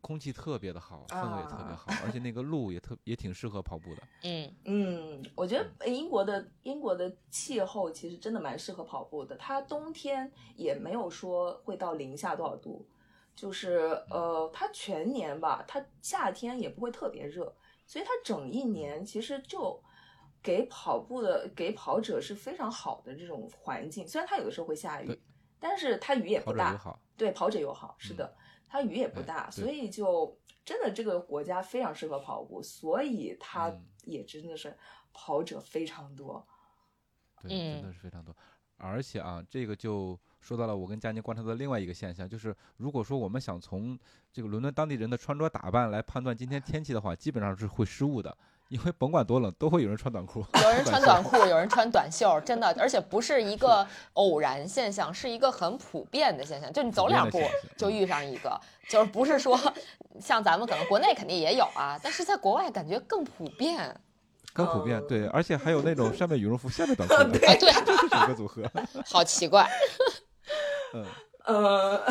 Speaker 1: 空气特别的好，氛围也特别
Speaker 3: 啊
Speaker 1: 好，而且那个路也特也挺适合跑步的。
Speaker 2: 嗯，
Speaker 3: 嗯，我觉得英国的英国的气候其实真的蛮适合跑步的。它冬天也没有说会到零下多少度，就是呃，它全年吧，它夏天也不会特别热，所以它整一
Speaker 1: 嗯
Speaker 3: 年其实就给跑步的给跑者是非常好的这种环境。虽然它有的时候会下雨
Speaker 1: 对，
Speaker 3: 但是它雨也
Speaker 1: 跑
Speaker 3: 不
Speaker 1: 者
Speaker 3: 大，
Speaker 1: 友好，
Speaker 3: 对跑者友好，是的，它雨也不
Speaker 1: 哎
Speaker 3: 大，
Speaker 1: 对
Speaker 3: 所以就真的这个国家非常适合跑步，所以它
Speaker 1: 嗯
Speaker 3: 也真的是跑者非常多。
Speaker 1: 对，真
Speaker 2: 嗯。
Speaker 1: 的是非常多。而且啊，这个就说到了我跟佳宁观察到的另外一个现象，就是如果说我们想从这个伦敦当地人的穿着打扮来判断今天天气的话，基本上是会失误的，因为甭管多冷，都会有人 穿短裤
Speaker 2: 有人穿
Speaker 1: 袖
Speaker 2: 短裤，有人穿短袖，真的，而且不是一个偶然现象，是一个很普遍的现象。就你走两步
Speaker 1: 普遍的现象嗯
Speaker 2: 就遇上一个，就是不是说像咱们可能国内肯定也有啊，但是在国外感觉更普遍。
Speaker 1: 更普遍，对，而且还有那
Speaker 3: 哦
Speaker 1: 种上面羽绒服，下面短裤的，
Speaker 2: 哎，对，
Speaker 1: 这是整个组合。
Speaker 2: 好奇怪。
Speaker 1: 嗯，
Speaker 3: 呃，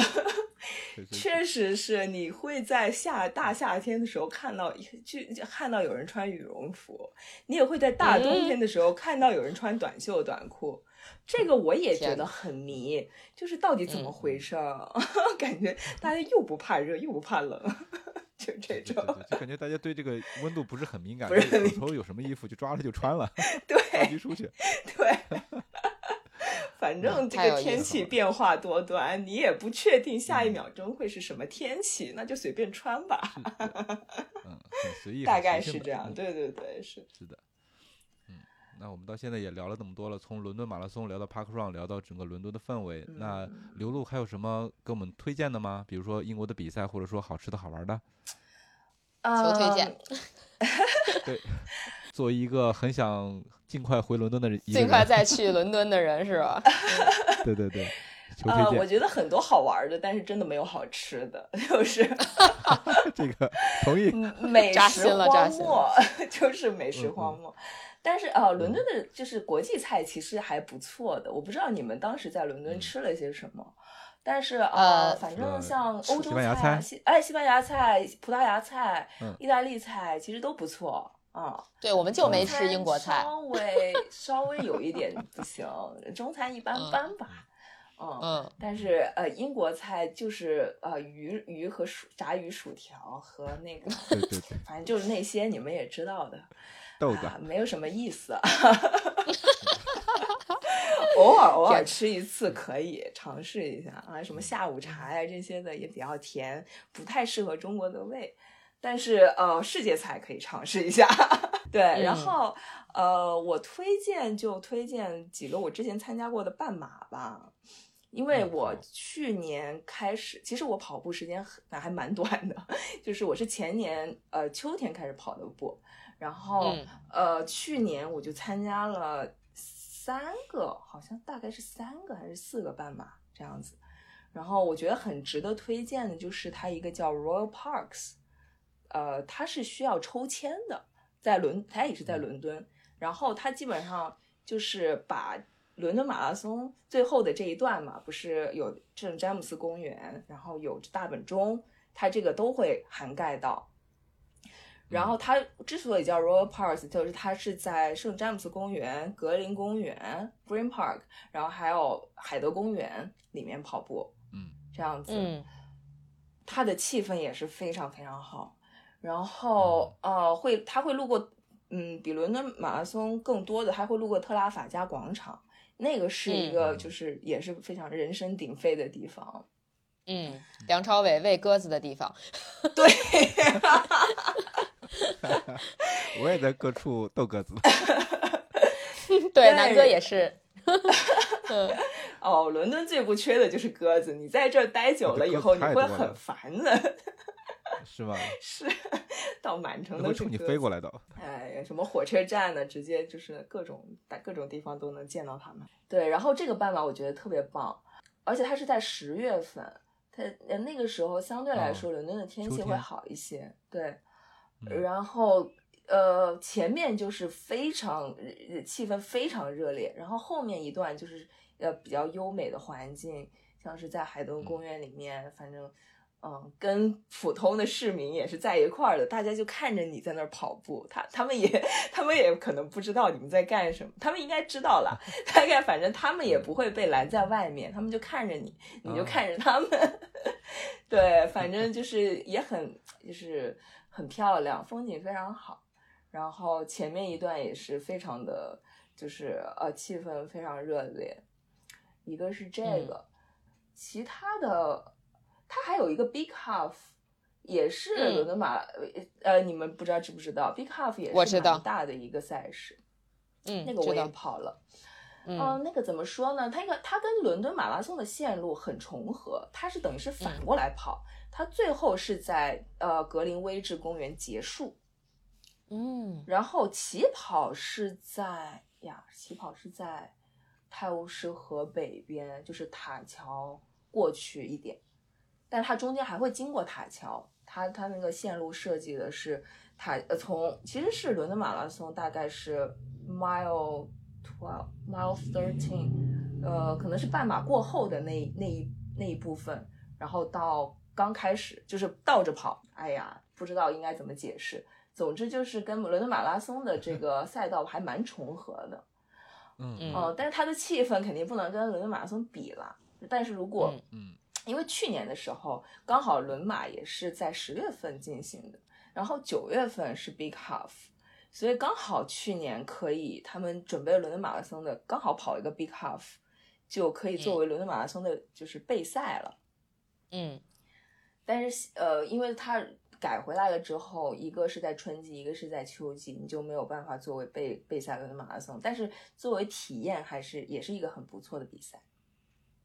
Speaker 1: 确实
Speaker 3: 确实是你会在夏大夏天的时候看到就就看到有人穿羽绒服，你也会在大冬天的时候看到有人穿短袖短裤。这个我也觉
Speaker 2: 天
Speaker 3: 得
Speaker 2: 哪
Speaker 3: 很迷，就是到底怎么
Speaker 1: 嗯
Speaker 3: 回事儿？ 感觉大家又不怕热又不怕冷， 就这
Speaker 1: 对对
Speaker 3: 种。
Speaker 1: 对就感觉大家对这个温度不是很敏感，
Speaker 3: 不是
Speaker 1: 就
Speaker 3: 很敏
Speaker 1: 手头有什么衣服就抓了就穿了，
Speaker 3: 对
Speaker 1: 着急出去。
Speaker 3: 对，反正
Speaker 2: 嗯
Speaker 3: 这
Speaker 2: 太有
Speaker 3: 个
Speaker 2: 意
Speaker 3: 天
Speaker 2: 思
Speaker 3: 气
Speaker 2: 了嗯
Speaker 3: 变化多端，你也不确定下一秒钟会是什么天气，那就随便穿吧。
Speaker 1: 是的，嗯，很随意，
Speaker 3: 大
Speaker 1: 很
Speaker 3: 概
Speaker 1: 随
Speaker 3: 是
Speaker 1: 性的
Speaker 3: 这样，
Speaker 1: 嗯
Speaker 3: 对对对，是。
Speaker 1: 是的，嗯，那我们到现在也聊了这么多了，从伦敦马拉松聊到 Park Run，聊到整个伦敦的氛围。那
Speaker 3: 嗯
Speaker 1: 刘露还有什么给我们推荐的吗？比如说英国的比赛，或者说好吃的好玩的。
Speaker 2: 求推荐
Speaker 3: 嗯，
Speaker 1: 作为一个很想尽快回伦敦的人，一个
Speaker 2: 尽快
Speaker 1: 人
Speaker 2: 再去伦敦的人是吧？
Speaker 1: 对对对，求
Speaker 3: 呃，
Speaker 1: 推
Speaker 3: 我
Speaker 1: 荐、
Speaker 3: 觉得很多好玩的，但是真的没有好吃的， 就是嗯
Speaker 1: 这个，同意。
Speaker 3: 美
Speaker 2: 扎
Speaker 3: 食
Speaker 2: 心了扎
Speaker 3: 荒
Speaker 2: 心
Speaker 3: 漠， 就是美
Speaker 1: 嗯
Speaker 3: 食
Speaker 1: 嗯
Speaker 3: 荒漠。但是呃，
Speaker 2: 嗯
Speaker 3: 伦敦的就是国际菜其实还不错的，我不知道你们当时在伦敦
Speaker 1: 嗯
Speaker 3: 吃了些什么。但是呃，
Speaker 2: 呃
Speaker 3: 反
Speaker 1: 呃
Speaker 3: 正像
Speaker 1: 吃
Speaker 3: 欧
Speaker 1: 西
Speaker 3: 洲
Speaker 1: 班牙
Speaker 3: 菜啊、
Speaker 1: 菜
Speaker 3: 西哎西班牙菜、葡萄牙菜、
Speaker 1: 嗯
Speaker 3: 意大利菜，其实都不错啊。
Speaker 2: 对，我们就没吃英国菜。
Speaker 3: 稍微稍微有一点不行，中餐一般般吧。嗯
Speaker 2: 嗯，
Speaker 3: 但是呃，英国菜就是呃鱼鱼和薯炸鱼薯条和那个，
Speaker 1: 对对对，
Speaker 3: 反正就是那些你们也知道的，
Speaker 1: 豆子，
Speaker 3: 啊，没有什么意思。 偶尔偶尔
Speaker 2: 甜
Speaker 3: 吃一次可以尝试一下啊，什么下午茶呀、这些的也比较甜，不太适合中国的胃。但是呃，世界菜可以尝试一下。 对，然
Speaker 2: 嗯
Speaker 3: 后呃，我推荐就推荐几个我之前参加过的半马吧，因为
Speaker 1: 嗯
Speaker 3: 我
Speaker 1: 好
Speaker 3: 去年开始，其实我跑步时间很还蛮短的，就是我是前年呃秋天开始跑的步，然后、
Speaker 2: 嗯
Speaker 3: 呃去年我就参加了三个，好像大概是三个还是四个半马这样子。然后我觉得很值得推荐的就是它一个叫 Royal Parks，呃，它是需要抽签的，在伦，它也是在伦敦。然后它基本上就是把伦敦马拉松最后的这一段嘛，不是有圣詹姆斯公园，然后有大本钟，它这个都会涵盖到。然后它之所以叫 Royal Parks，就是它是在圣詹姆斯公园、格林公园 （Green Park），然后还有海德公园里面跑步
Speaker 1: 嗯，
Speaker 3: 这样子。
Speaker 2: 嗯，
Speaker 3: 它的气氛也是非常非常
Speaker 1: 嗯
Speaker 3: 好。然后呃，会它会路过，嗯，比伦敦马拉松更多的还会路过特拉法加广场，那个是一个
Speaker 1: 嗯
Speaker 3: 就是也是非常人声鼎沸的地方。
Speaker 2: 嗯，梁朝伟喂鸽子的地 方，
Speaker 3: 对，
Speaker 1: 我也在各处逗 鸽子。
Speaker 2: 对，南哥也是。嗯，
Speaker 3: 哦，伦敦最不缺的就是鸽子，你在这儿待久了以后，
Speaker 1: 鸽
Speaker 3: 你
Speaker 1: 子太
Speaker 3: 会
Speaker 1: 多了
Speaker 3: 很烦的，
Speaker 1: 是吗？
Speaker 3: 是到满城
Speaker 1: 它
Speaker 3: 都
Speaker 1: 会
Speaker 3: 是
Speaker 1: 冲
Speaker 3: 鸽
Speaker 1: 你
Speaker 3: 子。
Speaker 1: 飞过来的。
Speaker 3: 哎，什么火车站呢？直接就是各种在各种地方都能见到他们。对，然后这个办法我觉得特别棒，而且它是在十月份，它呃那个时候相对来说、伦敦的天
Speaker 1: 哦秋
Speaker 3: 气会
Speaker 1: 天
Speaker 3: 好一些。对，
Speaker 1: 嗯
Speaker 3: 然后呃前面就是非常呃气氛非常热烈，然后后面一段就是呃比较优美的环境，像是在海德公园里面，反正。嗯，跟普通的市民也是在一块儿的，大家就看着你在那儿跑步，他他们也他们也可能不知道你们在干什么，他们应该知道啦，大概反正他们也不会被拦在外面，他们就看着你，你就
Speaker 1: 啊
Speaker 3: 看着他们， 对，反正就是也很就是很漂亮，风景非常好，然后前面一段也是非常的，就是呃气氛非常热烈，一个是这个，其他的它还有一个 Big Half，也是
Speaker 2: 嗯
Speaker 3: 伦敦马、呃，你们不知道知不知道？Big Half 也
Speaker 2: 我
Speaker 3: 是
Speaker 2: 知道
Speaker 3: 蛮大的一个赛事，
Speaker 2: 嗯，
Speaker 3: 那个我
Speaker 2: 知
Speaker 3: 也
Speaker 2: 道，
Speaker 3: 跑了。
Speaker 2: 嗯、
Speaker 3: 哦，那个怎么说呢？它一个它跟伦敦马拉松的线路很重合，它是等于是
Speaker 2: 嗯
Speaker 3: 反过来跑，它最后是在呃格林威治公园结束，
Speaker 2: 嗯，
Speaker 3: 然后起跑是在呀，起跑是在泰晤士河北边，就是塔桥过去一点，但它中间还会经过塔桥。它它那个线路设计的是塔呃从其实是伦敦马拉松大概是 mile twelve mile thirteen，呃可能是半马过后的那一那一那一部分，然后到刚开始就是倒着跑，哎呀，不知道应该怎么解释。总之就是跟伦敦马拉松的这个赛道还蛮重合的，
Speaker 1: 嗯
Speaker 3: 呃，但是它的气氛肯定不能跟伦敦马拉松比啦。但是如果
Speaker 2: 嗯
Speaker 1: 嗯
Speaker 3: 因为去年的时候刚好伦马也是在十月份进行的，然后九月份是 Big Half，所以刚好去年可以他们准备伦敦马拉松的，刚好跑一个 Big Half，就可以作为伦敦马拉松的就是备赛了。
Speaker 2: 嗯
Speaker 3: 但是呃，因为它改回来了之后，一个是在春季，一个是在秋季，你就没有办法作为备备赛伦敦马拉松，但是作为体验还是也是一个很不错的比赛。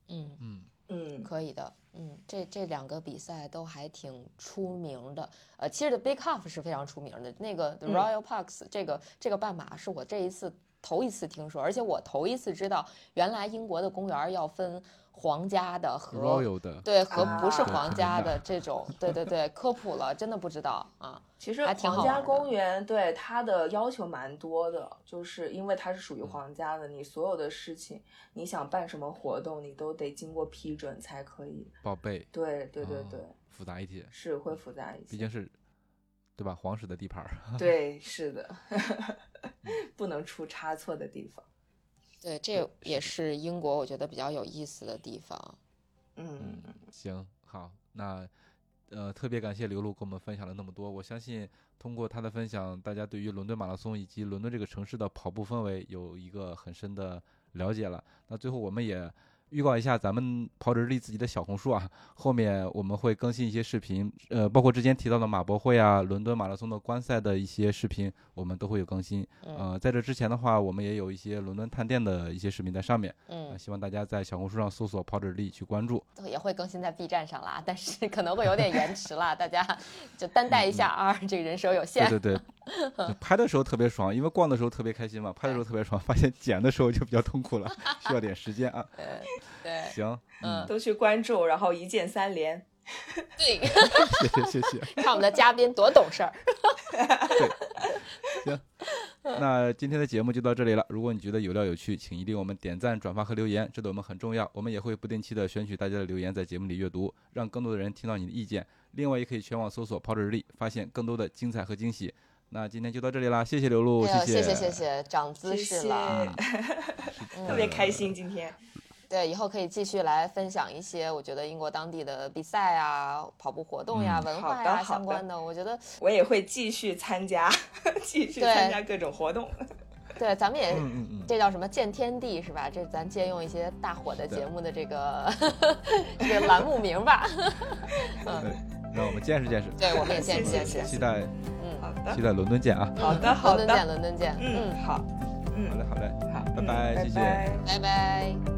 Speaker 2: 嗯，
Speaker 1: 嗯
Speaker 3: 嗯，
Speaker 2: 可以的。嗯，这这两个比赛都还挺出名的。呃，其实 The Big Half 是非常出名的，那个 The
Speaker 3: 嗯
Speaker 2: Royal Parks 这个这个半马是我这一次头一次听说，而且我头一次知道原来英国的公园儿要分皇家的和
Speaker 1: ，royal 的，
Speaker 2: 对和不是
Speaker 3: 啊
Speaker 2: 皇家
Speaker 1: 对
Speaker 2: 的这种。对对对，科普了，真的不知道啊。
Speaker 3: 其实
Speaker 2: 还挺好
Speaker 3: 皇家
Speaker 2: 玩的
Speaker 3: 公园对它的要求蛮多的，就是因为它是
Speaker 2: 嗯
Speaker 3: 属于皇家的，你所有的事情，你想办什么活动，你都得经过批准才可以。
Speaker 1: 报备
Speaker 3: 对对对
Speaker 1: 哦
Speaker 3: 对，
Speaker 1: 复杂一些，
Speaker 3: 是会复杂一
Speaker 1: 毕
Speaker 3: 些。
Speaker 1: 竟是对吧？皇室的地盘儿，
Speaker 3: 对，是的， 不能出差错的地方。
Speaker 2: 对，这也是英国我觉得比较有意思的地方。
Speaker 3: 嗯，
Speaker 1: 行，好，那呃，特别感谢刘璐跟我们分享了那么多。我相信通过他的分享，大家对于伦敦马拉松以及伦敦这个城市的跑步氛围有一个很深的了解了。那最后我们也预告一下咱们跑者日历自己的小红书啊，后面我们会更新一些视频，呃，包括之前提到的马博会啊、伦敦马拉松的观赛的一些视频，我们都会有更新。
Speaker 2: 嗯
Speaker 1: 呃，在这之前的话，我们也有一些伦敦探店的一些视频在上面，呃
Speaker 2: 嗯，
Speaker 1: 希望大家在小红书上搜索“跑者日历”去关注。
Speaker 2: 也会更新在 B 站上啦，但是可能会有点延迟啦，大家就担待一下啊，这个人手有
Speaker 1: 嗯
Speaker 2: 限。
Speaker 1: 对对对， 就拍的时候特别爽，因为逛的时候特别开心嘛，拍的时候特别 爽，发现剪的时候就比较痛苦 了，需要点时间啊。
Speaker 2: 呃 对
Speaker 1: 行，嗯，
Speaker 3: 都去关注，然后一键三连。
Speaker 2: 对，
Speaker 1: 谢谢谢 谢。
Speaker 2: 看我们的嘉宾多懂事儿。
Speaker 1: 那今天的节目就到这里了。如果你觉得有料有趣，请一定我们点赞、转发和留言，这对我们很重要。我们也会不定期的选取大家的留言，在节目里阅读，让更多的人听到你的意见。另外，也可以全网搜索“抛掷日历”，发现更多的精彩和惊喜。那今天就到这里啦，谢谢刘露，
Speaker 2: 哎呦
Speaker 1: 哦谢
Speaker 2: 谢谢谢谢，长姿
Speaker 3: 谢
Speaker 2: 势了。
Speaker 3: 谢，特
Speaker 1: 嗯
Speaker 3: 别开心今天。
Speaker 2: 对，以后可以继续来分享一些我觉得英国当地的比赛啊、跑步活动呀、
Speaker 1: 嗯
Speaker 2: 文
Speaker 3: 好
Speaker 2: 化
Speaker 3: 的
Speaker 2: 呀
Speaker 3: 好
Speaker 2: 相
Speaker 3: 的
Speaker 2: 关的。我觉得
Speaker 3: 我也会继续参加， 继续
Speaker 2: 对
Speaker 3: 参加各种活动。
Speaker 2: 对，咱们也
Speaker 1: 嗯嗯嗯，
Speaker 2: 这叫什么见天地是吧？这咱借用一些大火的
Speaker 1: 是的
Speaker 2: 节目的这个这个栏目名吧。
Speaker 1: 对，让我们见识见识，
Speaker 2: 嗯对，我们也 见识见识。
Speaker 1: 期待
Speaker 2: 嗯，
Speaker 3: 好
Speaker 1: 期
Speaker 3: 的，
Speaker 1: 待伦敦见啊！
Speaker 3: 好的，好
Speaker 2: 伦敦见，
Speaker 3: 的，
Speaker 2: 伦敦见。嗯
Speaker 3: 嗯，，好，
Speaker 1: 好
Speaker 3: 嗯，
Speaker 1: 嘞好嘞，
Speaker 3: 好，
Speaker 1: 拜拜
Speaker 3: 嗯
Speaker 1: 谢谢
Speaker 3: 拜
Speaker 2: 拜
Speaker 3: 拜
Speaker 2: 拜。